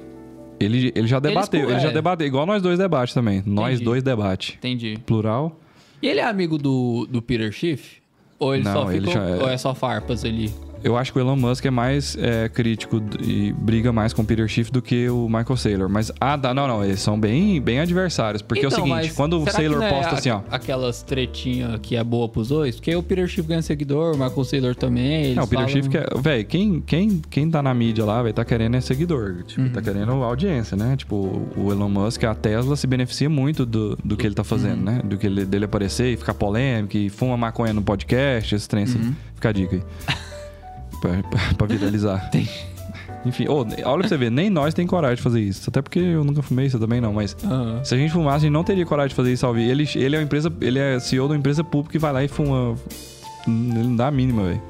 ele, ele já debateu, ele,
esco-
já
é.
debateu, igual nós dois debate também. Nós
Entendi.
dois debate.
Entendi.
Plural.
E ele é amigo do, do Peter Schiff? Ou ele
Não,
só
ele
ficou,
já é-
ou é só farpas ali?
Eu acho que o Elon Musk é mais é, crítico d- e briga mais com o Peter Schiff do que o Michael Saylor. Mas, ah, dá, não, não, eles são bem, bem adversários. Porque é o
Então,
seguinte,
mas
quando o
será que
Saylor
não é
posta
a-
assim, ó...
Aquelas tretinhas que é boa pros dois? Porque o Peter Schiff ganha seguidor, o Michael Saylor também. Eles
Não, o Peter
falam...
Schiff é quer. Véi, quem, quem, quem tá na mídia lá, véi, tá querendo é seguidor. Tipo,
Uhum.
Tá querendo audiência, né? Tipo, o Elon Musk, a Tesla se beneficia muito do, do que ele tá fazendo,
Uhum.
né? Do que ele, dele aparecer e ficar polêmico e fuma maconha no
Uhum.
podcast, esse trem assim. Fica a dica aí. pra, pra- pra viralizar. Enfim, ô, olha pra você ver, nem nós tem coragem de fazer isso. Até porque eu nunca fumei, você também não, mas.
Ah.
Se a gente fumasse, a gente não teria coragem de fazer isso ao vivo. Ele, ele é uma empresa, ele é CEO de uma empresa pública e vai lá e fuma. Ele não dá a mínima, velho.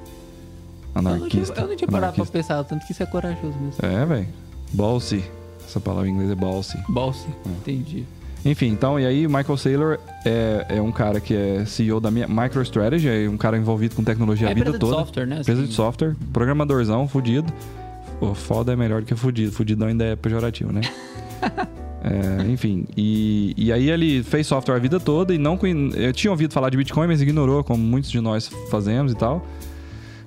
Eu não tinha,
Anarquista.
eu não tinha parado pra
anarquista.
pensar, tanto que isso é corajoso mesmo.
É, velho. Balsy. Essa palavra em inglês é balsy.
Balse, entendi.
Enfim, então, e aí o Michael Saylor é, é um cara que é CEO da minha MicroStrategy, é um cara envolvido com tecnologia
É
a vida
empresa de
toda.
software, né?
Empresa
Assim.
de software, programadorzão, fudido. O foda é melhor do que fudido, fudidão ainda é pejorativo, né? É, enfim, e, e aí ele fez software a vida toda e não conhe- eu tinha ouvido falar de Bitcoin, mas ignorou, como muitos de nós fazemos e tal.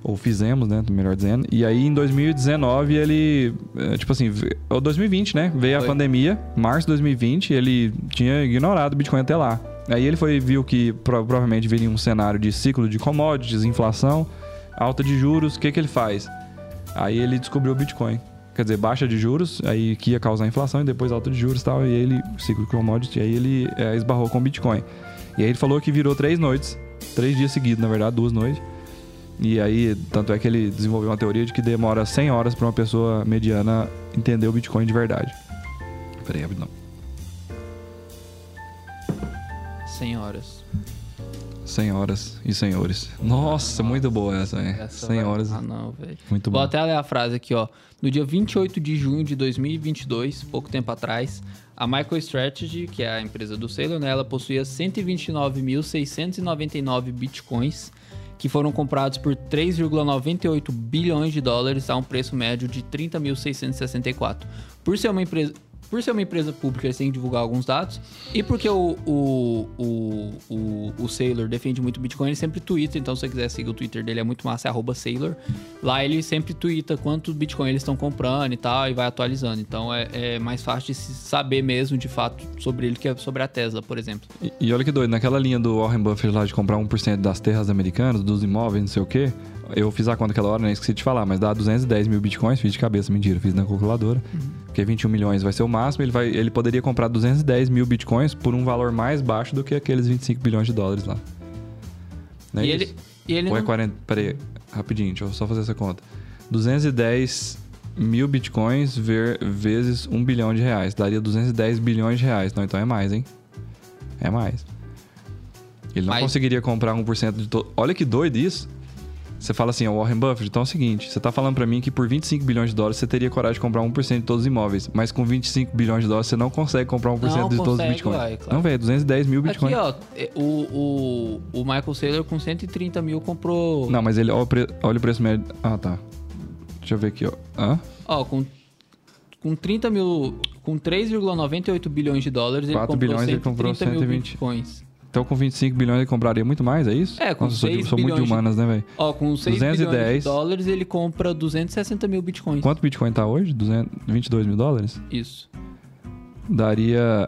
Ou fizemos, né? Melhor dizendo. E aí em 2019 ele. é, Tipo assim, ve- ou 2020, né? Veio a
Foi.
pandemia, março de 2020, ele tinha ignorado o Bitcoin até lá. Aí ele foi, viu que pro- provavelmente viria um cenário de ciclo de commodities, inflação, alta de juros, o que, que ele faz? Aí ele descobriu o Bitcoin. Quer dizer, baixa de juros, aí que ia causar inflação e depois alta de juros e tal. E ele, ciclo de commodity, aí ele é, esbarrou com o Bitcoin. E aí ele falou que virou três noites, três dias seguidos, na verdade, duas noites. E aí, tanto é que ele desenvolveu uma teoria de que demora 100 horas para uma pessoa mediana entender o Bitcoin de verdade. Peraí, rapidão.
Senhoras.
100 horas e senhores. Nossa, muito boa essa, hein?
Essa
100 É,
vai-
horas.
Ah, não, velho.
Muito
Vou
bom.
até ler a frase aqui, ó. No dia 28 de junho de 2022, pouco tempo atrás, a MicroStrategy, que é a empresa do Sailor, né, ela possuía 129.699 bitcoins, que foram comprados por 3,98 bilhões de dólares a um preço médio de 30.664. Por ser uma empresa... Por ser uma empresa pública, eles têm que divulgar alguns dados. E porque o, o, o, o, o Sailor defende muito o Bitcoin, ele sempre twitta. Então, se você quiser seguir o Twitter dele, é muito massa, é arroba Sailor. Lá ele sempre twitta quanto Bitcoin eles estão comprando e tal, e vai atualizando. Então, é, é mais fácil de se saber mesmo, de fato, sobre ele que é sobre a Tesla, por exemplo.
E, e olha que doido, naquela linha do Warren Buffett lá de comprar 1% das terras americanas, dos imóveis, não sei o quê, eu fiz a conta aquela hora, nem esqueci de falar, mas dá 210 mil bitcoins, fiz de cabeça, mentira, fiz na calculadora,
Uhum.
porque 21 milhões vai ser o máximo, ele, vai, ele poderia comprar 210 mil bitcoins por um valor mais baixo do que aqueles 25 bilhões de dólares lá. Não é
e,
isso?
ele, e ele
Ou é
não-
40. Peraí, rapidinho, deixa eu só fazer essa conta. 210 mil bitcoins ver- vezes 1 bilhão de reais. Daria 210 bilhões de reais. Não, então é mais, hein? É mais. Ele não
Mas-
conseguiria comprar 1% de todo. Olha que doido isso. Você fala assim, ó, Warren Buffett, então é o seguinte, você tá falando pra mim que por 25 bilhões de dólares você teria coragem de comprar 1% de todos os imóveis, mas com 25 bilhões de dólares você não consegue comprar 1%
Não
de todos os
consegue,
bitcoins.
uai, claro.
Não, velho, 210 mil
Aqui,
bitcoins.
ó, é, o, o, o Michael Saylor com 130 mil comprou...
Não, mas ele olha o, pre- olha o preço médio. Ah, tá. Deixa eu ver aqui, ó. Hã?
Ó, com, com 30 mil. Com 3,98 bilhões de dólares, ele
4
comprou,
bilhões, ele
130
comprou
mil
120.
bitcoins.
Então com 25 bilhões ele compraria muito mais, é isso?
É, com
Nossa, eu sou, de-
6
sou muito de
bilhões de-
humanas, né, velho?
Ó, com 6 bilhões
210.
de dólares, ele compra 260 mil bitcoins.
Quanto Bitcoin tá hoje? 200, 22 mil dólares?
Isso.
Daria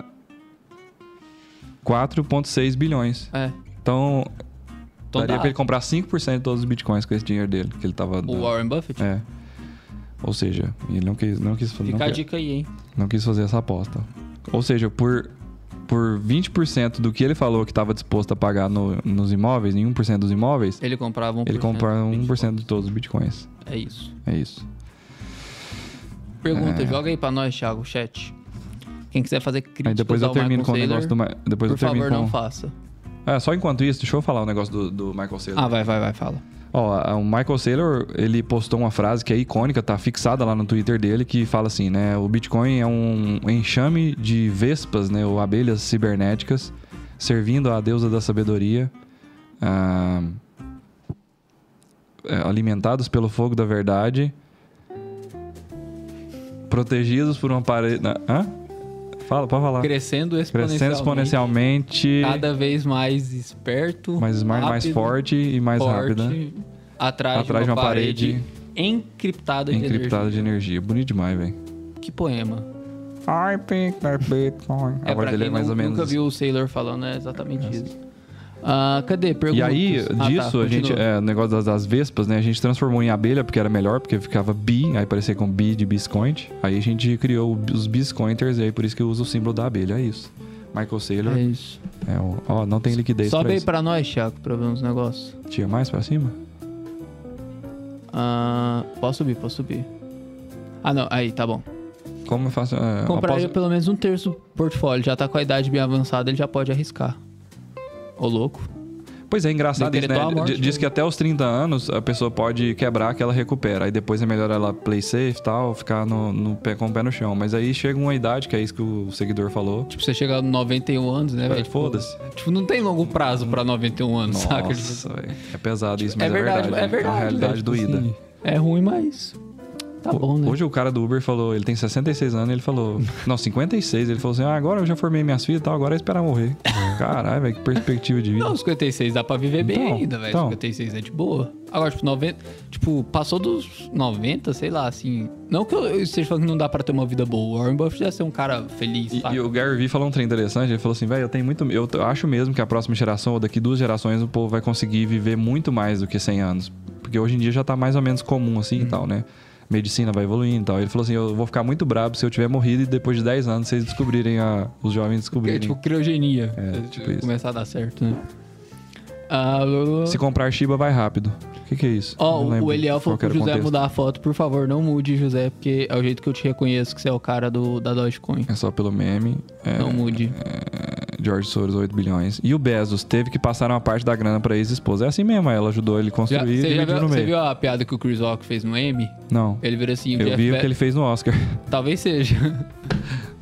4,6 bilhões.
É.
Então,
Então
daria
dá.
pra ele comprar 5% de todos os Bitcoins com esse dinheiro dele, que ele tava
O
dando.
Warren Buffett.
É. Ou seja, ele não quis, não quis, não,
Fica a
quer-
dica aí, hein?
não quis fazer essa aposta. Ou seja, por, por 20% do que ele falou que estava disposto a pagar no- nos imóveis, em 1% dos imóveis,
Ele comprava 1%.
ele um comprou
do Bitcoin.
1% de todos os Bitcoins.
É isso.
É isso.
Pergunta, joga aí pra nós, Thiago, chat. Quem quiser fazer críticas
É. Aí depois eu
ao
termino
Michael
com o
Saylor,
negócio do. Ma- Depois
Por
eu termino
favor,
com.
não faça.
Ah, só enquanto isso, deixa eu falar o negócio do, do Michael Saylor.
Ah, vai, vai, vai, fala.
Ó, a- o Michael Saylor, ele postou uma frase que é icônica, tá fixada lá no Twitter dele, que fala assim, né? O Bitcoin é um enxame de vespas, né? Ou abelhas cibernéticas, servindo à deusa da sabedoria, ah, é, alimentados pelo fogo da verdade, protegidos por uma parede... na- Hã? Fala, pode falar.
Crescendo exponencialmente.
Crescendo exponencialmente...
Cada vez mais esperto.
mais smart, mais
rápido,
forte e mais né?
forte,
rápida.
Atrás,
Atrás
de uma parede, encriptada de
Encriptada de
energia.
energia. Bonito demais, velho.
Que poema.
I think that Bitcoin. A voz
pra
dele é
quem
mais
nu-
ou menos.
nunca viu o Sailor falando, é exatamente isso. Ah, tá, cadê? Pergunta.
E aí,
Ah,
disso, a gente. É, o negócio das, das vespas, né? A gente transformou em abelha porque era melhor, porque ficava bi, aí parecia com bi de biscoint. Aí a gente criou os biscointers, e aí por isso que eu uso o símbolo da abelha, é isso. Michael Saylor.
É isso.
É o- ó, não tem liquidez
Sobe
pra
aí
isso.
pra nós, Thiago, pra ver uns negócios.
Tinha mais pra cima?
Ah, posso subir, posso subir. Ah, não. Aí, tá bom.
Como eu faço. É,
Compraria
eu posso-
pelo menos um terço do portfólio. Já tá com a idade bem avançada, ele já pode arriscar. Ô, louco.
Pois é, engraçado isso, né?
Decretou a morte,
D- Diz
né?
que até os 30 anos a pessoa pode quebrar que ela recupera. Aí depois é melhor ela play safe e tal, ficar no, no pé, com o pé no chão. Mas aí chega uma idade, que é isso que o seguidor falou.
Tipo, você chega aos 91 anos, né, velho? Tipo,
É, Foda-se.
Tipo, não tem longo prazo pra 91 anos, saca?
Nossa, velho. É pesado isso, mas
É
é
verdade,
verdade.
é
né?
verdade,
a realidade
velho.
doída.
Assim, É ruim, mas. Tá bom, né?
Hoje o cara do Uber falou, ele tem 66 anos, ele falou. Não, 56. Ele falou assim: ah, agora eu já formei minhas filhas e tal, agora é esperar morrer. Caralho, velho, que perspectiva de vida.
Não, 56 dá pra viver bem
Então,
ainda, velho.
então.
56 é de boa. Agora, tipo, 90. Tipo, passou dos 90, sei lá, assim. Não que eu eu esteja falando que não dá pra ter uma vida boa. O Warren Buffett já ser um cara feliz,
E,
saca?
e o Gary Vee falou um trem interessante, ele falou assim, velho, eu tenho muito... Eu t- acho mesmo que a próxima geração, ou daqui duas gerações, o povo vai conseguir viver muito mais do que 100 anos. Porque hoje em dia já tá mais ou menos comum assim e
Uhum.
tal, né? Medicina vai evoluindo e tal. Ele falou assim, eu vou ficar muito brabo se eu tiver morrido e depois de 10 anos vocês descobrirem, a- os jovens
É,
descobrirem.
tipo, criogenia.
É, tipo isso.
Começar a dar certo, né? Ah, blá, blá, blá.
Se comprar Shiba vai rápido. O que que é isso?
Ó,
Não lembro
o Eliel
qual
falou
que
pro
era
José
o contexto.
mudar a foto. Por favor, não mude, José, porque é o jeito que eu te reconheço que você é o cara do, da Dogecoin.
É só pelo meme. É,
Não mude.
George Soros, 8 bilhões. E o Bezos teve que passar uma parte da grana pra ex-esposa. É assim mesmo, ela ajudou ele construir
Já-
e
você, já
dividiu
viu,
no
você
meio.
viu a piada que o Chris Rock fez no M?
Não.
Ele virou assim...
Eu
Jeff
vi o
Be-
que ele fez no Oscar.
Talvez seja.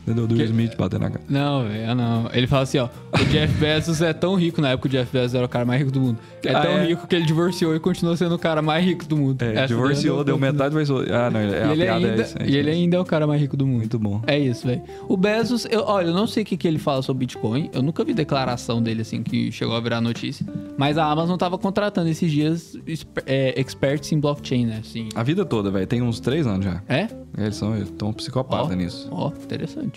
Entendeu? Do Will Smith bater na cara.
Não, velho, não. Ele fala assim, ó. O Jeff Bezos é tão rico, na época o Jeff Bezos era o cara mais rico do mundo. É
Ah,
tão
é?
rico que ele divorciou e continua sendo o cara mais rico do mundo.
É,
Essa
divorciou,
daí
deu
eu não-
metade, mas... Ah, não, é,
E
a
ele,
piada
ainda,
é isso. é
e
isso
ele
mesmo.
ainda é o cara mais rico do mundo.
Muito bom.
É isso, velho. O Bezos, eu, olha, eu não sei o que, que ele fala sobre Bitcoin. Eu nunca vi declaração dele, assim, que chegou a virar notícia. Mas a Amazon tava contratando esses dias exper- é, experts em blockchain, né? Assim.
A vida toda, velho. Tem uns três anos já.
É?
Eles são eles tão psicopata
Ó.
nisso.
Ó, interessante.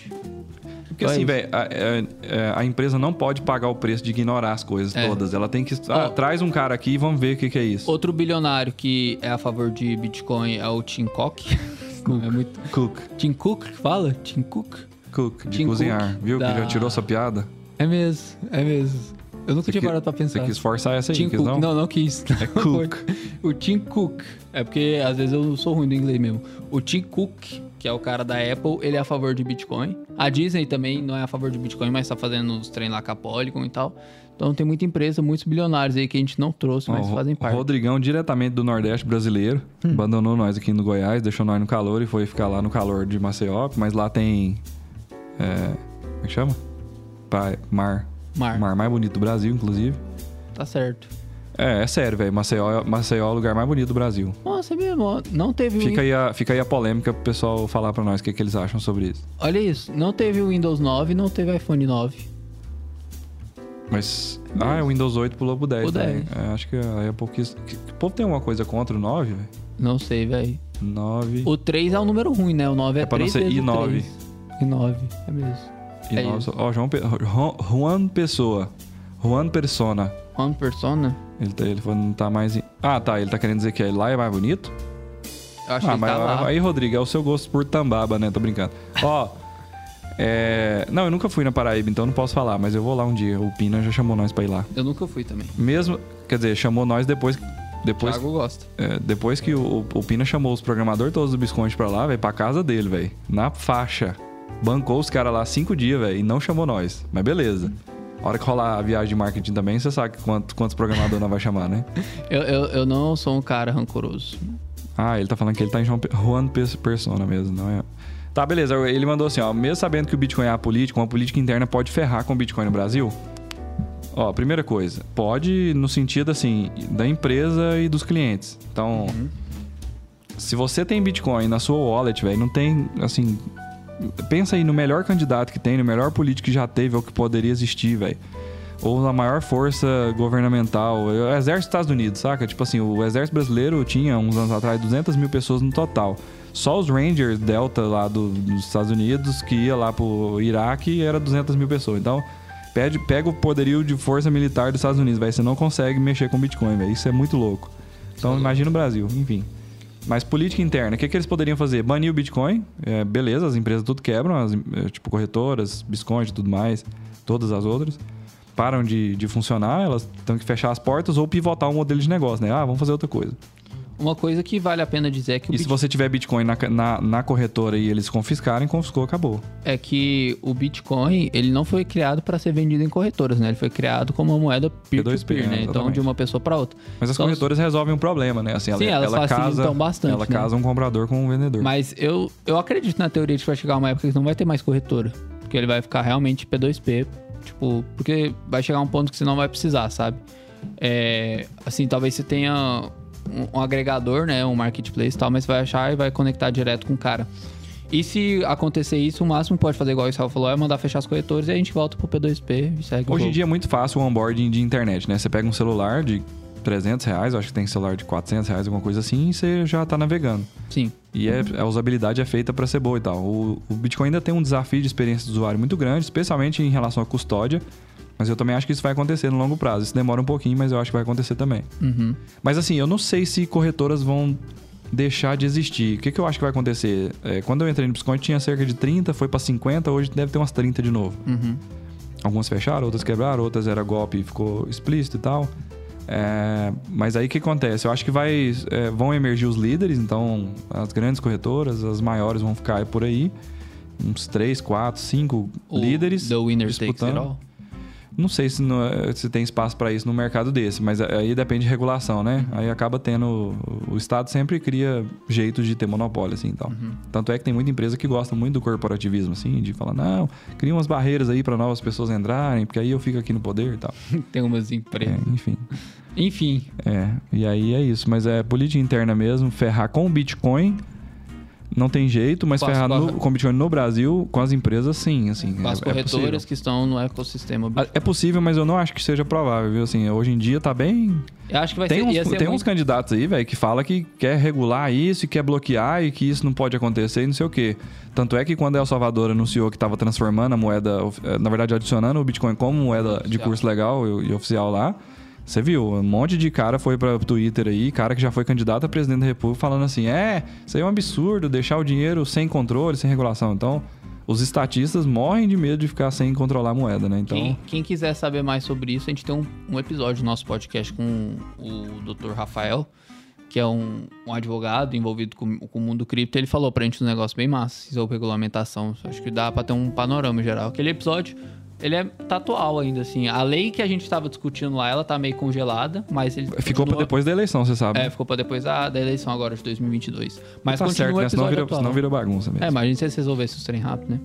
Porque
Olha
assim,
isso.
velho, a, é- é, a empresa não pode pagar o preço de ignorar as coisas
É.
todas. Ela tem que... Ah,
Ó.
traz um cara aqui e vamos ver o que, que é isso.
Outro bilionário que é a favor de Bitcoin é o Tim Cook. Não é muito.
Cook.
Tim Cook que fala? Tim Cook?
Cook, de
Tim
cozinhar.
Cook,
Viu
da-
que já tirou essa piada?
É mesmo, é mesmo. Eu nunca tinha
que-
parado pra
Você
pensar.
quis forçar essa aí,
Tim
quis
Cook.
não?
Não, não, quis. É
Cook.
o Tim Cook. É porque às vezes eu sou ruim do inglês mesmo. O Tim Cook, que é o cara da Apple, ele é a favor de Bitcoin. A Disney também não é a favor de Bitcoin, mas tá fazendo uns trem lá com a Polygon e tal. Então tem muita empresa, muitos bilionários aí que a gente não trouxe, mas
Ó, o
fazem parte. Hum.
Rodrigão, diretamente do Nordeste brasileiro, abandonou nós aqui no Goiás, deixou nós no calor e foi ficar lá no calor de Maceió, mas lá tem. É, como é que chama? Praia, mar.
Mar.
Mar mais bonito do Brasil, inclusive.
Tá certo.
É, é sério, velho. Maceió, Maceió é o lugar mais bonito do Brasil.
Nossa, é mesmo, ó, não teve
Fica aí a, fica aí a polêmica pro pessoal falar pra nós o que, que eles acham sobre isso.
Olha isso, não teve o Windows 9, não teve iPhone 9.
Mas. Ah, o Windows 8 pulou pro 10.
Pro
também.
10.
É, acho que a Apple quis. O povo tem alguma coisa contra o 9, velho?
Não sei, velho.
9.
O 3 é um número ruim, né? O 9 é,
É pra não
3
ser
vezes
i9.
3. i9, é mesmo.
E
É
nós,
isso.
ó, João, Pe- Ro- Juan Pessoa. Juan Persona.
One persona?
Ele, tá- ele falou, não tá mais. em- Ah, tá. Ele tá querendo dizer que lá é mais bonito?
Eu acho
ah,
que ele
mas
tá lá.
aí, Rodrigo, é o seu gosto por tambaba, né? Tô brincando. Ó. é, Não, eu nunca fui na Paraíba, então não posso falar, mas eu vou lá um dia. O Pina já chamou nós pra ir lá.
Eu nunca fui também.
Mesmo. Quer dizer, chamou nós depois. Depois,
Thiago gosta.
é, depois que o, o Pina chamou os programadores todos do Bisconde pra lá, velho, pra casa dele, velho. Na faixa. Bancou os caras lá cinco dias, velho, e não chamou nós. Mas beleza. A hora que rolar a viagem de marketing também, você sabe quanto, quantos programadores nós vai chamar, né?
Eu, eu, eu não sou um cara rancoroso.
Ah, ele tá falando que ele tá em João Pe- Juan Pe- Persona mesmo, não é? Tá, beleza. Ele mandou assim, ó. Mesmo sabendo que o Bitcoin é apolítico, uma política interna pode ferrar com o Bitcoin no Brasil? Ó, primeira coisa. Pode no sentido, assim, da empresa e dos clientes. Então, se você tem Bitcoin na sua wallet, velho, não tem, assim... Pensa aí no melhor candidato que tem, no melhor político que já teve ou que poderia existir, velho ou na maior força governamental. O exército dos Estados Unidos, saca? Tipo assim, o exército brasileiro tinha, uns anos atrás, 200 mil pessoas no total. Só os Rangers Delta lá do- dos Estados Unidos, que ia lá pro Iraque, era 200 mil pessoas. Então, pede, pega o poderio de força militar dos Estados Unidos, velho. Você não consegue mexer com Bitcoin, velho. Isso é muito louco. Então, imagina o Brasil, enfim. Mas política interna, o que, que eles poderiam fazer? Banir o Bitcoin, é, beleza, as empresas tudo quebram, as, é, tipo corretoras, Bitcoin e tudo mais, todas as outras param de, de funcionar, elas têm que fechar as portas ou pivotar o modelo de negócio, né? Ah, vamos fazer outra coisa.
uma coisa que vale a pena dizer é que o
E se você tiver Bitcoin na, na, na corretora e eles confiscarem, confiscou, acabou.
é que o Bitcoin, ele não foi criado para ser vendido em corretoras, né? Ele foi criado como uma moeda
P2P,
peer-to-peer,
né?
né? Então,
Exatamente.
de uma pessoa para outra.
Mas as
Então,
corretoras resolvem um problema, né? Assim, ela,
Sim, elas
ela casa,
facilitam bastante,
ela
né?
casa um comprador com um vendedor.
Mas eu, eu acredito na teoria de que vai chegar uma época que não vai ter mais corretora. Porque ele vai ficar realmente P2P. Tipo, porque vai chegar um ponto que você não vai precisar, sabe? É, assim, talvez você tenha um, um agregador, né? Um marketplace e tal, mas você vai achar e vai conectar direto com o cara. E se acontecer isso, o máximo que pode fazer igual o Israel falou, é mandar fechar os corretores e a gente volta pro P2P e segue o
Hoje em
jogo.
dia é muito fácil o onboarding de internet, né? Você pega um celular de 300 reais, eu acho que tem celular de 400 reais, alguma coisa assim, e você já tá navegando.
Sim.
E é- a usabilidade é feita para ser boa e tal. O, o Bitcoin ainda tem um desafio de experiência do usuário muito grande, especialmente em relação à custódia. Mas eu também acho que isso vai acontecer no longo prazo. Isso demora um pouquinho, mas eu acho que vai acontecer também.
Uhum.
Mas assim, eu não sei se corretoras vão deixar de existir. O que, que eu acho que vai acontecer? É, quando eu entrei no Bitcoin tinha cerca de 30, foi para 50, hoje deve ter umas 30 de novo.
Uhum.
Algumas fecharam, outras quebraram, outras era golpe e ficou explícito e tal. É, mas aí o que acontece? Eu acho que vai, é, vão emergir os líderes, então as grandes corretoras, as maiores vão ficar por aí. Uns 3, 4, 5
O
líderes.
The winner takes
disputando.
it all.
Não sei se, no- se tem espaço para isso no mercado desse, mas aí depende de regulação, né? Aí acaba tendo. O Estado sempre cria jeitos de ter monopólio, assim então. Tanto é que tem muita empresa que gosta muito do corporativismo, assim, de falar, não, cria umas barreiras aí para novas pessoas entrarem, porque aí eu fico aqui no poder e tal.
Tem umas empresas.
É, enfim.
Enfim,
É, e aí é isso. Mas é política interna mesmo, ferrar com o Bitcoin. Não tem jeito, mas
Com as-
ferrar
com as-
no- com o Bitcoin no Brasil, com as empresas, sim. Assim,
com as
é- é possível.
corretoras que estão no ecossistema.
Ah, É possível, mas eu não acho que seja provável, viu? Assim, hoje em dia tá bem.
Eu acho que vai
Tem,
ser,
uns,
ia ser
tem
muito-
uns candidatos aí, velho, que fala que quer regular isso e quer bloquear e que isso não pode acontecer e não sei o quê. Tanto é que quando El Salvador anunciou que tava transformando a moeda, of- eh, na verdade, adicionando o Bitcoin como moeda de
Oficial.
curso legal e, e oficial lá, você viu, um monte de cara foi pra Twitter aí, cara que já foi candidato a presidente da República, falando assim: é, isso aí é um absurdo, deixar o dinheiro sem controle, sem regulação. Então. Os estatistas morrem de medo de ficar sem controlar a moeda, né? Então.
Quem, quem quiser saber mais sobre isso, a gente tem um, um episódio do nosso podcast com o Dr. Rafael, que é um, um advogado envolvido com, com o mundo cripto. Ele falou pra gente um negócio bem massa sobre regulamentação. Acho que dá pra ter um panorama geral. Aquele episódio, ele é tá atual ainda, assim. A lei que a gente tava discutindo lá, ela tá meio congelada, mas ele...
Ficou pra
continua-
depois da eleição, você sabe.
É, ficou pra depois da, da eleição agora de 2022. Mas
tá
continua
certo,
o
né? Senão
episódio
vira,
atual.
senão vira bagunça mesmo.
É, imagina se eles resolvessem os trem rápido, né?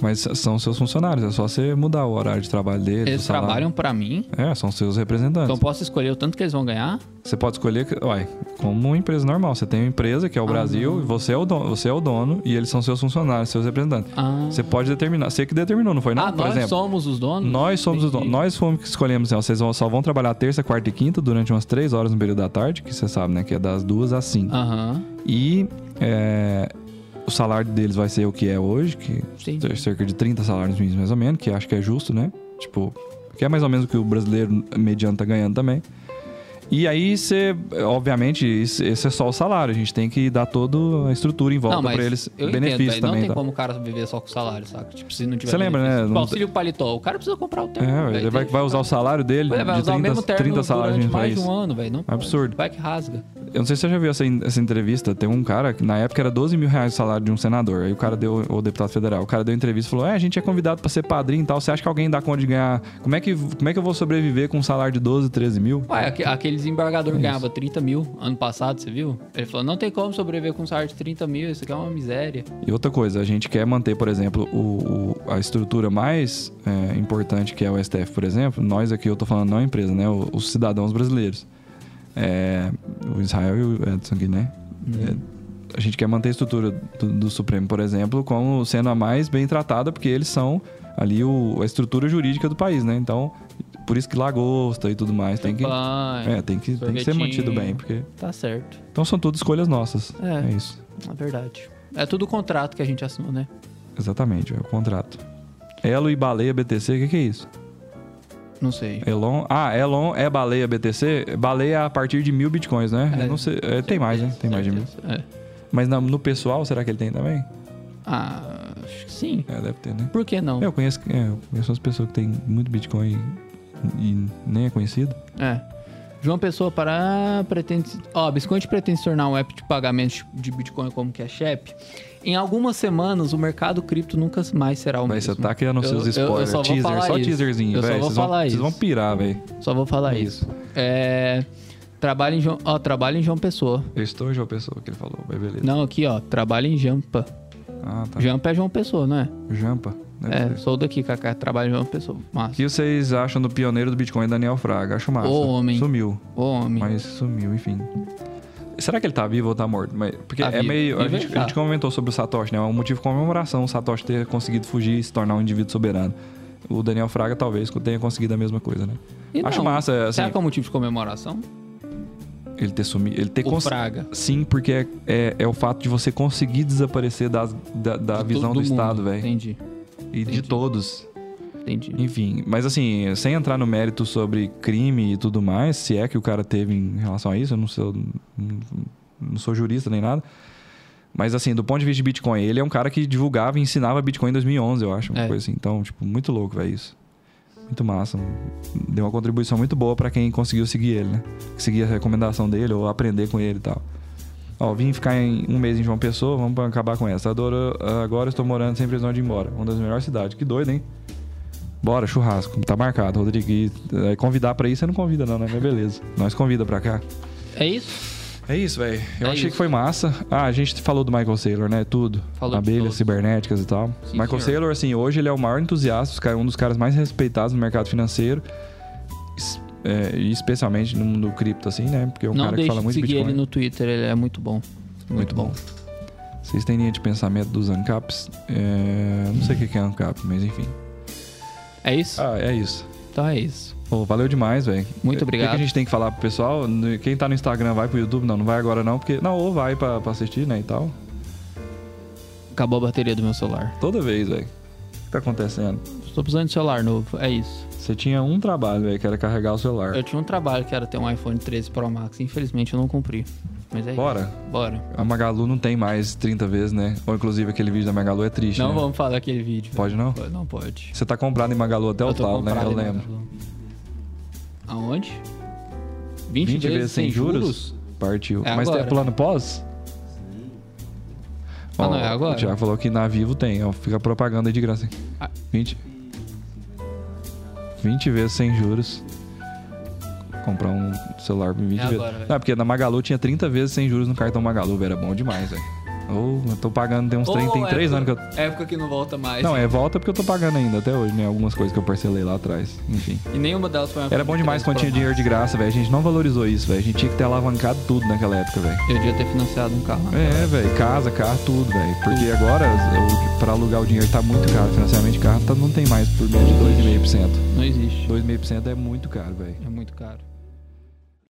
Mas são seus funcionários, é só você mudar o horário de trabalho deles.
Eles
o salário.
trabalham pra mim,
É, são seus representantes.
então eu posso escolher o tanto que eles vão ganhar.
Você pode escolher, que- uai, como uma empresa normal. Você tem uma empresa,
Ah,
que é o Brasil, e você é o, dono, você é o dono, e eles são seus funcionários, seus representantes.
Ah.
Você pode determinar. Você que determinou, não foi não?
Ah,
Por
nós
exemplo,
somos os donos?
nós somos os donos.
Entendi.
Nós fomos que escolhemos, assim, ó, vocês vão- só vão trabalhar terça, quarta e quinta durante umas três horas no período da tarde, que você sabe, né? Que é das duas às cinco.
Aham.
E é, o salário deles vai ser o que é hoje, que
Sim.
ter cerca de 30 salários mínimos mais ou menos, que acho que é justo, né? Tipo, que é mais ou menos o que o brasileiro mediano tá ganhando também. E aí você, obviamente, isso- esse é só o salário, a gente tem que dar toda a estrutura em volta pra eles,
eu entendo,
benefícios
velho, Não
também.
tem
tá?
como o cara viver só com salário, saca? Tipo, se não tiver
Você lembra, né?
benefício. Tipo,
Não-
auxílio paletó. O cara precisa comprar o terno.
É,
um velho,
ele vai,
tem-
vai usar o salário dele
Vai, vai
de
usar o mesmo
30,
terno
30 salários
durante
mínimos pra
mais de um
isso.
ano, velho. Não pode.
Absurdo.
Vai que rasga.
Eu não sei se você já viu essa, essa entrevista. Tem um cara que na época era 12 mil reais o salário de um senador. Aí o cara deu, ou deputado federal, o cara deu entrevista e falou: É, a gente é convidado pra ser padrinho e tal. Você acha que alguém dá conta de ganhar? Como é que, como é que eu vou sobreviver com um salário de 12, 13 mil?
Ué, aque-
É
aquele desembargador ganhava 30 mil ano passado, você viu? Ele falou, não tem como sobreviver com um salário de 30 mil, isso aqui é uma miséria.
E outra coisa, a gente quer manter, por exemplo, o, o- a estrutura mais é, importante que é o STF, por exemplo. Nós aqui, eu tô falando não a empresa, né? O- Os, cidadãos brasileiros. É, o Israel e o Edson aqui, né? É, a gente quer manter a estrutura do, do Supremo, por exemplo, como sendo a mais bem tratada, porque eles são ali o- a estrutura jurídica do país, né? Então, por isso que lagosta e tudo mais tem que,
Pai,
é, tem que, tem que ser
sorvetinho.
mantido bem. Porque,
"Ah, Tá certo.
então, são tudo escolhas nossas.
É.
é isso.
Na verdade. É tudo o contrato que a gente assinou, né?
Exatamente, é o contrato. Elo e baleia BTC, o que, que é isso?
Não sei.
Elon. Ah, Elon é baleia BTC? Baleia a partir de mil bitcoins, né?
É,
Eu não sei. é, tem mais, né? Tem mais de mil.
É.
Mas na- no pessoal, será que ele tem também?
Ah, acho que sim.
É, deve ter, né?
Por que não?
Eu conheço, é, eu conheço umas pessoas que têm muito bitcoin e, e nem é conhecido.
É. João Pessoa Pará pretende. Ó, Bisconte pretende se tornar um app de pagamento de Bitcoin como Cash-App. Em algumas semanas, o mercado cripto nunca mais será o
Véi,
mesmo.
você tá criando
Eu-
seus
eu- eu
spoilers.
só vou
teaser,
falar
só
isso.
teaserzinho,
Eu
velho.
só vou
Vocês, vão-
falar
vocês vão
isso.
pirar, velho.
Só vou
É
falar isso. É. Trabalha em João. Ó, trabalha em João Pessoa.
Eu estou em João Pessoa, que ele falou, mas beleza.
Não, aqui, ó. Trabalha em Jampa.
Ah, tá.
Jampa é João Pessoa, não é?
Jampa. deve
É,
ser.
sou daqui, Kaká. Trabalho em João Pessoa.
O
Massa.
que vocês acham do pioneiro do Bitcoin, Daniel Fraga? Acho massa.
Ô, homem.
Sumiu,
Ô, homem.
mas sumiu, enfim. Será que ele tá vivo ou tá morto? Mas- Porque
Tá
é
vivo.
meio. A
Vivo
gente,
ele tá.
a gente comentou sobre o Satoshi, né? É um motivo de comemoração o Satoshi ter conseguido fugir e se tornar um indivíduo soberano. O Daniel Fraga talvez tenha conseguido a mesma coisa, né?
E
Acho
não,
massa, é,
Será
assim,
que é um motivo de comemoração?
ele ter sumido. Ele ter
O
cons-
Fraga.
Sim, porque é, é, é o fato de você conseguir desaparecer das- da, da
De
visão
todo
do,
mundo.
Estado, velho.
Entendi,
E de
entendi.
todos.
entendi.
Enfim, mas assim, sem entrar no mérito sobre crime e tudo mais, se é que o cara teve em relação a isso, eu não sou, não sou jurista nem nada. Mas assim, do ponto de vista de Bitcoin, ele é um cara que divulgava e ensinava Bitcoin em 2011, eu acho, uma
É.
coisa assim. Então, tipo, muito louco, velho, isso. Muito massa. Deu uma contribuição muito boa pra quem conseguiu seguir ele, né? Seguir a recomendação dele ou aprender com ele e tal. Ó, vim ficar em um mês em João Pessoa, vamos pra acabar com essa. Adoro, agora estou morando sem precisão de ir embora. Uma das melhores cidades. Que doido, hein? Bora, churrasco. Tá marcado, Rodrigo. E, eh, convidar pra ir, você não convida, não, né? Mas beleza. Nós convida pra cá.
É isso?
É isso, velho. Eu
É
achei
isso.
que foi massa. Ah, a gente falou do Michael Saylor, né? Tudo.
Falou de
Abelhas
todos.
cibernéticas e tal.
Sim,
Michael
senhor.
Saylor, assim, hoje ele é o maior entusiasta, os cara- um dos caras mais respeitados no mercado financeiro. Es- é, e especialmente no mundo cripto, assim, né? Porque é um
não
cara que
deixe
fala
de
muito de
seguir
Bitcoin.
ele no Twitter, ele é muito bom. Muito, bom.
Vocês têm linha de pensamento dos ANCAPs? É, Não sei o que que é ANCAP, mas enfim.
É isso?
Ah, é isso.
Então é isso.
Pô, valeu demais, velho.
Muito
O que que,
obrigado.
a gente tem que falar pro pessoal? No- Quem tá no Instagram vai pro YouTube? Não, não vai agora não, porque... Não, ou vai pra, pra assistir, né, e tal.
Acabou a bateria do meu celular.
Toda vez, velho. O que tá acontecendo?
Estou precisando de celular novo. É isso.
Você tinha um trabalho, velho, que era carregar o celular.
Eu tinha um trabalho que era ter um iPhone 13 Pro Max. Infelizmente eu não cumpri. Mas é
Bora.
isso. Bora.
A Magalu não tem mais 30 vezes, né? Ou inclusive aquele vídeo da Magalu é triste,
Não
né?
vamos falar aquele vídeo.
Pode não?
Pode- Não pode.
Você tá comprado em Magalu até o
tô
talo, né?
comprado
Eu
em
lembro.
Magalu. Aonde? 20,
20 vezes sem juros? Partiu.
É
Mas tem
agora.
plano pós?
Ah,
Ó,
não, é agora?
O Thiago falou que na Vivo tem, ó. Fica propaganda aí de graça. hein?
Ah.
20. 20 vezes sem juros. Comprar um celular por 20
É
vezes.
agora, velho.
não, é porque na Magalu tinha 30 vezes sem juros no cartão Magalu, velho. Era bom demais, velho. Ou eu tô pagando, tem uns 30, tem
Ô, é
3 anos
época-
que eu.
Época que não volta mais.
Não, é volta porque eu tô pagando ainda até hoje, né? Algumas coisas que eu parcelei lá atrás. Enfim.
E nenhuma delas foi uma
Era bom demais quando tinha dinheiro de graça, velho. A gente não valorizou isso, velho. A gente tinha que ter alavancado tudo naquela época, velho.
Eu devia ter financiado um carro.
É, velho. Casa, carro, tudo, velho. Porque agora, o- pra alugar o dinheiro tá muito caro. Financiamento de carro tá- não tem mais por menos de 2,5%.
Não existe.
2,5% é muito caro, velho.
É muito caro.